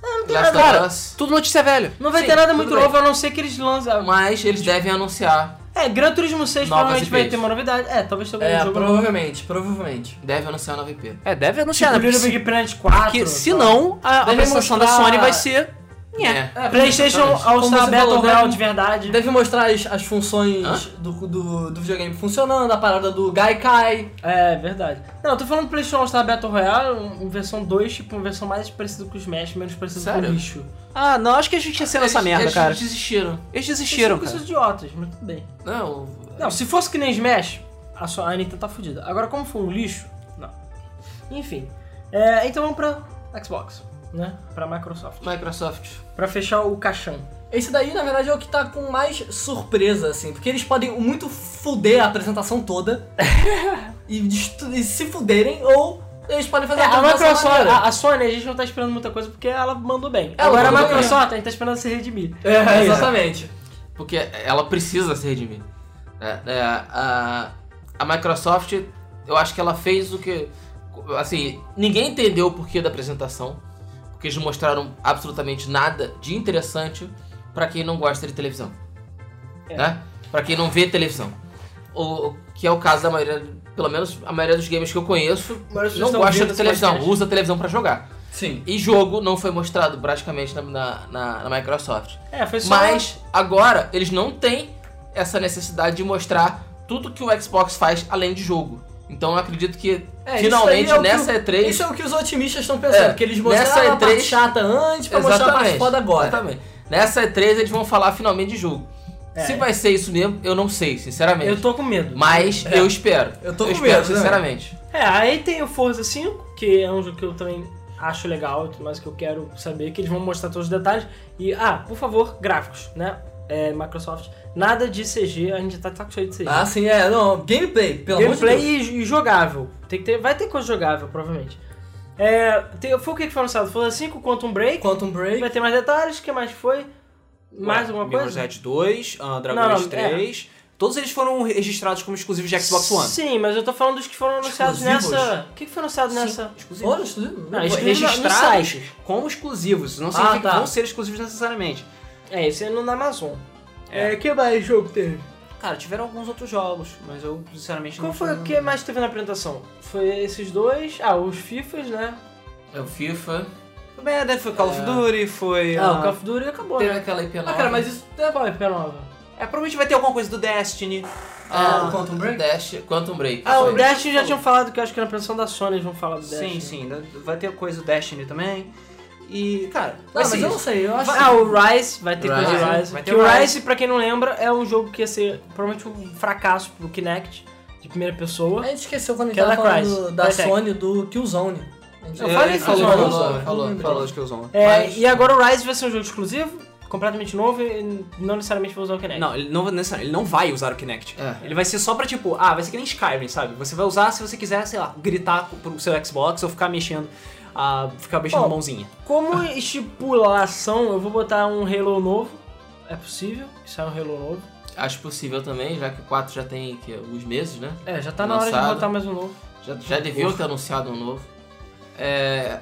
D: Ah,
B: tem
C: Last
B: nada.
C: of Us.
A: Tudo notícia velha.
B: Não vai
C: Sim,
B: ter nada
C: tudo
B: muito
C: bem.
B: novo, a não ser que eles lancem.
C: Mas eles devem anunciar.
B: É, Gran Turismo 6
C: Novas
B: provavelmente vai
C: IPs.
B: ter uma novidade. É, talvez tenha
D: É,
B: um jogo novo.
D: provavelmente, provavelmente.
C: Devem anunciar a nova IP.
A: É, deve anunciar,
B: Tipo
A: né?
B: Little
A: Porque,
B: Big Planet 4.
A: porque se
B: sei lá.
A: não, a, a
D: Deve
A: apresentação da
D: mostrar-
A: Sony vai ser. Nhé.
C: É.
B: PlayStation
C: Exatamente.
B: All
D: Como
B: Star
D: você falou,
B: Battle
D: deve-
B: Royale de verdade.
D: Deve mostrar as, as funções
C: Hã?
D: do, do, do videogame funcionando, a parada do Gaikai.
B: É, verdade. Não, eu tô falando PlayStation All Star Battle Royale, um, um versão 2, tipo, uma versão mais parecida com o Smash, menos parecida com
C: Sério?
B: o lixo.
A: Ah, não, acho que a gente ia ser nessa
C: Eles-
A: merda,
C: eles
A: cara.
C: desistiram.
A: Eles desistiram,
B: Eles são
A: cara.
B: idiotas, mas tudo bem.
C: Não,
B: Não, se fosse que nem Smash, a sua a Nintendo tá fudida. Agora, como foi um lixo, não. Enfim, é, então vamos pra Xbox, né? Pra Microsoft.
C: Microsoft.
B: Pra fechar o caixão.
D: Esse daí, na verdade, é o que tá com mais surpresa, assim. Porque eles podem muito fuder a apresentação toda e, destru- e se fuderem, ou eles podem fazer
B: É, a
D: apresentação
B: Microsoft,
D: maneira.
B: a, a Sony, a gente não tá esperando muita coisa porque ela mandou bem.
D: É, Ela
B: Agora a
D: mandou bem.
B: Microsoft, a gente tá esperando se redimir.
D: É,
B: isso.
D: exatamente.
C: Porque ela precisa ser de mim. É, é, a, a Microsoft, eu acho que ela fez o que. Assim, ninguém entendeu o porquê da apresentação. Porque eles não mostraram absolutamente nada de interessante pra quem não gosta de televisão.
B: É.
C: Né? Pra quem não vê televisão. O, que é o caso da maioria, pelo menos a maioria dos games que eu conheço,
B: A maioria dos
C: não
B: que estão
C: gosta
B: ouvindo
C: de
B: esse
C: televisão,
B: podcast.
C: usa a televisão pra jogar.
D: Sim.
C: E jogo não foi mostrado praticamente na- na- na, na Microsoft.
B: É, foi só...
C: Mas agora eles não têm essa necessidade de mostrar tudo que o Xbox faz além de jogo. Então eu acredito que
D: É, isso
C: finalmente
D: aí é o que
C: nessa
D: o-
C: E3.
D: Isso é o que os otimistas estão pensando,
C: É,
D: que eles mostraram
C: nessa
D: a parte
C: E3
D: chata antes pra mostrar é a parte foda agora.
C: Exatamente. Nessa E3 eles vão falar finalmente de jogo.
D: É.
C: Se vai ser isso mesmo, eu não sei, sinceramente.
B: Eu tô com medo.
C: Mas eu espero.
D: É. Eu tô com
C: espero,
D: medo né? também.
C: sinceramente.
B: É, aí tem o Forza 5, que é um jogo que eu também acho legal e tudo mais que eu quero saber, que eles vão mostrar todos os detalhes. E, ah, por favor, gráficos, né? É, Microsoft, nada de CG, a gente tá, tá com cheio de CG.
D: Ah, sim, é, não, gameplay, pelo
B: Gameplay
D: amor de Deus.
B: e, e jogável. Tem que ter, vai ter coisa jogável, provavelmente. É, tem- foi o que que foi anunciado? Forza 5, Quantum Break.
D: Quantum Break.
B: Vai ter mais detalhes, o que mais foi? Mais
A: Ué,
B: alguma
A: Mirror's
B: coisa?
A: Edge 2, ah, Dragon
B: Não,
A: Age
B: não,
A: 3. Todos eles foram registrados como exclusivos de Xbox One.
B: Sim, mas eu tô falando dos que foram anunciados
D: Exclusivos.
B: nessa. O que, que foi anunciado nessa?
A: Exclusivos.
D: Olha, exclusivo.
B: Não,
D: Ué,
B: exclusivo no
A: registrados
B: site.
A: como exclusivos. Isso Não
D: Ah,
A: significa que
D: tá.
A: vão ser exclusivos necessariamente.
B: É, esse é no na Amazon.
A: É.
B: que mais jogo teve?
A: Cara, tiveram alguns outros jogos, mas eu sinceramente
B: Qual
A: não
B: foi o que mais teve na apresentação? Foi esses dois. Ah, os FIFAs, né?
C: É o FIFA.
A: Foi Madden, foi Call of
C: É.
A: Duty, foi.
B: Ah, o
A: ah,
B: Call of Duty acabou,
C: Teve
B: né?
C: aquela IP nova.
D: Ah, cara, mas isso é,
B: Qual é a nova?
A: É, provavelmente vai ter alguma coisa do Destiny. É,
D: Ah,
C: Ah,
D: o Quantum Break?
C: Dash, Quantum Break.
B: Ah, o
C: Foi.
B: Destiny já tinham falado que eu acho que na apresentação da Sony eles vão falar do
A: Sim,
B: Destiny.
A: sim. né? Vai ter coisa do Destiny também. E, cara,
D: Ah,
A: vai
D: mas
A: ser
D: eu não
A: isso.
D: sei, eu acho
B: Ah, o Rise, vai ter coisa
C: Rise,
B: do Rise.
A: vai ter
B: Que
A: o
B: o
A: Rise.
B: Rise, pra quem não lembra, é um jogo que ia ser provavelmente um fracasso pro Kinect, de primeira pessoa.
D: A gente esqueceu quando a gente
B: Killer
D: tava falando
B: Christ.
D: da
B: Vai ter.
D: Sony do Killzone. A gente-
B: Eu falei
A: Ele
B: isso,
A: falou,
B: não,
A: falou,
C: não,
D: né?
A: falou,
C: não,
A: falou,
C: não.
A: falou de Killzone.
B: É,
C: Mas-
B: e agora o Rise vai ser um jogo exclusivo, completamente novo e não necessariamente vai usar o Kinect.
A: Não, ele não, vai- necessariamente, ele não vai usar o Kinect.
C: É.
A: Ele vai ser só pra tipo, ah, vai ser que nem Skyrim, sabe? Você vai usar se você quiser, sei lá, gritar pro seu Xbox ou ficar mexendo, ah, ficar mexendo
B: Bom,
A: a mãozinha.
B: Como estipulação, eu vou botar um Halo novo. É possível que saia um Halo novo.
C: Acho possível também, já que o 4 já tem que, alguns meses, né?
B: É, já tá na hora de
C: Lançado.
B: botar mais um novo.
C: Já, já deviam ter anunciado um novo. É.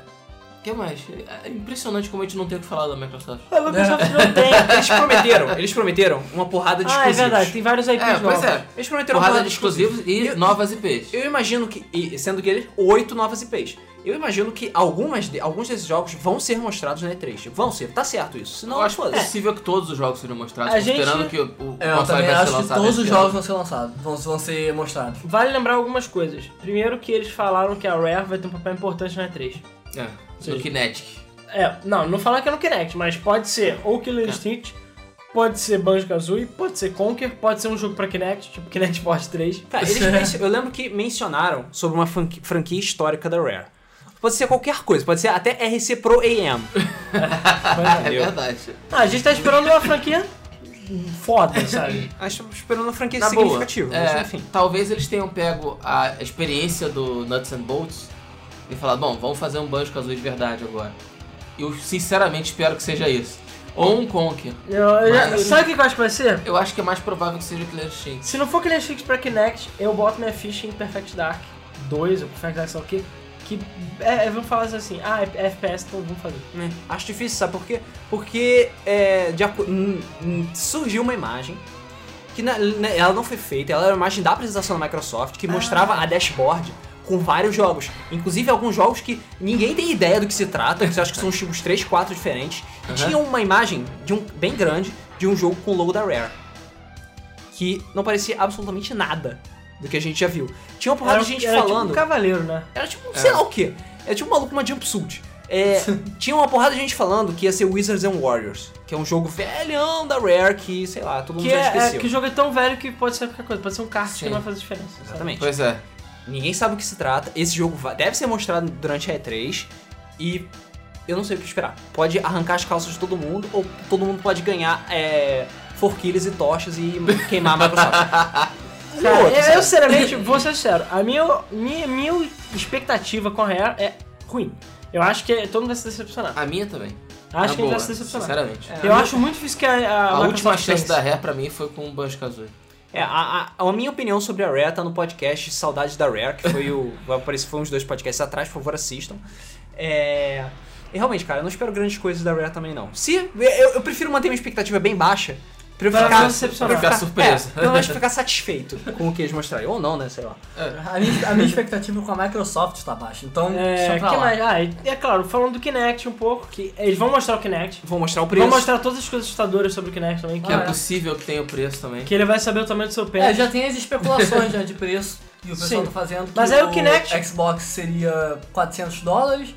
C: O que mais? É impressionante como a gente não tem o que falar da Microsoft.
B: Ah, mas o Microsoft não tem.
A: Eles prometeram, eles prometeram uma porrada de
B: Ah, é
A: exclusivos.
B: verdade, tem vários IPs
C: É,
B: novos.
C: pois é.
A: Eles prometeram uma
C: Porrada de exclusivos e novas IPs.
A: Eu imagino que, e sendo que eles, oito novas IPs. Eu imagino que algumas de- alguns desses jogos vão ser mostrados na E3. Vão ser, tá certo isso. Senão,
C: Eu acho
A: foda-se.
C: possível que todos os jogos sejam mostrados,
B: A
C: considerando
B: gente-
C: que o, o
D: É, eu
C: console vai
D: também
C: ser
D: acho que
C: lançado.
D: todos os
C: esse ano.
D: jogos vão ser lançados, vão, vão ser mostrados.
B: Vale lembrar algumas coisas. Primeiro que eles falaram que a Rare vai ter um papel importante na E3.
C: É,
B: Sim.
C: no Kinetic.
B: É, não, não falaram que é no Kinect, mas pode ser ou Killer
C: É.
B: Instinct, pode ser Banjo-Kazooie, pode ser Conker, pode ser um jogo pra Kinect, tipo Kinect Force 3.
A: Cara, Tá, eles mencio- eu lembro que mencionaram sobre uma franqui- franquia histórica da Rare. Pode ser qualquer coisa, pode ser até RC Pro AM.
C: É
A: Entendeu?
C: verdade.
B: Ah, a gente tá esperando uma franquia foda, sabe?
A: Acho que esperando uma franquia
C: Na boa,
A: significativa,
C: é,
A: mas enfim.
C: Talvez eles tenham pego a experiência do Nuts and Bolts e falado, bom, vamos fazer um Banjo Kazooie de verdade agora. Eu sinceramente espero que seja isso. Ou um Conker.
B: Eu, eu já-
C: Mas-
B: sabe o que que eu acho que vai ser?
C: Eu acho que é mais provável que seja o Killer Instinct.
B: Se não for Killer Instinct pra Kinect, eu boto minha ficha em Perfect Dark 2 ou Perfect Dark sei lá o quê. Que é, é, vão falar assim, ah, é FPS, então vamos fazer.
A: né? Acho difícil, sabe por quê? Porque é, de acu- hum, hum, surgiu uma imagem que na- na- ela não foi feita, ela era uma imagem da apresentação da Microsoft
B: Ah.
A: que mostrava a dashboard com vários jogos, inclusive alguns jogos que ninguém tem ideia do que se trata, que você acha que são uns tipos 3, 4 diferentes, e
C: Aham.
A: tinha uma imagem de um bem grande de um jogo com o logo da Rare, que não parecia absolutamente nada do que a gente já viu. Tinha uma porrada
B: Era-
A: de gente
B: era
A: falando.
B: Tipo um cavaleiro, né?
A: Era tipo, um sei lá o quê. Era tipo um maluco com uma jumpsuit. É, tinha uma porrada de gente falando que ia ser Wizards and Warriors, que é um jogo velhão da Rare que, sei lá, todo mundo
B: Que,
A: já
B: é, é,
A: esqueceu.
B: que o jogo é tão velho que pode ser qualquer coisa, pode ser um kart que
C: Sim.
B: não vai fazer diferença. sabe?
A: Exatamente.
C: Pois é.
A: Ninguém sabe o que se trata. Esse jogo vai- deve ser mostrado durante a E3 e eu não sei o que esperar. Pode arrancar as calças de todo mundo ou todo mundo pode ganhar é, forquilhas e tochas e queimar a Microsoft. é
B: Cara,
A: Outro,
B: eu,
A: sabe?
B: eu, sinceramente, vou ser sincero. A minha, minha, minha expectativa com a Rare é ruim. Eu acho que todo mundo vai se decepcionar.
C: A minha também.
B: Acho
C: Na
B: que a gente vai É.
C: boa,
B: se decepcionar.
C: Sinceramente.
B: Eu acho muito difícil que a, a,
C: A
B: Microsoft
C: última chance
B: pense.
C: da Rare pra mim foi com o Banjo Kazooie.
A: É, a, a- a minha opinião sobre a Rare tá no podcast Saudade da Rare, que foi o. vai aparecer, foi uns dois podcasts atrás, por favor, assistam. É. E realmente, cara, eu não espero grandes coisas da Rare também, não. Se. Eu, eu prefiro manter minha expectativa bem baixa. Pra eu
B: Pra
A: ficar.
B: não decepcionar.
A: pra eu
C: Ficar surpreso.
A: É, pelo menos ficar satisfeito com o que eles mostraram. Ou não, né? Sei lá.
C: É.
D: A minha, a minha expectativa com a Microsoft tá baixa, então
B: É,
D: deixa pra
B: que
D: lá.
B: mais? Ah, e, é claro, falando do Kinect um pouco, que eles vão mostrar o Kinect.
A: Vou mostrar o preço.
B: Vão mostrar todas as coisas assustadoras sobre o Kinect também, que,
C: Que
D: Ah,
C: é
D: é.
C: possível que tenha o preço também.
B: que ele vai saber o tamanho do seu pé.
D: É, já tem as especulações já de preço. E o pessoal
B: Sim.
D: tá fazendo que
B: Mas aí o Kinect-
D: Xbox seria 400 dólares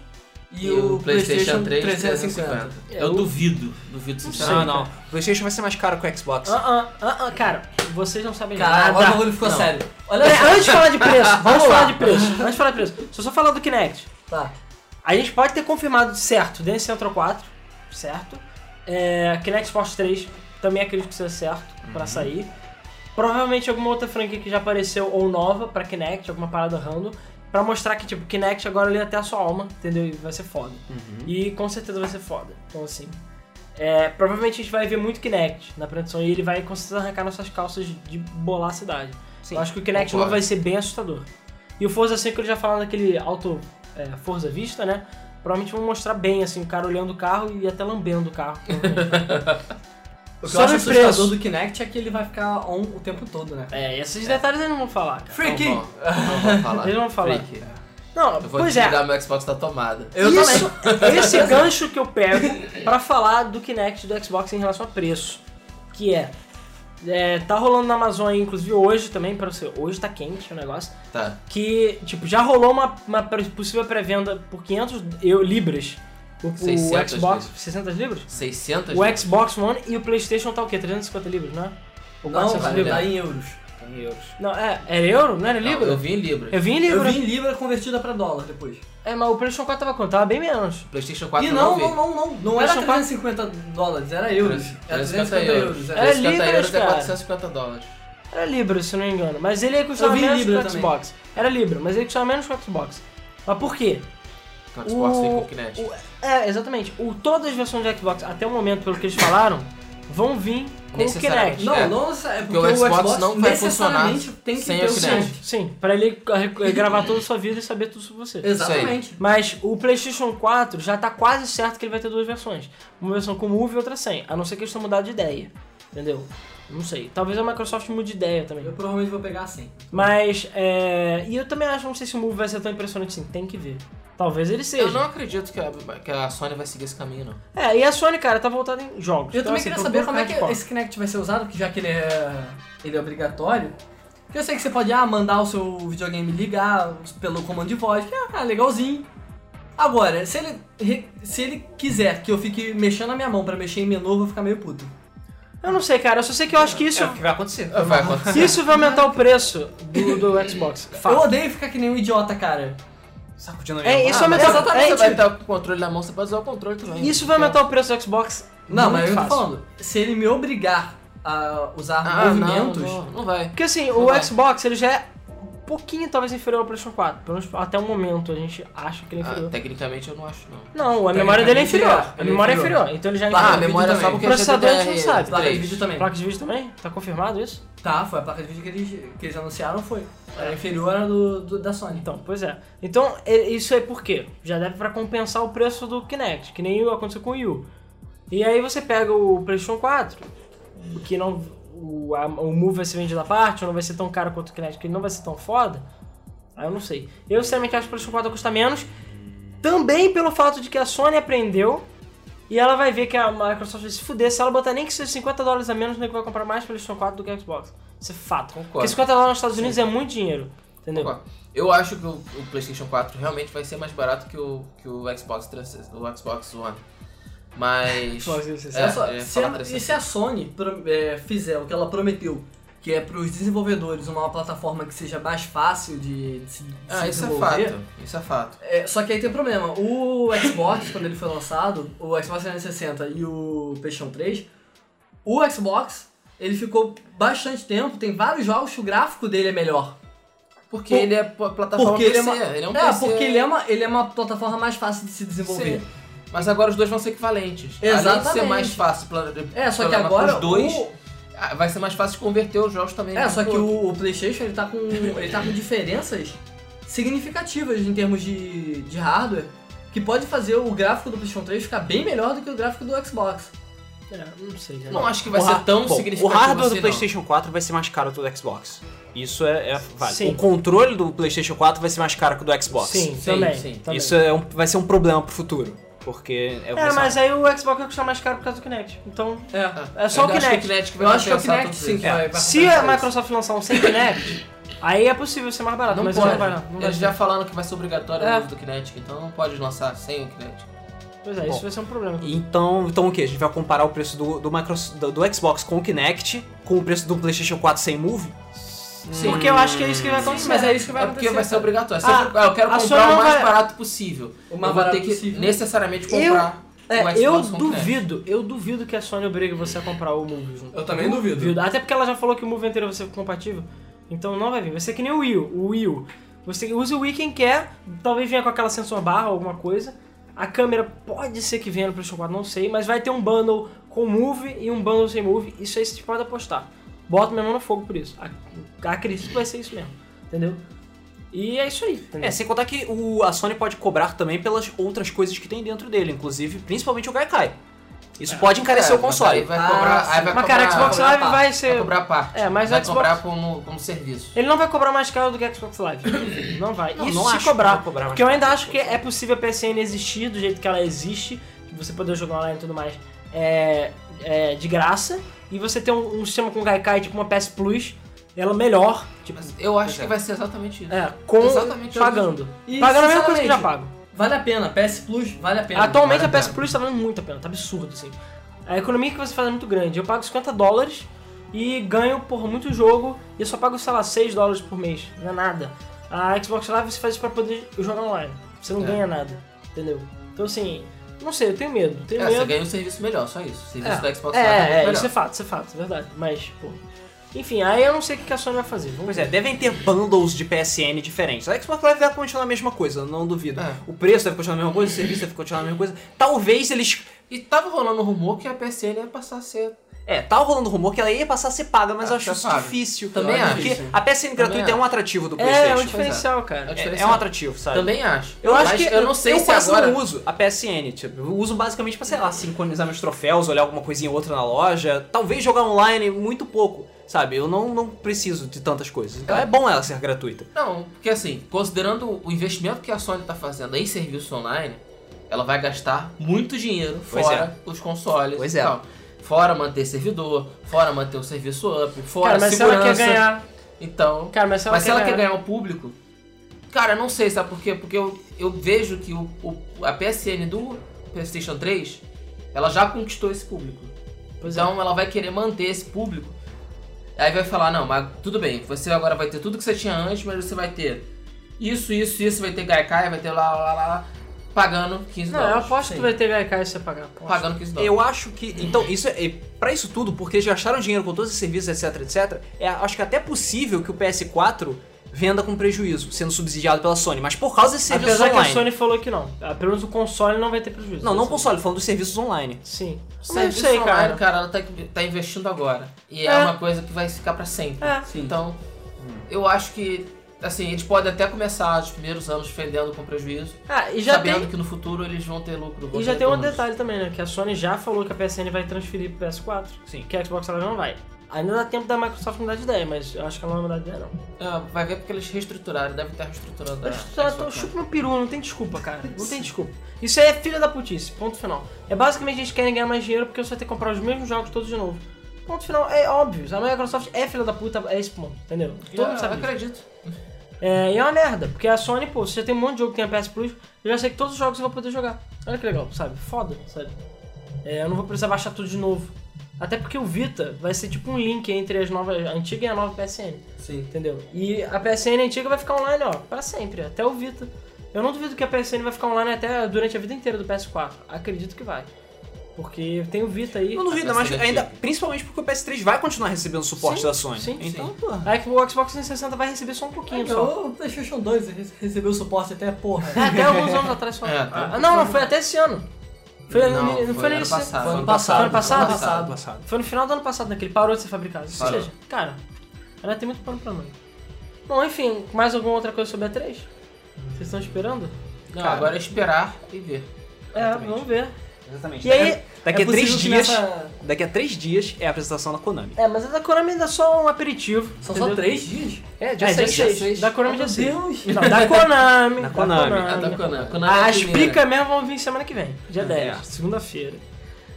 D: e, o PlayStation, 3 350.
B: É
C: Eu duvido, duvido
A: Não,
C: sinceramente.
A: Ah, não. O PlayStation vai ser mais caro que o Xbox.
B: Ah, ah, ah, ah, cara, vocês não sabem
D: Caralho,
B: nada.
D: agora o bagulho ficou
B: Não.
D: sério. Olha
B: Peraí,
D: só.
B: antes de falar de preço, vamos
D: Vamos lá.
B: falar de preço. Antes de falar de preço, se eu só falar do Kinect,
D: Tá.
B: a gente pode ter confirmado certo Dance Central 4, certo? É, Kinect Force 3 também acredito que seja certo pra sair. Provavelmente alguma outra franquia que já apareceu ou nova pra Kinect, alguma parada random, pra mostrar que, tipo, Kinect agora lê até a sua alma, entendeu? E vai ser foda. E com certeza vai ser foda. Então, assim. é, provavelmente a gente vai ver muito Kinect na produção e ele vai com certeza arrancar nossas calças de bolar a cidade.
A: Sim.
B: Eu acho que o Kinect
C: Concordo.
B: novo vai ser bem assustador. E o Forza 5 ele já falaram naquele alto é, Forza Vista, né? Provavelmente vão mostrar bem, assim, o cara olhando o carro e até lambendo o carro. provavelmente.
D: O que eu
B: Sobre
D: acho
B: preço.
D: assustador do Kinect é que ele vai ficar on o tempo todo, né? Então,
B: é, esses detalhes eles não vão falar, cara. é.
D: Freaky!
C: Não vou, não vou falar.
B: Eles vão falar.
C: Freaky.
B: Não,
C: Eu vou
B: pois é.
C: desligar meu Xbox tá da tomada.
D: Eu
B: Isso, esse gancho que eu pego pra falar do Kinect e do Xbox em relação a preço, que é, é, tá rolando na Amazon aí, inclusive hoje também, para você, hoje tá quente o negócio,
C: Tá.
B: que, tipo, já rolou uma, uma pre- possível pré-venda por 500 eu, libras. O, o
C: 600
B: Xbox,
C: libras.
B: 600 libras?
C: 600?
B: O Xbox One e o PlayStation tá o quê? 350 libras, né? Ou
D: Não,
B: 400
D: cara,
B: libras?
D: dá em euros.
A: Em euros.
B: Não, é, era euro? Não era
C: Não,
B: libra?
C: eu vi em Libra.
B: eu vi em
D: Eu
B: libra.
D: vi em Libra convertida pra dólar depois.
B: É, mas o PlayStation 4 tava quanto? Tava bem menos.
C: PlayStation 4
D: E
C: eu
D: não, não,
C: vi.
D: não, não. Não era
B: Mas são quatro-
D: 350 dólares, era euros. Era 350 euros.
B: É,
D: era.
C: 350
B: libras,
C: euros é
B: cara.
C: 450 dólares.
B: Era libra, se não me engano. Mas ele aí custava
D: Eu vi em
B: menos que
D: libra
B: o Xbox. Era libra, mas ele custava menos que o Xbox. Mas por quê?
C: O Xbox
B: O-
C: vem com o Kinect.
B: o- é, exatamente. O, todas as versões do Xbox, até o momento, pelo que eles falaram, vão vir com o
C: Necessariamente.
B: Kinect.
D: Não,
C: É.
D: não, é porque
C: Porque o
D: o Xbox,
C: Xbox não vai funcionar
D: necessariamente tem que
C: sem
D: ter
C: o
D: o
C: Kinect.
D: Kinect.
B: Sim, pra ele eh, gravar toda a sua vida e saber tudo sobre você.
D: Exatamente.
B: Mas o PlayStation 4 já tá quase certo que ele vai ter duas versões. Uma versão com Move e outra sem. A não ser que eles tenham mudado de ideia. Entendeu? Não sei. Talvez a Microsoft mude de ideia
D: Eu
B: também.
D: provavelmente vou pegar assim.
B: Mas, é. E eu também acho, não sei se o Move vai ser tão impressionante assim. Tem que ver. Talvez ele seja.
C: Eu não acredito que a, que a Sony vai seguir esse caminho, não.
B: É, e a Sony, cara, tá voltada em jogos.
D: Eu
B: Então,
D: também
B: assim,
D: queria
B: pra
D: saber
B: todo
D: como é que
B: hardcore.
D: esse Kinect vai ser usado, porque já que ele é, ele é obrigatório. Porque eu sei que você pode ah, mandar o seu videogame ligar pelo comando de voz, que é ah, legalzinho. Agora, se ele, re- se ele quiser que eu fique mexendo a minha mão pra mexer em menu, eu vou ficar meio puto.
B: Eu não sei, cara. Eu só sei que eu acho que isso.
A: É o que vai acontecer.
C: Vai acontecer.
B: Isso vai aumentar o preço do, do Xbox.
D: Eu
B: Fato.
D: odeio ficar que nem um idiota, cara.
A: Sacudindo a minha
B: É,
A: mão.
B: isso
A: Ah,
B: vai aumentar
D: exatamente,
B: é,
C: Você vai
B: tipo,
C: estar com o controle na mão, você pode usar o controle também.
B: Isso vai
C: Então,
B: aumentar o preço do Xbox.
D: Não,
B: muito
D: mas eu tô
B: fácil.
D: falando, se ele me obrigar a usar
C: Ah, não,
D: movimentos,
C: não, não vai.
B: Porque assim,
C: Não
B: o
C: vai.
B: Xbox ele já é um pouquinho talvez inferior ao PlayStation 4. Pelo menos até o momento a gente acha que ele é
C: Ah,
B: inferior.
C: tecnicamente eu não acho, não.
B: Não, a memória dele é inferior.
D: ele é
B: a memória é
D: inferior.
B: inferior. Então ele já é
D: Tá,
C: Ah, a
B: inferior.
D: vídeo
C: memória
D: também.
C: só porque
B: Processador a gente não
C: GDDR3.
B: sabe.
D: placa de vídeo também.
B: Placa de vídeo também? Tá confirmado isso?
D: Tá, foi a placa de vídeo que eles, que eles anunciaram, foi. Era inferior à do, do- da Sony.
B: Então, pois é. Então, e- isso é por quê? Já deve pra compensar o preço do Kinect, que nem aconteceu com o Wii U. E aí você pega o PlayStation 4, que não o, a- o Move vai ser vendido à parte, ou não vai ser tão caro quanto o Kinect, que ele não vai ser tão foda. Aí eu não sei. Eu sinceramente acho que o PlayStation 4 custa menos, também pelo fato de que a Sony aprendeu e ela vai ver que a Microsoft vai se fuder se ela botar nem que seja 50 dólares a menos, o nego vai comprar mais PlayStation 4 do que Xbox. Isso é fato.
C: Concordo.
B: Porque 50 dólares nos Estados Unidos é muito dinheiro. Entendeu?
C: Eu acho que o, o PlayStation 4 realmente vai ser mais barato que o, que o Xbox 360, o Xbox One. Mas.
B: Xbox 360.
C: É,
D: Olha só,
C: eu ia
D: se
C: falar
D: a- e
C: 360.
D: se a Sony pro- é, fizer o que ela prometeu, que é pros desenvolvedores uma plataforma que seja mais fácil de, de se, de
C: Ah,
D: se
C: isso é
D: desenvolver...
C: fato. Isso é fato.
D: é, só que aí tem um problema. O Xbox, quando ele foi lançado, o Xbox 360 e o PlayStation 3, o Xbox, ele ficou bastante tempo, tem vários jogos que o gráfico dele é melhor.
C: Porque
D: Por-
C: ele é pl- plataforma
D: Porque ele é,
C: PC.
D: uma,
C: Ele é um
D: é,
C: PC.
D: porque ele é, uma, ele é uma plataforma mais fácil de se desenvolver.
C: Sim. Mas agora os dois vão ser equivalentes. Além de ser
D: Exatamente.
C: mais fácil plan-
D: É, só que
C: programar
D: agora
C: os Tá dois,
D: o-
C: ah, vai ser mais fácil converter os jogos também.
D: É,
C: um
D: só
C: pro
D: que
C: outro.
D: o, o PlayStation ele tá, com, ele tá com diferenças significativas em termos de, de hardware que pode fazer o gráfico do PlayStation 3 ficar bem melhor do que o gráfico do Xbox.
B: É, não sei, cara.
C: Não acho que vai
A: O
C: ser
A: har-
C: tão
A: bom,
C: significativo.
A: O hardware
C: assim,
A: do
C: não.
A: PlayStation 4 vai ser mais caro que o do Xbox. Isso é, é válido.
B: Sim.
A: O controle do PlayStation 4 vai ser mais caro que o do Xbox.
B: Sim,
C: Sim,
B: também,
C: sim.
B: também.
A: Isso é um- vai ser um problema pro futuro. Porque é,
B: É, mas aí o Xbox vai custar mais caro por causa do Kinect. Então,
D: É.
B: é só o
C: Eu acho que
B: Kinect.
C: o Kinect vai
D: Eu acho que é o
C: compensar
D: Kinect
C: tudo
D: sim que
C: isso.
A: É.
D: vai, vai
B: Se a
D: compensar isso.
B: Microsoft lançar um sem Kinect, Aí é possível ser mais barato,
C: Não
B: mas
C: pode.
B: não vai não. não vai
C: Eles
B: ser.
C: já falaram que vai ser obrigatório
B: É.
C: o uso do Kinetic, então não pode lançar sem o Kinetic.
B: Pois é,
A: Bom.
B: isso vai ser um problema.
A: Então, então o que? A gente vai comparar o preço do, do, Microsoft, do, do Xbox com o Kinect com o preço do PlayStation 4 sem Move?
B: Porque eu acho que é isso que vai acontecer.
D: Sim, mas é isso que vai
C: É porque
D: acontecer.
C: vai ser
D: cara.
C: obrigatório. Se
B: Ah,
C: eu- eu quero
B: a Sony
C: comprar
B: não
C: o mais
B: vai-
C: barato possível.
D: O mais
C: eu vou ter
D: barato
C: que
D: possível.
C: necessariamente comprar
B: É,
C: o Xbox
B: eu
C: com
B: duvido, eu duvido que a Sony obrigue você a comprar o Move junto.
D: Eu também duvido.
B: Duvido. Até porque ela já falou que o Move anterior vai ser compatível. Então não vai vir. Vai ser que nem o Wii. O Wii. U. Você usa o Wii quem quer, talvez venha com aquela sensor barra ou alguma coisa. A câmera pode ser que venha no PlayStation 4, não sei, mas vai ter um bundle com Move e um bundle sem Move. Isso aí vocês podem apostar. Bota minha mão no fogo por isso. Ac- Acredito que vai ser isso mesmo. Entendeu? E é isso aí. entendeu?
A: É, sem contar que o, a Sony pode cobrar também pelas outras coisas que tem dentro dele, inclusive, principalmente o Gaikai. Isso pode encarecer o
C: Kinect. É, Mas aí
A: console.
C: Vai
D: Ah,
C: cobrar,
D: sim.
C: aí vai
B: Mas
C: cobrar,
B: cara, Xbox
C: vai
B: Live
C: cobrar
B: vai
C: parte.
B: ser.
C: Vai cobrar parte.
B: É, mas
C: vai
B: Xbox-
C: cobrar como, como serviço.
B: Ele não vai cobrar mais caro do que Xbox Live. Não vai.
A: Não,
B: Isso
A: não
B: se
A: acho que
B: cobrar.
A: vai cobrar mais
B: porque eu ainda
A: caro.
B: acho que é possível a PSN existir do jeito que ela existe, que você poder jogar online e tudo mais é, é, de graça. E você ter um, um sistema com Gaikai, tipo uma PS Plus, ela melhor, tipo,
C: Mas eu acho
A: Pois é.
C: que vai ser exatamente isso.
B: é, com
C: Exatamente, eu
B: pagando.
D: E,
B: pagando a mesma coisa que eu já
D: sinceramente,
B: pago.
D: Vale a pena, PS Plus, vale a pena.
B: Atualmente a
C: vale a
B: PS
C: pena.
B: Plus tá valendo muito a pena, tá absurdo, assim. A economia que você faz é muito grande. Eu pago 50 dólares e ganho por muito jogo e eu só pago, sei lá, 6 dólares por mês. Não é nada. A Xbox Live você faz isso pra poder jogar online. Você não
C: É.
B: ganha nada, entendeu? Então, assim, não sei, eu tenho medo. eu Tenho
C: É, você
B: medo.
C: ganha um serviço melhor, só isso. O serviço do Xbox
B: é,
C: Live
B: é,
C: é, muito
B: isso é
C: melhor.
B: fato, isso é fato, é verdade. Mas, pô. Enfim, aí eu não sei o que que a Sony vai fazer. Vamos
A: Pois
B: ver.
A: é, devem ter bundles de PSN diferentes. A Xbox Live deve continuar a mesma coisa, não duvido.
C: É.
A: O preço deve continuar a mesma coisa, o serviço deve continuar a mesma coisa. Talvez eles.
C: E tava rolando um rumor que a PSN ia passar a ser.
A: É, tá rolando rumor que ela ia passar a ser paga, mas
C: Ah,
A: eu acho
C: tá
A: isso
C: pago.
A: difícil.
C: Também
A: cara,
C: acho.
A: Porque
C: Difícil.
A: a PSN gratuita
C: Também
A: é um atrativo do
B: É, é um
A: PlayStation.
B: diferencial, cara.
C: É um
A: É, é
C: diferencial.
A: um atrativo, sabe?
C: Também acho.
A: Eu acho
C: Mas
A: que
C: eu não sei
A: eu
C: se
A: quase
C: agora.
A: não uso a PSN, tipo, eu uso basicamente pra, sei lá, sincronizar meus troféus, olhar alguma coisinha ou outra na loja, talvez jogar online muito pouco, sabe? Eu não, não preciso de tantas coisas. Então é,
C: É.
A: bom ela ser gratuita.
C: Não, porque assim, considerando o investimento que a Sony tá fazendo em serviço online, ela vai gastar muito dinheiro
A: Pois
C: fora os consoles
A: Pois
C: e
A: é.
C: tal. Fora manter servidor, fora manter o serviço up, fora
B: Cara, mas se ela
C: segurança.
A: é
B: quer ganhar.
C: Então,
B: Cara, mas se ela,
C: mas se ela quer ganhar o público, cara, não sei, sabe por quê? Porque eu, eu vejo que o, o- a PSN do PlayStation 3, ela já conquistou esse público.
B: Pois é.
C: então ela vai querer manter esse público. Aí vai falar, não, mas tudo bem, você agora vai ter tudo que você tinha antes, mas você vai ter isso, isso, isso, vai ter Gaikai, vai ter lá, lá, lá, lá pagando 15
B: Não, eu
C: dólares.
B: aposto que
D: sim.
B: vai ter Gaikai se você pagar. aposto.
C: Pagando 15 dólares.
A: Eu acho que. Então, isso é. é- Pra isso tudo, porque eles gastaram dinheiro com todos esses serviços, etc, etc, é, acho que é até possível que o PS4 venda com prejuízo, sendo subsidiado pela Sony, mas por causa desses serviços
B: Apesar
A: online.
B: que a Sony falou que não. Ah, Pelo menos o console não vai ter prejuízo.
A: Não, não
B: Assim.
A: console, falando dos serviços online.
B: Sim. Mas eu
C: Serviço
B: sei,
C: online,
B: cara.
C: cara, ela tá, tá investindo agora. E é.
B: É.
C: uma coisa que vai ficar pra sempre.
B: É.
D: Sim.
C: Então, eu acho que, assim, eles podem até começar os primeiros anos vendendo com prejuízo,
B: Ah, e já
C: sabendo
B: tem,
C: que no futuro eles vão ter lucro. vão
B: e
C: ter
B: já tem um
C: retornos.
B: detalhe também, né? Que a Sony já falou que a PSN vai transferir pro PS4.
A: Sim.
B: Que a Xbox Live não vai. Ainda dá tempo da Microsoft mudar de ideia, mas eu acho que ela não vai mudar de ideia, não.
C: Ah, vai ver porque eles reestruturaram, devem estar reestruturando. a-
B: Eu chuto- eu
C: a Xbox One.
B: chuto no peru, É, não tem desculpa, cara. Não tem desculpa. Isso aí é filha da putice, ponto final. É basicamente eles querem ganhar mais dinheiro porque você vai ter que comprar os mesmos jogos todos de novo. Ponto final, é óbvio. A Microsoft é filha da puta, é esse ponto, entendeu? Todo
C: Ah,
B: mundo sabe disso.
C: acredito.
B: É, e é uma merda, porque a Sony, pô, você já tem um monte de jogo que tem a PS Plus, eu já sei que todos os jogos eu vou poder jogar. Olha que legal, sabe? Foda, sabe? É, eu não vou precisar baixar tudo de novo. Até porque o Vita vai ser tipo um link entre as novas, a antiga e a nova PSN,
C: Sim.
B: entendeu? E a PSN antiga vai ficar online, ó, pra sempre, até o Vita. Eu não duvido que a PSN vai ficar online até durante a vida inteira do PS4. Acredito que vai. Porque tem o Vita aí.
A: Eu não duvido,
C: A
A: mas
C: PSN
A: ainda,
C: antiga.
A: principalmente porque o PS3 vai continuar recebendo suporte
B: Sim,
A: da Sony.
B: sim,
A: então,
C: sim.
A: pô.
B: Aí que o Xbox 360 vai receber só um
A: É,
B: pouquinho,
D: Então,
B: só.
D: o PlayStation 2 re- recebeu suporte até, porra.
B: É, até alguns anos atrás foi.
C: É, até
B: Ah,
C: alguns
B: não, não, foi até esse ano. Foi,
C: Não,
B: no- não
C: foi
B: foi
C: ano
B: nesse-
C: passado.
D: Foi ano
B: Foi ano
D: passado.
B: passado?
D: Ano passado.
A: tá passado.
B: Foi no final do ano passado, né? Que ele parou de ser fabricado. Ou
C: Parou.
B: seja, cara, ela tem muito pano pra manga. Bom, enfim, mais alguma outra coisa sobre a 3? Vocês estão esperando?
C: Não,
A: Cara.
C: agora é esperar e ver.
B: É,
A: Exatamente.
B: vamos ver.
A: Exatamente.
B: E aí-
A: Daqui
D: É
A: a três
D: possível que
A: dias.
D: nessa-
A: Daqui a três dias é a apresentação da Konami.
B: É, mas a da Konami ainda é só um aperitivo.
D: São
B: entendeu?
D: só três dias?
A: É,
B: É, dia 6. Da Konami
D: Meu
B: dia 6.
D: Deus!
B: Não, da Konami.
A: Da Konami.
C: Ah, tá, Konami. Konami é a
B: As
C: primeira.
B: picas mesmo vão vir semana que vem, dia
A: É.
B: 10, segunda-feira.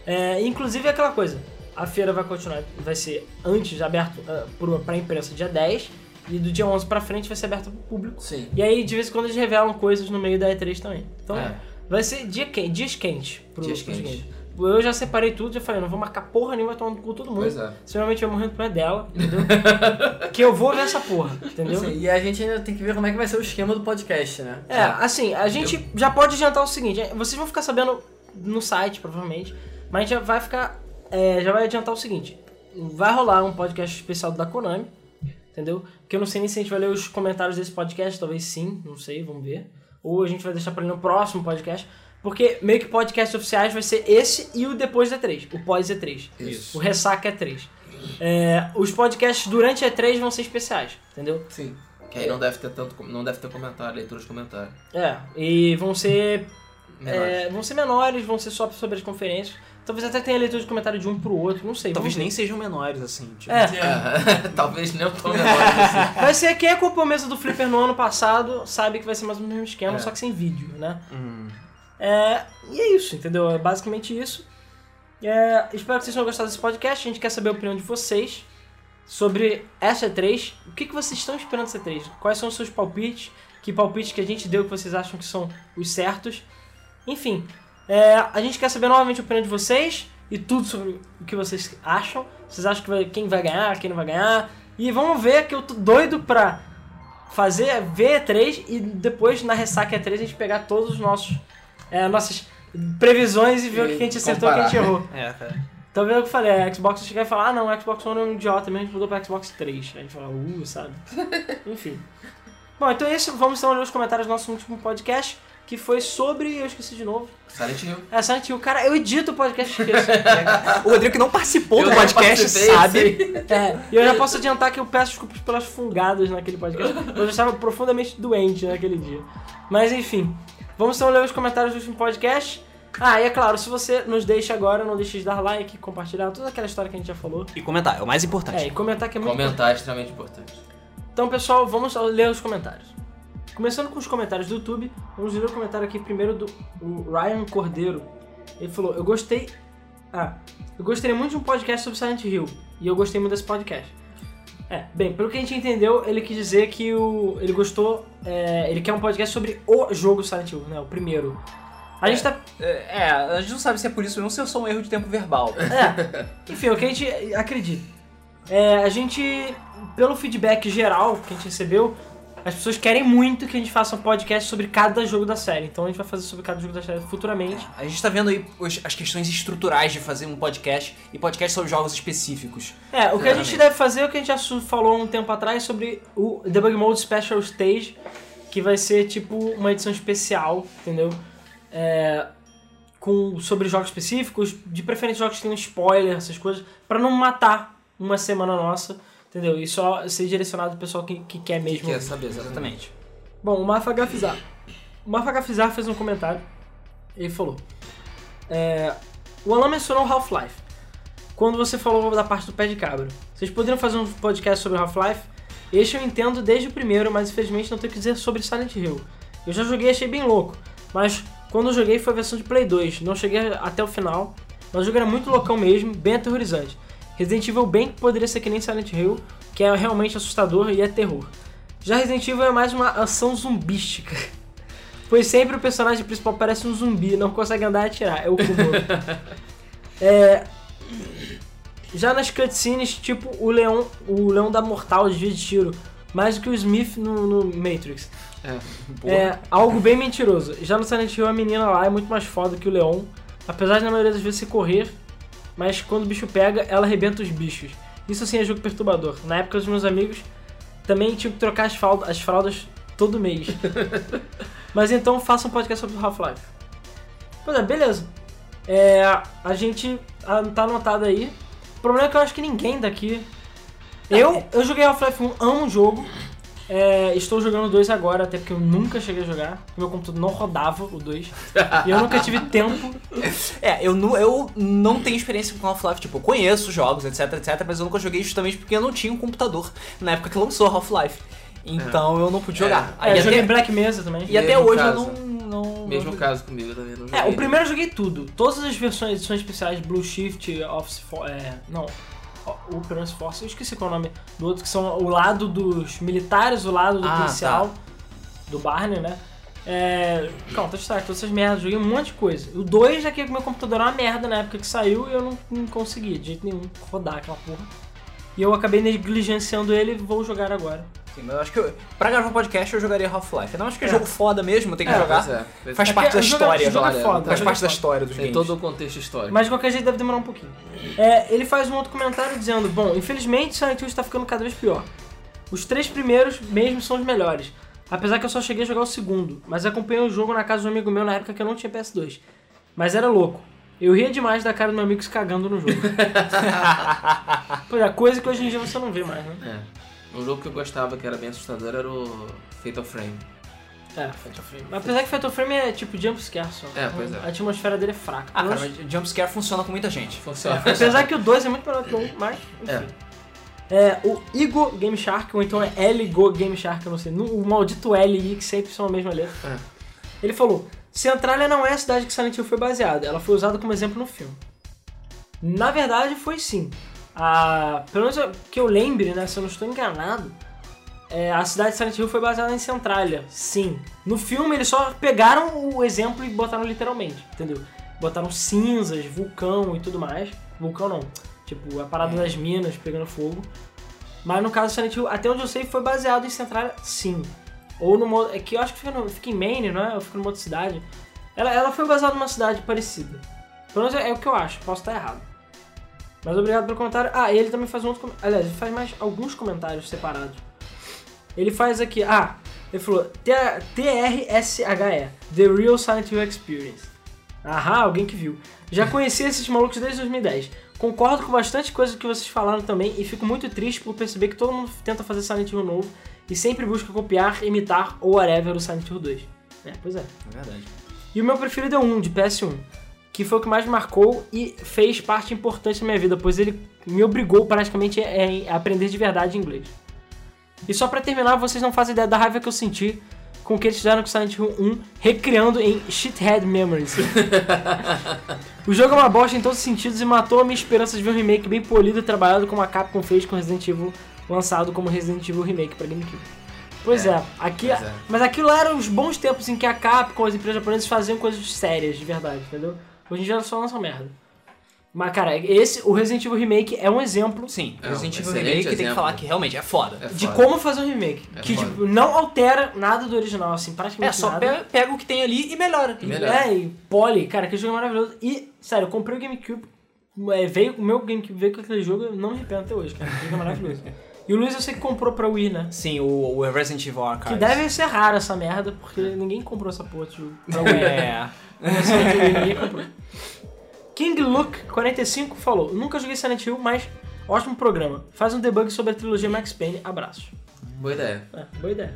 B: É, inclusive é aquela coisa, a feira vai continuar, vai ser antes aberto ah, pro- pra imprensa dia 10 E do dia 11 pra frente vai ser aberto pro público.
D: Sim.
B: E aí, de vez em quando, eles revelam coisas no meio da E3 também. Então,
C: É.
B: vai ser dia quente, dias quentes pro,
C: Dias
B: pros
C: quentes.
B: games. Eu já separei tudo, já falei, não vou marcar porra nenhuma, vai tomar no cu todo mundo.
C: Pois é.
B: Se realmente vai morrer no problema dela, entendeu? que eu vou ver essa porra, entendeu?
D: Sim, e a gente ainda tem que ver como é que vai ser o esquema do podcast, né?
B: É, assim, a gente já pode adiantar o seguinte, é, vocês vão ficar sabendo no site, provavelmente, mas a gente já vai ficar. é, já vai adiantar o seguinte. Vai rolar um podcast especial da Konami, entendeu? Que eu não sei nem se a gente vai ler os comentários desse podcast, talvez sim, não sei, vamos ver. Ou a gente vai deixar pra ler no próximo podcast. Porque meio que podcasts oficiais vai ser esse e o depois da E3, o pós E3.
C: Isso.
B: O ressaca E3. É, os podcasts durante a E3 vão ser especiais, entendeu?
D: Sim.
C: Que aí não deve ter tanto. com- Não deve ter comentário, leitura de comentário.
B: É, e vão ser.
C: Menores.
B: é, vão ser menores, vão ser só sobre as conferências. Talvez até tenha leitura de comentário de um pro outro, não sei.
A: Talvez
B: vamos
A: nem sejam menores, assim. Tipo,
B: ver. É,
C: Talvez nem eu tô menor.
B: vai ser quem acompanhou a mesa do Flipper no ano passado, sabe que vai ser mais ou menos o mesmo esquema,
C: É.
B: só que sem vídeo, né?
A: hum,
B: É, e é isso, entendeu? É basicamente isso. É, espero que vocês tenham gostado desse podcast. A gente quer saber a opinião de vocês sobre essa E3. O que, que vocês estão esperando dessa E3? Quais são os seus palpites? Que palpites que a gente deu que vocês acham que são os certos? Enfim, é, a gente quer saber novamente a opinião de vocês e tudo sobre o que vocês acham. Vocês acham que vai- quem vai ganhar, quem não vai ganhar? E vamos ver que eu tô doido pra fazer ver E3 e depois na ressaca E3 a gente pegar todos os nossos é, nossas previsões e ver o que a gente acertou e o que a gente errou.
A: é, cara.
B: Então, vendo o que eu falei, a Xbox chegar e falar, ah não, o Xbox One é um idiota mesmo, a gente mudou pra Xbox 3. Aí a gente fala, uh, sabe? Enfim. Bom, então é isso. Vamos então ler os comentários do nosso último podcast, que foi sobre. Eu esqueci de novo.
C: Silent Hill.
B: É, Silent Hill. Cara, eu edito o podcast e esqueço.
A: O Rodrigo que não participou
C: Eu
A: do
C: não
A: podcast
C: participei,
A: sabe.
B: É, e eu já posso adiantar que eu peço desculpas pelas fungadas naquele podcast. Eu já estava profundamente doente naquele dia. Mas enfim, vamos então ler os comentários do último podcast. Ah, e é claro, se você nos deixa agora, não deixe de dar like, compartilhar, toda aquela história que a gente já falou.
A: E comentar, é o mais importante.
B: É, e comentar que é muito
C: Comentar é extremamente importante.
B: então, pessoal, vamos ler os comentários. Começando com os comentários do YouTube, vamos ler o comentário aqui primeiro do o Ryan Cordeiro. Ele falou: Eu gostei. Ah, eu gostaria muito de um podcast sobre Silent Hill. E eu gostei muito desse podcast. É, bem, pelo que a gente entendeu, ele quis dizer que o. Ele gostou. é, ele quer um podcast sobre o jogo Silent Hill, né? O primeiro. A gente tá.
E: É, a gente não sabe se é por isso ou não, se é só um erro de tempo verbal.
B: É, enfim, é o que a gente acredita. É, a gente, pelo feedback geral que a gente recebeu, as pessoas querem muito que a gente faça um podcast sobre cada jogo da série. Então a gente vai fazer sobre cada jogo da série futuramente.
E: A gente tá vendo aí os- as questões estruturais de fazer um podcast e podcast sobre jogos específicos.
B: É, o que a gente deve fazer é o que a gente já su- falou um tempo atrás sobre o Debug Mode Special Stage, que vai ser tipo uma edição especial, entendeu? É, com, sobre jogos específicos, de preferência jogos que tenham spoiler, essas coisas, pra não matar uma semana nossa, entendeu? E só ser direcionado pro pessoal que, que quer mesmo.
C: Quer saber, exatamente.
B: Bom, o Mafa Gafizar. O Mafa Gafizar fez um comentário. Ele falou: é, O Alan mencionou Half-Life. Quando você falou da parte do pé de cabra. Vocês poderiam fazer um podcast sobre Half-Life? Este eu entendo desde o primeiro, mas infelizmente não tenho o que dizer sobre Silent Hill. Eu já joguei e achei bem louco, mas quando eu joguei foi a versão de Play 2, não cheguei até o final, mas o jogo era muito loucão mesmo, bem aterrorizante. Resident Evil bem que poderia ser que nem Silent Hill, que é realmente assustador e é terror. Já Resident Evil é mais uma ação zumbística. Pois sempre o personagem principal parece um zumbi, não consegue andar e atirar. É o cúmulo. É, Já nas cutscenes, tipo o leão, o leão da mortal desvia de tiro. Mais do que o Smith no, no Matrix. É, algo bem mentiroso. Já no Silent Hill, a menina lá é muito mais foda que o leão. Apesar de na maioria das vezes se correr, mas quando o bicho pega, ela arrebenta os bichos. Isso sim é jogo perturbador. Na época dos meus amigos, também tinha que trocar as, falda- as fraldas todo mês. Mas então faça um podcast sobre o Half-Life. Pois é, beleza. É, a gente ah, tá anotado aí. O problema é que eu acho que ninguém daqui.
E: é-
B: Eu, eu joguei Half-Life 1, amo o jogo. É, estou jogando o 2 agora, até porque eu nunca cheguei a jogar. Meu computador não rodava o 2. e eu nunca tive tempo.
E: É, eu, nu- eu não tenho experiência com Half-Life. Tipo, eu conheço jogos, etc, etc, mas eu nunca joguei justamente porque eu não tinha um computador na época que lançou Half-Life. Então eu não pude jogar.
B: É,
E: Aí
B: eu joguei
E: até,
B: Black Mesa também.
E: e até
C: Mesmo
E: hoje
C: caso.
E: eu não. não
C: Mesmo
E: não-
C: caso comigo, eu também não joguei.
B: É, o primeiro eu joguei tudo. Todas as versões, edições especiais, Blue Shift, Office, Fo- é, não, o Operation Force, eu esqueci qual é o nome do outro, que são o lado dos militares, o lado do
C: Ah,
B: policial, do Barney, né? É. Counter Strike, todas essas merdas, joguei um monte de coisa. O 2 é que meu computador era uma merda na época que saiu e eu não, não consegui de jeito nenhum rodar aquela porra. E eu acabei negligenciando ele e vou jogar agora.
E: Sim, mas eu acho que eu, pra gravar um podcast eu jogaria Half-Life. Eu não acho que é, jogo foda mesmo, tem que
B: É,
E: jogar.
C: Pois é.
E: Faz
B: É
E: parte
B: que
E: da
B: o jogo-
E: história.
B: o jogo é
C: galera.
B: foda,
E: Faz
B: o jogo é
E: parte da
B: foda.
E: história dos games.
C: Tem todo o contexto histórico.
B: Mas de qualquer jeito deve demorar um pouquinho. É, ele faz um outro comentário dizendo: Bom, infelizmente Silent Hill está ficando cada vez pior. Os três primeiros mesmo são os melhores. Apesar que eu só cheguei a jogar o segundo, mas acompanhei o jogo na casa de um amigo meu na época que eu não tinha PS2. Mas era louco. Eu ria demais da cara do meu amigo se cagando no jogo. Pois é, coisa que hoje em dia você não vê mais, né?
C: É. Um jogo que eu gostava, que era bem assustador, era o Fatal Frame.
B: É, Fatal Frame. Apesar que Fatal Frame é tipo jumpscare só.
C: É, pois é.
B: A atmosfera dele é fraca.
E: Ah, cara, mas jumpscare funciona com muita gente.
C: Funciona.
B: Apesar que o 2 é muito melhor que o 1, mas enfim. É, o Igor Game Shark, ou então é Ligo Game Shark, eu não sei. O maldito L e I, que sempre são a mesma letra.
C: É.
B: Ele falou: Centralia não é a cidade que Silent Hill foi baseada, ela foi usada como exemplo no filme. Na verdade, foi sim. A, pelo menos que eu lembre, né? Se eu não estou enganado, é, a cidade de Silent Hill foi baseada em Centralia, sim. No filme, eles só pegaram o exemplo e botaram literalmente, entendeu? Botaram cinzas, vulcão e tudo mais. Vulcão não. Tipo, a parada das minas pegando fogo. Mas no caso do Silent Hill, até onde eu sei, foi baseado em Centralia, sim. Ou numa. É que eu acho que fica, no- fica em Maine, não é? Ou fica numa outra cidade. Ela, ela foi baseada numa cidade parecida. Pelo menos é, é o que eu acho, posso estar errado. Mas obrigado pelo comentário. Ah, e ele também faz um outro. com- Aliás, ele faz mais alguns comentários separados. Ele faz aqui. Ah, ele falou T- TRSHE The Real Silent Hill Experience. Ahá, alguém que viu. Já conheci esses malucos desde 2010. Concordo com bastante coisa que vocês falaram também e fico muito triste por perceber que todo mundo tenta fazer Silent Hill novo e sempre busca copiar, imitar ou whatever o Silent Hill 2. É, pois é.
E: É verdade.
B: E o meu preferido é um, de PS1, que foi o que mais marcou e fez parte importante da minha vida, pois ele me obrigou praticamente a a aprender de verdade inglês. E só pra terminar, vocês não fazem ideia da raiva que eu senti com o que eles fizeram com Silent Hill 1, recriando em Shithead Memories. o jogo é uma bosta em todos os sentidos e matou a minha esperança de ver um remake bem polido e trabalhado como a Capcom fez com Resident Evil, lançado como Resident Evil Remake pra GameCube. Pois é, aqui,
C: pois é.
B: mas aquilo lá eram os bons tempos em que a Capcom, as empresas japonesas faziam coisas sérias, de verdade, entendeu? Hoje em dia elas só lançam merda. Mas, cara, esse, o Resident Evil Remake é um exemplo
E: Sim,
C: É um
E: Resident Evil
C: excelente
E: Remake tem que
C: exemplo.
E: falar que realmente é foda.
C: É
B: de
C: foda.
B: como fazer um remake.
C: É
B: que,
C: foda.
B: tipo, não altera nada do original, assim,
E: É,
B: praticamente
E: só
B: nada.
E: pe- pega o que tem ali e melhora.
C: E melhora.
B: É, e Poly, cara, que jogo é maravilhoso. E, sério, eu comprei o GameCube, é, veio, o meu GameCube veio com aquele jogo, eu não me arrependo até hoje, cara. O jogo é maravilhoso. e o Luiz eu sei que comprou pra Wii, né?
E: Sim, o, o Resident Evil
B: Que
E: Archives.
B: deve ser raro essa merda, porque ninguém comprou essa porra de jogo pra Wii.
E: É.
B: Ninguém comprou. King Luke 45 falou: Nunca joguei Silent Hill, mas ótimo programa. Faz um debug sobre a trilogia Max Payne. Abraço.
C: Boa ideia.
B: É, boa ideia.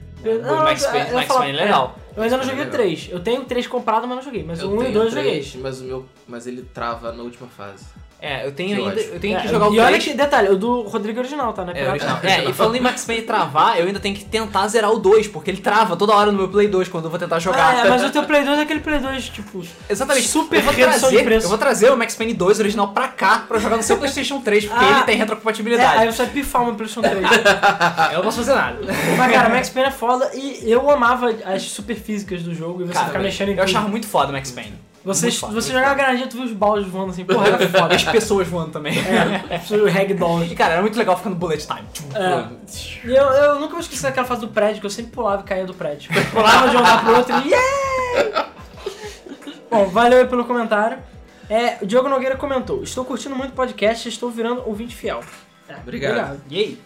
E: O Max Payne
B: eu
E: Max
B: falo-
E: Payne é legal.
B: Eu ainda não joguei o
C: Legal.
B: 3. Eu tenho o 3 comprado, mas não joguei. Mas o 1 e o
C: tenho
B: 2 eu
C: três,
B: joguei.
C: Mas, o meu, mas ele trava na última fase.
E: É, eu tenho
C: Que
E: ainda.
C: ótimo.
E: Eu tenho que
B: É,
E: jogar o
B: E olha
E: 3.
B: que detalhe, o do Rodrigo original, tá? Né?
C: É, original.
E: É, e falando em Max Payne travar, eu ainda tenho que tentar zerar o 2, porque ele trava toda hora no meu Play 2 quando eu vou tentar jogar. É
B: Ah, é, mas o teu Play 2 é aquele Play 2, tipo.
E: Exatamente.
B: super
E: eu vou
B: redução de
E: trazer,
B: preço.
E: Eu vou trazer o Max Payne 2 original pra cá pra jogar no seu PlayStation 3, porque
B: Ah.
E: ele tem
B: É, aí
E: retrocompatibilidade.
B: eu só pifar o meu PlayStation 3. É,
E: eu não posso fazer nada.
B: Mas, cara, Max Payne é foda e eu amava as superfísicas do jogo e você
E: Cara,
B: ficar mexendo em
E: eu
B: tudo.
E: achava muito foda o Max Payne.
B: Você,
E: muito foda,
B: você
E: muito
B: jogava granadinha, tu viu os baldes voando assim, porra, era
E: E
B: foda.
E: as pessoas voando também.
B: É, o ragdoll.
E: E cara, era muito legal ficando bullet time. Tipo,
B: É. E eu, eu nunca vou esquecer daquela fase do prédio, que eu sempre pulava e caía do prédio. Eu pulava de um lado pro outro e yeah! Bom, valeu aí pelo comentário. É, o Diogo Nogueira comentou, estou curtindo muito o podcast, estou virando ouvinte fiel. É,
C: Obrigado.
E: E aí?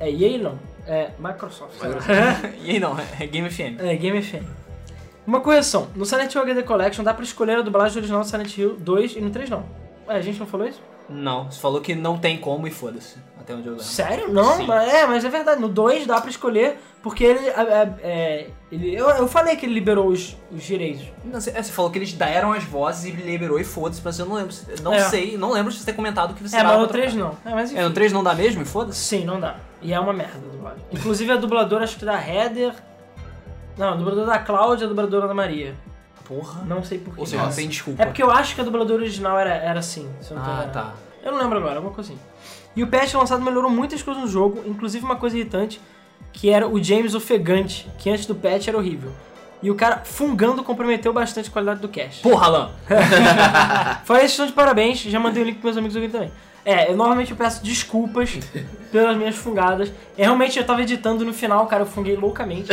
B: É, e aí não, é Microsoft. sei lá.
E: E aí não, é Game FM.
B: É, Game FM. Uma correção, no Silent Hill HD Collection dá pra escolher a dublagem original do Silent Hill 2 e no 3 não. Ué, a gente não falou isso?
E: Não, você falou que não tem como e foda-se. Até onde eu lembro.
B: Sério? Não,
E: Sim.
B: mas, é, mas é verdade. No 2 dá pra escolher, porque ele. é, é, é, ele eu, eu falei que ele liberou os, os direitos.
E: Não, você, é, você falou que eles deram as vozes e liberou e foda-se, mas eu não lembro. se- Não
B: É.
E: sei, não lembro de você ter comentado que você
B: É,
E: dava
B: mas no
E: pra-
B: 3 não. É, mas enfim.
E: É, no 3 não dá mesmo e foda-se?
B: Sim, não dá. E é uma merda a dublagem. Inclusive a dubladora, acho que da Heather. Não, a dubladora da Cláudia e a dubladora da Maria.
E: Porra.
B: Não sei porquê.
E: Ou seja,
C: Nossa.
E: sem desculpa.
B: É porque eu acho que a dubladora original era, era assim, se eu não tô
E: Ah,
B: enganado.
E: tá.
B: Eu não lembro agora, alguma coisa assim. E o patch lançado melhorou muitas coisas no jogo, inclusive uma coisa irritante, que era o James ofegante, que antes do patch era horrível. E o cara fungando comprometeu bastante a qualidade do cast. Ah.
E: Porra, Alan!
B: Fora isso, estão de parabéns. Já mandei o link pros meus amigos ouvirem também. É, eu normalmente eu peço desculpas pelas minhas fungadas. É, realmente eu tava editando no final, cara, eu funguei loucamente.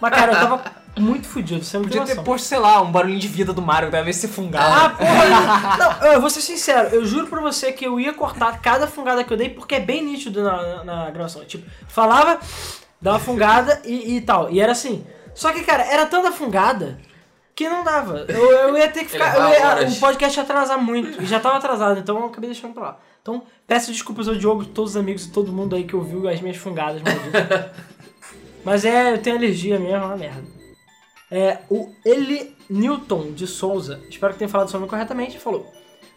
B: Mas, cara, eu tava muito fudido, você não tem
E: Podia ter
B: noção.
E: posto, sei lá, um barulhinho de vida do Mario, deve se fungar.
B: Ah, porra! Não, eu vou ser sincero, eu juro pra você que eu ia cortar cada fungada que eu dei, porque é bem nítido na, na, na gravação. Tipo, falava, dava fungada e, e tal. E era assim. Só que, cara, era tanta fungada que não dava. Eu, eu ia ter que ficar. eu
C: Levar
B: ia-
C: horas.
B: o podcast ia atrasar muito. E já tava atrasado, então eu acabei deixando pra lá. Então, peço desculpas ao Diogo, todos os amigos e todo mundo aí que ouviu as minhas fungadas, maldito. Mas é, eu tenho alergia mesmo, é uma merda. É, o Eli Newton de Souza, espero que tenha falado o seu nome corretamente, falou: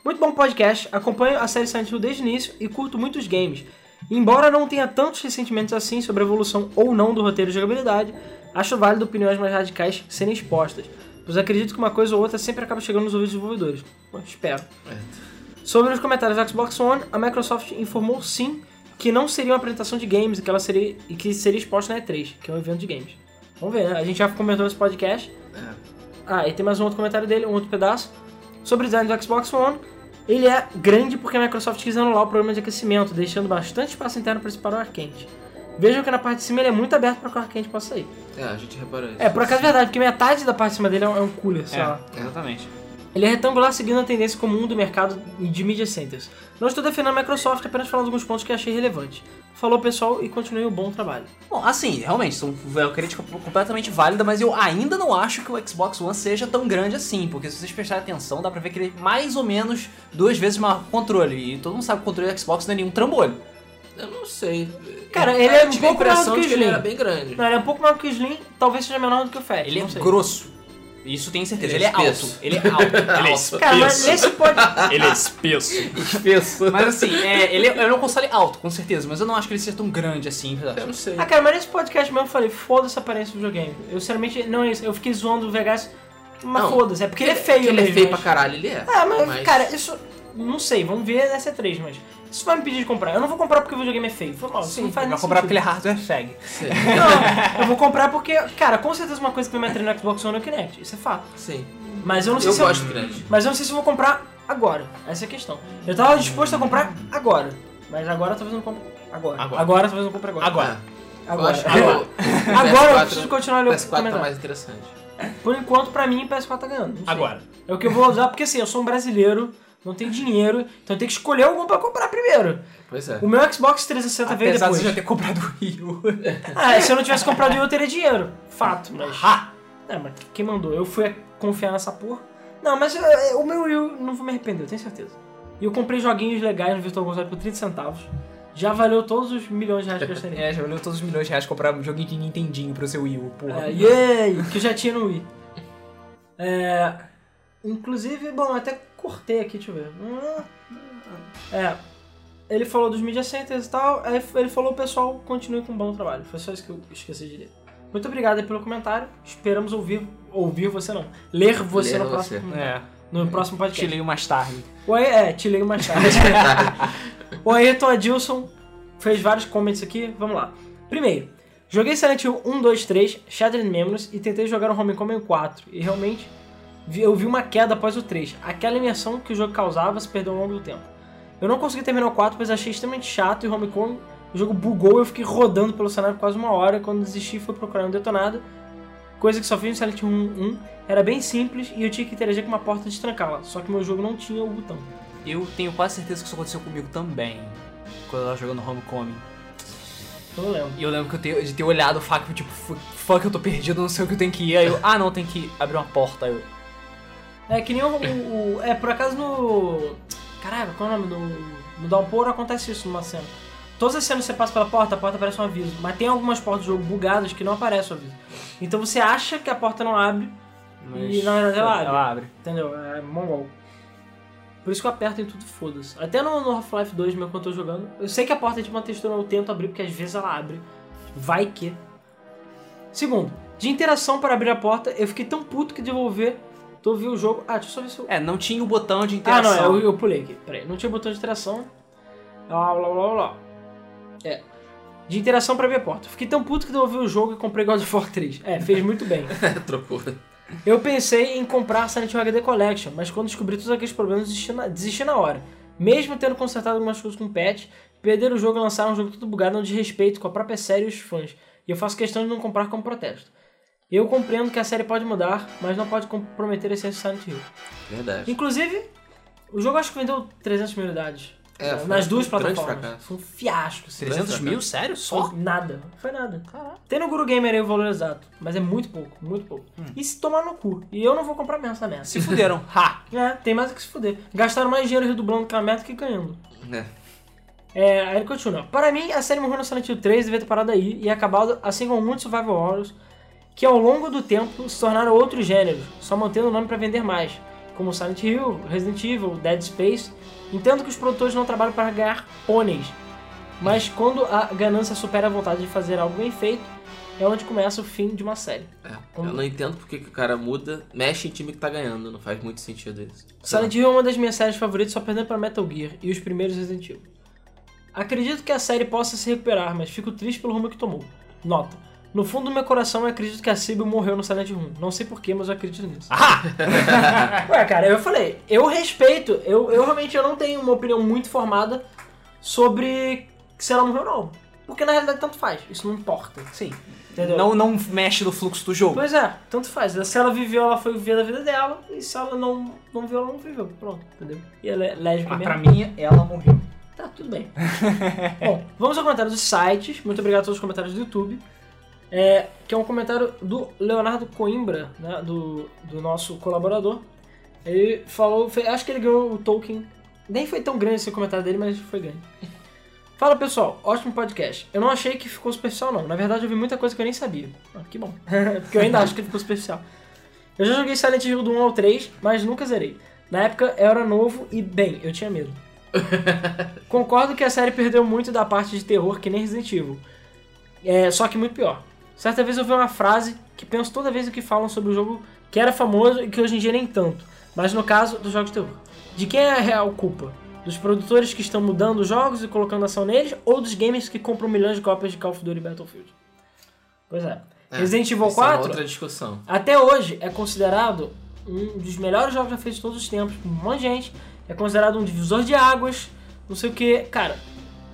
B: Muito bom podcast, acompanho a série Silent Hill desde o início e curto muitos games. Embora não tenha tantos ressentimentos assim sobre a evolução ou não do roteiro de jogabilidade, acho válido opiniões mais radicais serem expostas, pois acredito que uma coisa ou outra sempre acaba chegando nos ouvidos dos desenvolvedores. Bom, espero. Sobre os comentários do Xbox One, a Microsoft informou sim que não seria uma apresentação de games e que ela seria e que seria exposta na E3, que é um evento de games. Vamos ver, né? A gente já comentou nesse podcast. Ah, e tem mais um outro comentário dele, um outro pedaço. Sobre o design do Xbox One, ele é grande porque a Microsoft quis anular o problema de aquecimento, deixando bastante espaço interno para esse o ar quente. Vejam que na parte de cima ele é muito aberto para que o ar quente possa sair.
C: É, a gente reparou isso.
B: É, por acaso é verdade, porque metade da parte de cima dele é um é um cooler, sei lá.
E: Ah,
A: Exatamente.
B: Ele é retangular seguindo a tendência comum do mercado de media centers. Não estou defendendo a Microsoft, apenas falando alguns pontos que achei relevantes. Falou pessoal e continue o bom trabalho.
E: Bom, assim, realmente, são- é uma crítica completamente válida, mas eu ainda não acho que o Xbox One seja tão grande assim, porque se vocês prestarem atenção, dá pra ver que ele é mais ou menos duas vezes maior que o controle, e todo mundo sabe que o controle do Xbox não é nenhum trambolho.
C: Eu não sei.
B: Cara,
C: Eu-
B: ele é
C: eu
B: um
C: tive a
B: pouco maior
C: impressão
B: do que
C: de que ele
B: Slim.
C: era bem grande.
B: Não, ele é um pouco maior que o Slim, talvez seja menor do que o Fat.
E: Ele é
B: não sei.
E: grosso. Isso tenho certeza. Ele
C: Ele é
E: é, alto.
C: espesso.
E: Ele é alto.
A: Ele é
B: Cara, mas
A: espesso.
B: nesse pode.
A: Ele é espesso.
C: Espesso.
E: Mas assim, é, ele, é- ele é um console alto, com certeza, mas eu não acho que ele seja tão grande assim,
C: Eu
E: verdade.
C: não sei.
B: Ah, cara, mas nesse podcast mesmo eu falei, foda-se a aparência do videogame. Eu sinceramente, não é isso. Eu fiquei zoando o Vegas, mas
C: Não,
B: foda-se. É porque ele é feio,
C: Que Ele é
B: mesmo,
C: feio
B: mas-
C: pra caralho, ele é.
B: Ah, mas, cara, isso. Não sei, vamos ver nessa 3, mas. Isso vai me pedir de comprar. Eu não vou comprar porque o videogame é feio. Foi mal, isso não faz
E: Vai
B: nem
E: comprar
B: sentido.
E: porque ele é hardware fag.
C: Sim,
B: Não, eu vou comprar porque, cara, com certeza uma coisa que vai me atrair no Xbox One é o Kinect, isso é fato.
C: sim.
B: Mas eu não sei
C: Eu
B: se
C: gosto
B: eu,
C: grande.
B: Mas eu não sei se eu vou comprar agora. Essa é a questão. Eu tava disposto a comprar agora. Mas agora talvez eu não compre agora.
A: Agora.
B: talvez eu não compre agora.
E: Agora.
C: Ah, Eu
B: Agora.
C: acho que
B: Agora,
C: o
B: Agora eu
C: PS4
B: preciso continuar
C: O
B: lendo o
C: PS4 tá
B: comentário.
C: mais interessante.
B: Por enquanto, pra mim, o PS4 tá ganhando. não sei.
A: Agora.
B: É o que eu vou usar, porque assim, eu sou um brasileiro, não tenho dinheiro, então eu tenho que escolher algum pra comprar primeiro.
C: Pois é.
B: O meu Xbox 360 veio
E: Apesar de
B: depois.
E: você já ter comprado o Rio.
B: Ah, se eu não tivesse comprado eu teria dinheiro. Fato, mas. É, mas quem mandou? Eu fui confiar nessa porra. Não, mas eh, o meu eu não vou me arrepender, eu tenho certeza. E eu comprei joguinhos legais no Virtual Console por 30 centavos. Já valeu todos os milhões de reais que eu gastaria.
E: É, já valeu todos os milhões de reais comprar um joguinho de Nintendinho pro seu Wii U, porra.
B: É, yay! Que eu já tinha no Wii. É, inclusive, bom, eu até cortei aqui, deixa eu ver. Ah, É, ele falou dos media centers e tal, aí ele falou, pessoal, continue com um bom trabalho. Foi só isso que eu esqueci de ler. Muito obrigado aí pelo comentário. Esperamos ouvir, ouvir você não, ler você,
C: Ler
B: no,
C: você.
B: Próximo,
E: É.
B: no próximo
E: Te
B: podcast.
E: leio mais tarde.
B: O Ae- é, te leio mais tarde. o Ayrton Adilson fez vários comments aqui, vamos lá. Primeiro, joguei Silent Hill 1, 2, 3, Shattered Memories e tentei jogar o Homecoming 4. E realmente, vi- eu vi uma queda após o 3. Aquela imersão que o jogo causava se perdeu ao longo do tempo. Eu não consegui terminar o 4, pois achei extremamente chato e o Homecoming, o jogo bugou e eu fiquei rodando pelo cenário quase uma hora. Quando desisti, fui procurar um detonado. Coisa que só fiz no Silent Hill 1, 1 era bem simples e eu tinha que interagir com uma porta de trancá-la, só que meu jogo não tinha o botão.
E: Eu tenho quase certeza que isso aconteceu comigo também. Quando eu tava jogando Homecoming.
B: então Eu não lembro.
E: E eu lembro que eu te- de ter olhado o Faco, tipo, fu- fuck, eu tô perdido, não sei o que eu tenho que ir. Aí eu, ah não, tem que abrir uma porta. Aí eu,
B: É que nem o, o- o- É, por acaso no. Caralho, qual é o nome? No, no Downpour acontece isso numa cena. Todas as cenas que você passa pela porta, a porta aparece um aviso. Mas tem algumas portas do jogo bugadas que não aparece o aviso. Então você acha que a porta não abre,
E: mas.
B: E na verdade ela abre.
E: Ela abre.
B: entendeu? É mongol. Por isso que eu aperto em tudo, foda-se. Até no, no Half-Life 2 mesmo quando eu tô jogando. Eu sei que a porta é tipo uma textura, eu tento abrir, porque às vezes ela abre. Vai que. Segundo, de interação para abrir a porta, eu fiquei tão puto que devolver. Devolvi o jogo. Ah, deixa eu só ver se eu.
E: É, não tinha o botão de
B: Ah,
E: interação.
B: não, eu, eu pulei aqui. Peraí, não tinha botão de interação. Blá, blá, blá, blá. É. De interação pra abrir a porta. Fiquei tão puto que devolvi o jogo e comprei God of War 3. É, fez muito bem.
C: Trocou.
B: Eu pensei em comprar Silent Hill HD Collection, mas quando descobri todos aqueles problemas, desisti na, desisti na hora. Mesmo tendo consertado algumas coisas com patch, perder o jogo e lançar um jogo todo bugado é um desrespeito com a própria série e os fãs. E eu faço questão de não comprar como protesto. Eu compreendo que a série pode mudar, mas não pode comprometer a essência de Silent Hill.
C: Verdade.
B: Inclusive, o jogo acho que vendeu 300 mil unidades.
C: É,
B: Né,
C: foi
B: nas
C: um
B: duas
C: grande
B: plataformas.
C: fracasso.
B: Foi um fiasco. assim.
A: 300 mil? Sério? Só?
B: Foi nada. Foi nada. Tem no Guru Gamer aí o valor exato, mas é muito pouco, muito pouco. E se tomar no cu. E eu não vou comprar mesmo essa merda.
A: Hum. Se fuderam. ha!
B: É, tem mais o que se fuder. Gastaram mais dinheiro redublando aquela merda que ganhando.
C: É.
B: É, aí ele continua. Para mim, a série morreu no Silent Hill 3 devia ter parado aí e acabado, assim como muitos survival horrors, que ao longo do tempo se tornaram outros gêneros, só mantendo o nome para vender mais, como Silent Hill, Resident Evil, Dead Space. Entendo que os produtores não trabalham para ganhar pôneis, mas quando a ganância supera a vontade de fazer algo bem feito, é onde começa o fim de uma série.
C: É. Eu não entendo porque que o cara muda, mexe em time que tá ganhando. Não faz muito sentido isso.
B: Silent Hill é uma das minhas séries favoritas, só perdendo pra Metal Gear e os primeiros Resident Evil. Acredito que a série possa se recuperar, mas fico triste pelo rumo que tomou. Nota. No fundo do meu coração, eu acredito que a Sibyl morreu no Silent Hill 1. Não sei porquê, mas eu acredito nisso.
A: Ah.
B: Ué, cara, eu falei, eu respeito, eu, eu realmente eu não tenho uma opinião muito formada sobre se ela morreu ou não. Porque na realidade tanto faz, isso não importa.
A: Sim.
B: Entendeu?
A: Não, não mexe no fluxo do jogo.
B: Pois é, tanto faz. Se ela viveu, ela foi viver a vida dela. E se ela não, não viu, ela não viveu. Pronto, entendeu? E ela é lésbica
A: Ah,
B: mesmo.
A: pra mim, ela morreu.
B: Tá, tudo bem. Bom, vamos ao comentário dos sites. Muito obrigado a todos os comentários do YouTube. É, que é um comentário do Leonardo Coimbra, né, do, do nosso colaborador. Ele falou, fe- acho que ele ganhou o Tolkien. Nem foi tão grande esse comentário dele, mas foi grande. Fala pessoal, ótimo podcast. Eu não achei que ficou superficial, não. Na verdade, eu vi muita coisa que eu nem sabia. Ah, que bom. Porque eu ainda acho que ficou superficial. Eu já joguei Silent Hill do 1 ao 3, mas nunca zerei. Na época eu era novo e, bem, eu tinha medo. Concordo que a série perdeu muito da parte de terror que nem Resident Evil. É, só que muito pior. Certa vez eu vi uma frase que penso toda vez o que falam sobre o jogo que era famoso e que hoje em dia nem tanto. Mas no caso dos jogos de terror. De quem é a real culpa? Dos produtores que estão mudando os jogos e colocando ação neles ou dos gamers que compram milhões de cópias de Call of Duty e Battlefield? Pois é.
C: É,
B: Resident Evil
C: Isso é uma
B: 4
C: outra discussão.
B: até hoje é considerado um dos melhores jogos já feitos de todos os tempos, por um monte de gente. É considerado um divisor de águas, não sei o que. Cara,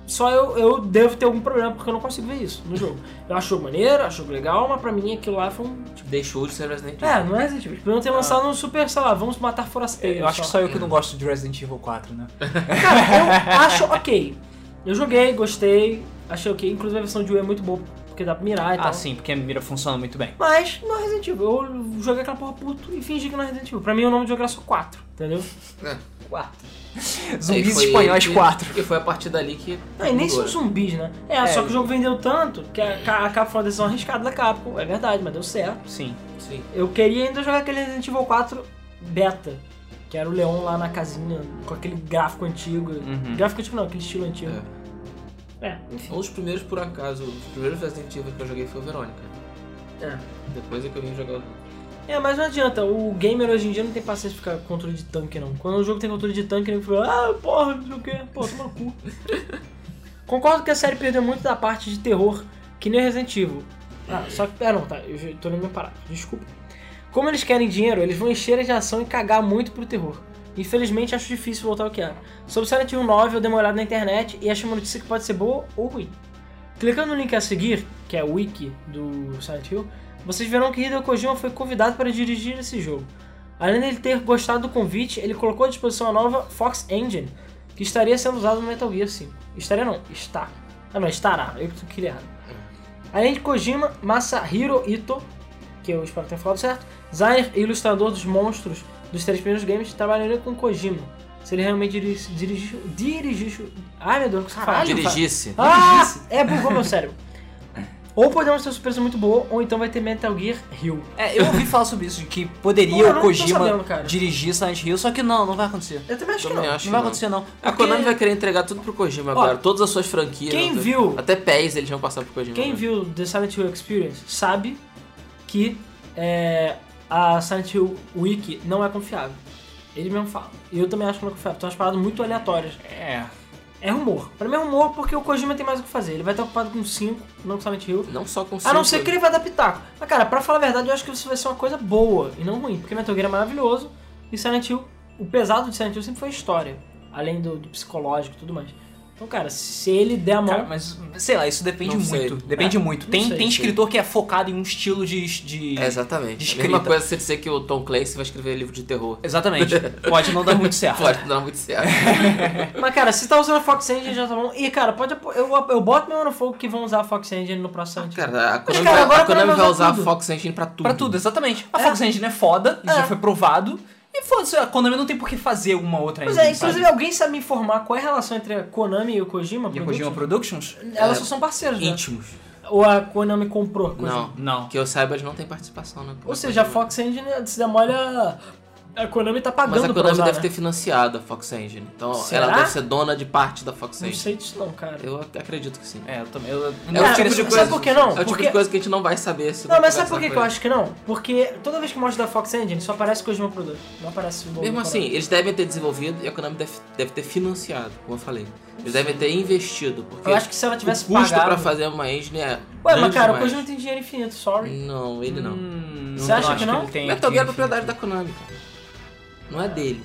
B: só eu, eu devo ter algum problema porque eu não consigo ver isso no jogo. Eu acho o jogo maneiro, acho o jogo legal, mas pra mim aquilo lá foi um.
C: Tipo, Deixou de ser Resident Evil.
B: É, não é Resident Evil. Eles Podiam ter lançado um super, sei lá, vamos matar forasteiros.
A: tipo Ah. Eu acho que só eu que não gosto de Resident Evil 4, né?
B: Cara, eu acho ok. Eu joguei, gostei, achei ok. Inclusive a versão de Wii é muito boa porque dá pra mirar e
A: Ah,
B: tal.
A: sim, porque a mira funciona muito bem.
B: Mas não é Resident Evil. Eu joguei aquela porra puto e fingi que não é Resident Evil. Pra mim o nome do jogo era só 4, entendeu?
A: Zumbis
C: E foi-
A: espanhóis
C: e-
A: 4.
C: E foi a partir dali que.
B: Não, e nem
C: mudou,
B: são
C: né?
B: zumbis, né? É, só que o jogo vendeu tanto que a, Ca- a Capcom foi uma decisão arriscada da Capcom. É verdade, mas deu certo.
A: Sim.
C: né? Sim.
B: Eu queria ainda jogar aquele Resident Evil 4 beta. Que era o Leon lá na casinha, com aquele gráfico antigo. Gráfico antigo não, aquele estilo antigo. É, enfim.
C: Um dos primeiros, por acaso, os primeiros Resident Evil que eu joguei foi o Verônica.
B: É.
C: Depois é que eu vim jogar o.
B: É, mas não adianta, o gamer hoje em dia não tem paciência pra ficar com controle de tanque, não. Quando o jogo tem controle de tanque, ele fala, ah, porra, não sei o quê, pô, toma no cu. Concordo que a série perdeu muito da parte de terror, que nem Resident Evil. Ah, só que. Ah, não, tá, eu já tô lendo minha parada, desculpa. Como eles querem dinheiro, eles vão encher a de ação e cagar muito pro terror. Infelizmente, acho difícil voltar ao que era. Sobre Silent Hill 9, eu dei uma olhada na internet e achei uma notícia que pode ser boa ou ruim. Clicando no link a seguir, que é o wiki do Silent Hill, vocês verão que Hideo Kojima foi convidado para dirigir esse jogo. Além dele ter gostado do convite, ele colocou à disposição a nova Fox Engine, que estaria sendo usada no Metal Gear 5. Estaria não, está. Ah não, estará, eu que queria errado. Além de Kojima, Masahiro Ito, que eu espero ter falado certo, designer e ilustrador dos monstros dos três primeiros games, trabalharia com Kojima. Se ele realmente dirigisse... Dirigi, dirigisse... Ai meu Deus, o que você fala?
C: Dirigisse.
B: Ah, é, bugou meu cérebro. Ou podemos ter uma surpresa muito boa, ou então vai ter Metal Gear Hill.
A: É, eu ouvi falar sobre isso, de que
B: Pô,
A: poderia
B: eu não
A: o
B: tô
A: Kojima
B: sabendo, cara.
A: dirigir Silent Hill, só que não, não vai acontecer.
B: Eu também acho que
C: Também
B: não.
C: acho
A: não
C: que
A: vai acontecer, não.
C: A Konami vai querer entregar tudo pro Kojima
B: Ó,
C: agora, todas as suas franquias.
B: quem
C: né?
B: viu-
C: Até pés eles vão passar pro Kojima.
B: Quem
C: agora.
B: viu The Silent Hill Experience sabe que é, a Silent Hill Wiki não é confiável. Ele mesmo fala. E eu também acho que não é confiável. São umas paradas muito aleatórias.
A: É.
B: É rumor. Pra mim é rumor porque o Kojima tem mais o que fazer. Ele vai estar ocupado com 5, não com Silent Hill.
C: Não só com
B: A não
C: cinco-
B: ser que ele vai dar pitaco. Mas, cara, pra falar a verdade, eu acho que isso vai ser uma coisa boa e não ruim. Porque Metal Gear é maravilhoso e Silent Hill... O pesado de Silent Hill sempre foi a história. Além do, do psicológico e tudo mais. Então, cara, se ele der a mão...
A: Cara, mas sei lá, isso depende
C: Não sei.
A: muito. Depende muito. Tem,
B: sei,
A: tem
B: sei.
A: escritor que é focado em um estilo de. de...
C: É, exatamente. É
A: Descrita.
C: a mesma coisa se você dizer que o Tom Clancy vai escrever livro de terror.
A: Exatamente. Pode não dar muito certo.
C: Pode não dá muito certo.
B: Mas, cara, se tá usando a Fox Engine, já tá bom. E, cara, pode. apo- Eu, eu boto meu no fogo que vão usar a Fox Engine no próximo Silent Hill.
C: Ah, Cara, a Konami,
B: cara,
C: vai-
B: agora
C: a Konami
B: pra
C: vai
B: usar
C: usar
B: tudo.
C: a Fox Engine pra tudo.
A: Pra tudo, exatamente. A Fox Engine é foda, isso
B: É.
A: já foi provado. E foda-se, a Konami não tem por que fazer uma outra
B: Pois
A: engine,
B: é, inclusive é
A: sabe?
B: alguém sabe me informar qual é a relação entre a Konami e o Kojima?
A: E a
B: Productions?
A: Kojima Productions?
B: Elas
C: É,
B: só são parceiras, né?
C: Íntimos.
B: Ou a Konami comprou a Kojima?
C: Não.
A: Não.
C: Que eu saiba, eles não têm participação, né?
B: Ou seja, a Fox Engine, se der mole, a, a Konami tá pagando
C: Mas a
B: pra
C: Konami
B: usar,
C: deve
B: né?
C: ter financiado a Fox Engine. Então
B: Será?
C: ela deve ser dona de parte da Fox
B: Não
C: Engine.
B: sei disso não, cara.
C: Eu ac- acredito que sim.
A: É, eu também. Eu, eu
C: o
A: não
B: Cara,
C: tipo
A: quero
C: de
A: esse-
B: sabe
C: coisa-
B: por que não?
C: É o tipo
B: Porque-
C: de coisa que a gente não vai saber se
B: Não, mas sabe por que, que eu
C: conversar
B: acho que não? Porque toda vez que mostra da Fox Engine, só aparece Kojima Product. Não aparece o
C: com
B: logo
C: eles. Mesmo
B: da
C: assim,
B: Konami.
C: eles devem ter desenvolvido e a Konami deve, deve ter financiado, como eu falei. Eles devem ter investido, porque
B: Eu acho que se ela tivesse
C: é o custo
B: pagado...
C: pra fazer uma engine é
B: Ué, mas
C: grande
B: cara, o
C: demais.
B: Kojima tem dinheiro infinito, sorry.
C: Não, ele não.
A: Hum,
B: Você acha
A: acho
B: que não?
A: ele tem-
C: Metal Gear é
A: tem-
C: propriedade da Konami, cara. Não é dele.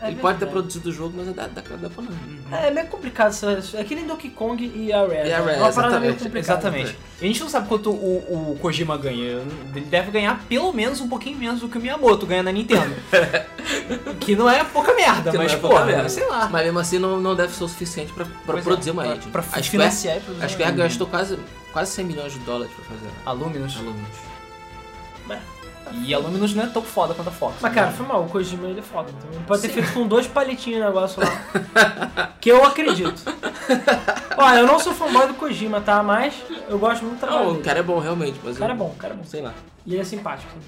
B: É
C: ele pode ter
B: verdade.
C: produzido o jogo, mas é da, da, da Konami.
B: É meio complicado essa. É que nem Donkey Kong e a Rare.
C: E
B: né?
C: a Rare,
B: é uma parada meio
C: exatamente,
B: complicada.
A: Exatamente. E a gente não sabe quanto o, o Kojima ganha. Ele deve ganhar pelo menos um pouquinho menos do que o Miyamoto ganha na Nintendo. que não é pouca merda,
C: Que não
A: mas
C: é
A: pô,
C: pouca merda.
A: sei lá.
C: Mas mesmo assim não, não deve ser o suficiente pra, pra
A: Pois é,
C: produzir uma né? engine.
A: Pra
C: a Square,
A: financiar e produzir
C: a Square
A: uma-
C: gastou quase, quase 100 milhões de dólares pra fazer
B: Ah,
C: a
A: Aluminous.
C: Alunos.
A: E Aluminous não é tão foda quanto a Fox. né?
B: Mas cara, foi mal, o Kojima ele é foda. Então ele pode ter feito com dois palitinhos o negócio lá. que eu acredito. Olha, eu não sou fanboy do Kojima, tá? Mas eu gosto muito do trabalho.
C: Não,
B: dele.
C: o cara é bom realmente,
B: tá O
C: mas
B: cara é
C: eu-
B: bom, o cara é bom.
C: Sei lá.
B: E ele é simpático. também.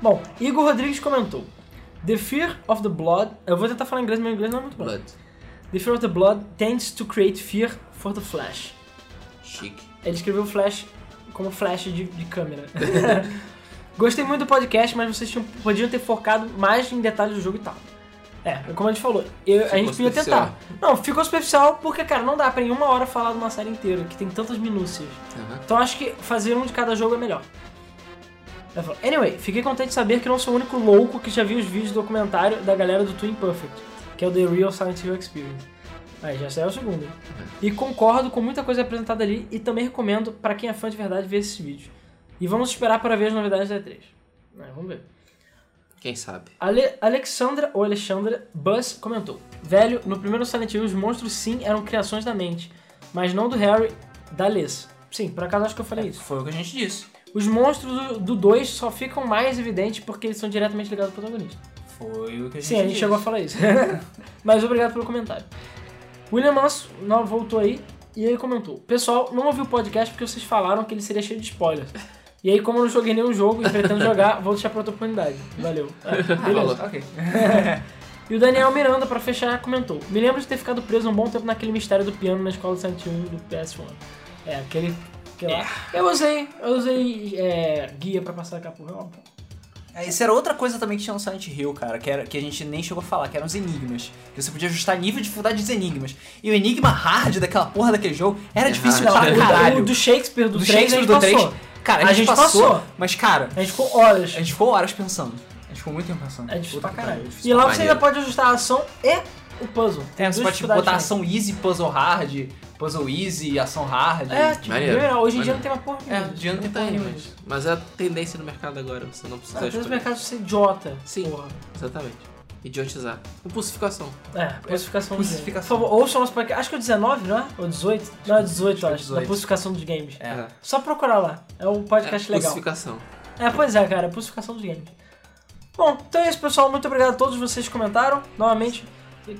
B: Bom, Igor Rodrigues comentou. The Fear of the Blood. Eu vou tentar falar inglês, meu inglês não é muito bom.
C: Blood.
B: The Fear of the Blood tends to create fear for the Flash.
C: Chique.
B: Ele escreveu Flash como flash de, de câmera. Gostei muito do podcast, mas vocês tinham- podiam ter focado mais em detalhes do jogo e tal. É, como a gente falou, eu- a
C: Ficou
B: gente podia
C: superficial.
B: tentar. Não, ficou superficial porque, cara, não dá pra em uma hora falar de uma série inteira, que tem tantas minúcias.
C: Aham.
B: Então acho que fazer um de cada jogo é melhor. Ela falou, Anyway, fiquei contente de saber que não sou o único louco que já viu os vídeos do documentário da galera do Twin Perfect, que é o The Real Silent Hill Experience. Aí já saiu o segundo. E concordo com muita coisa apresentada ali e também recomendo pra quem é fã de verdade ver esses vídeos. E vamos esperar para ver as novidades da E3. É, vamos ver.
C: Quem sabe?
B: Ale Alexandra ou Alexandra Buzz comentou: Velho, no primeiro Silent Hill os monstros sim eram criações da mente, mas não do Harry, da Liz. Sim, por acaso acho que eu falei isso.
A: Foi o que a gente disse.
B: Os monstros do 2 só ficam mais evidentes porque eles são diretamente ligados ao protagonista.
A: Foi o que a gente
B: Sim, a gente
A: disse.
B: chegou a falar isso. Mas obrigado pelo comentário. William Manso não, voltou aí e ele comentou: Pessoal, não ouvi o podcast porque vocês falaram que ele seria cheio de spoilers. E aí, como eu não joguei nenhum jogo e pretendo jogar, vou deixar pra outra oportunidade. Valeu. É, beleza.
C: Falou. tá
A: Ok.
B: E o Daniel Miranda, pra fechar, comentou: Me lembro de ter ficado preso um bom tempo naquele mistério do piano na escola do Silent Hill do PS1. É, aquele. aquele lá. Eu usei, eu usei é, guia pra passar daqui a pouco. Não,
A: É, Isso era outra coisa também que tinha no Silent Hill, cara, que, era, que a gente nem chegou a falar, que eram os enigmas. Que você podia ajustar nível de dificuldade dos enigmas. E o enigma hard daquela porra daquele jogo
C: É
A: era difícil
B: Não,
A: pra
B: o-
A: caralho.
B: o do Shakespeare do,
A: Do
B: 3 a
A: Shakespeare
B: gente
A: do
B: passou.
A: 3. Cara, a,
B: A
A: gente
B: gente
A: passou,
B: passou.
A: mas cara,
B: A gente ficou horas.
A: a gente ficou horas pensando. A gente ficou muito tempo pensando.
B: É difícil
A: Puta
B: pra
A: que
B: caralho.
A: pariu, difícil
B: E lá
A: pra
B: você
A: caralho.
B: ainda pode ajustar a ação e o puzzle. Tem
A: É, você
B: duas
A: pode
B: dificuldades né?
A: botar
B: diferentes.
A: ação easy, puzzle hard, puzzle easy, ação hard.
B: É, tipo,
C: Maneiro,
B: primeiro, hoje em dia
C: maneiro.
B: não tem uma porra
A: É,
B: nenhuma.
A: de ano tem
C: Tá aí,
A: porra nenhuma.
C: mas, mas é a tendência no mercado agora, você não precisa
B: Ah, Pelo
C: escolher.
B: mercado ser idiota.
C: Sim.
B: Porra.
C: Exatamente. Idiotizar. Impulsificação.
B: É, classificação dos games. Por
A: Classificação.
B: favor, ouça o nosso podcast. Acho que é o 19, não é? Ou 18? Não, é 18, eu
A: que é
B: acho. Da
A: 18.
B: classificação dos games.
A: É.
B: Só procurar lá. É um podcast legal.
C: Impulsificação.
B: É, pois é, cara. É Pulsificação dos games. Bom, então é isso, pessoal. Muito obrigado a todos vocês que comentaram. Novamente,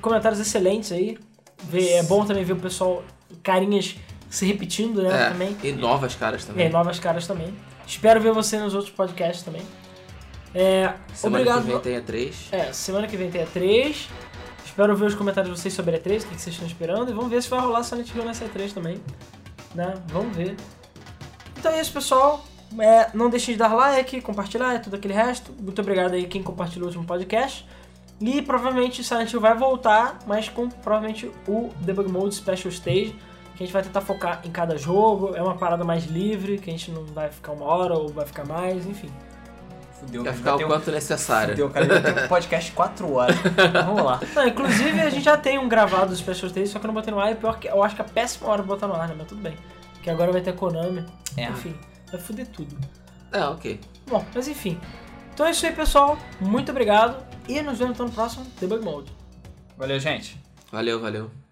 B: comentários excelentes aí. Vê- É bom também ver o pessoal, carinhas se repetindo, né? Também.
C: É. E novas caras
B: E aí,
C: também.
B: novas caras também. Espero ver você nos outros podcasts também. É,
C: Semana
B: obrigado.
C: que vem tem a 3.
B: É, semana que vem tem a 3. Espero ver os comentários de vocês sobre a 3, o que que vocês estão esperando. E vamos ver se vai rolar Silent Hill nessa E3 também. Né? Vamos ver. Então é isso, pessoal. É, não deixem de dar like, compartilhar e tudo aquele resto. Muito obrigado aí quem compartilhou o último podcast. E provavelmente o Silent Hill vai voltar, mas com provavelmente o Debug Mode Special Stage, que a gente vai tentar focar em cada jogo. É uma parada mais livre, que a gente não vai ficar uma hora ou vai ficar mais, enfim.
E: Fudeu,
C: Vai
E: cara,
C: ficar
E: ter
C: o
E: um-
C: quanto necessário.
E: Fudeu, cara. Vai ter um podcast 4 horas. Vamos lá.
B: Não, inclusive a gente já tem um gravado do Special Stage, só que eu não botei no ar, e pior que eu acho que é a péssima hora pra botar no ar, né? Mas tudo bem. Porque agora vai ter Konami,
E: É.
B: enfim, vai foder tudo.
C: É, ok.
B: Bom, mas enfim. Então é isso aí, pessoal. Muito obrigado. E nos vemos então no próximo Debug Mode.
E: Valeu, gente.
C: Valeu, valeu.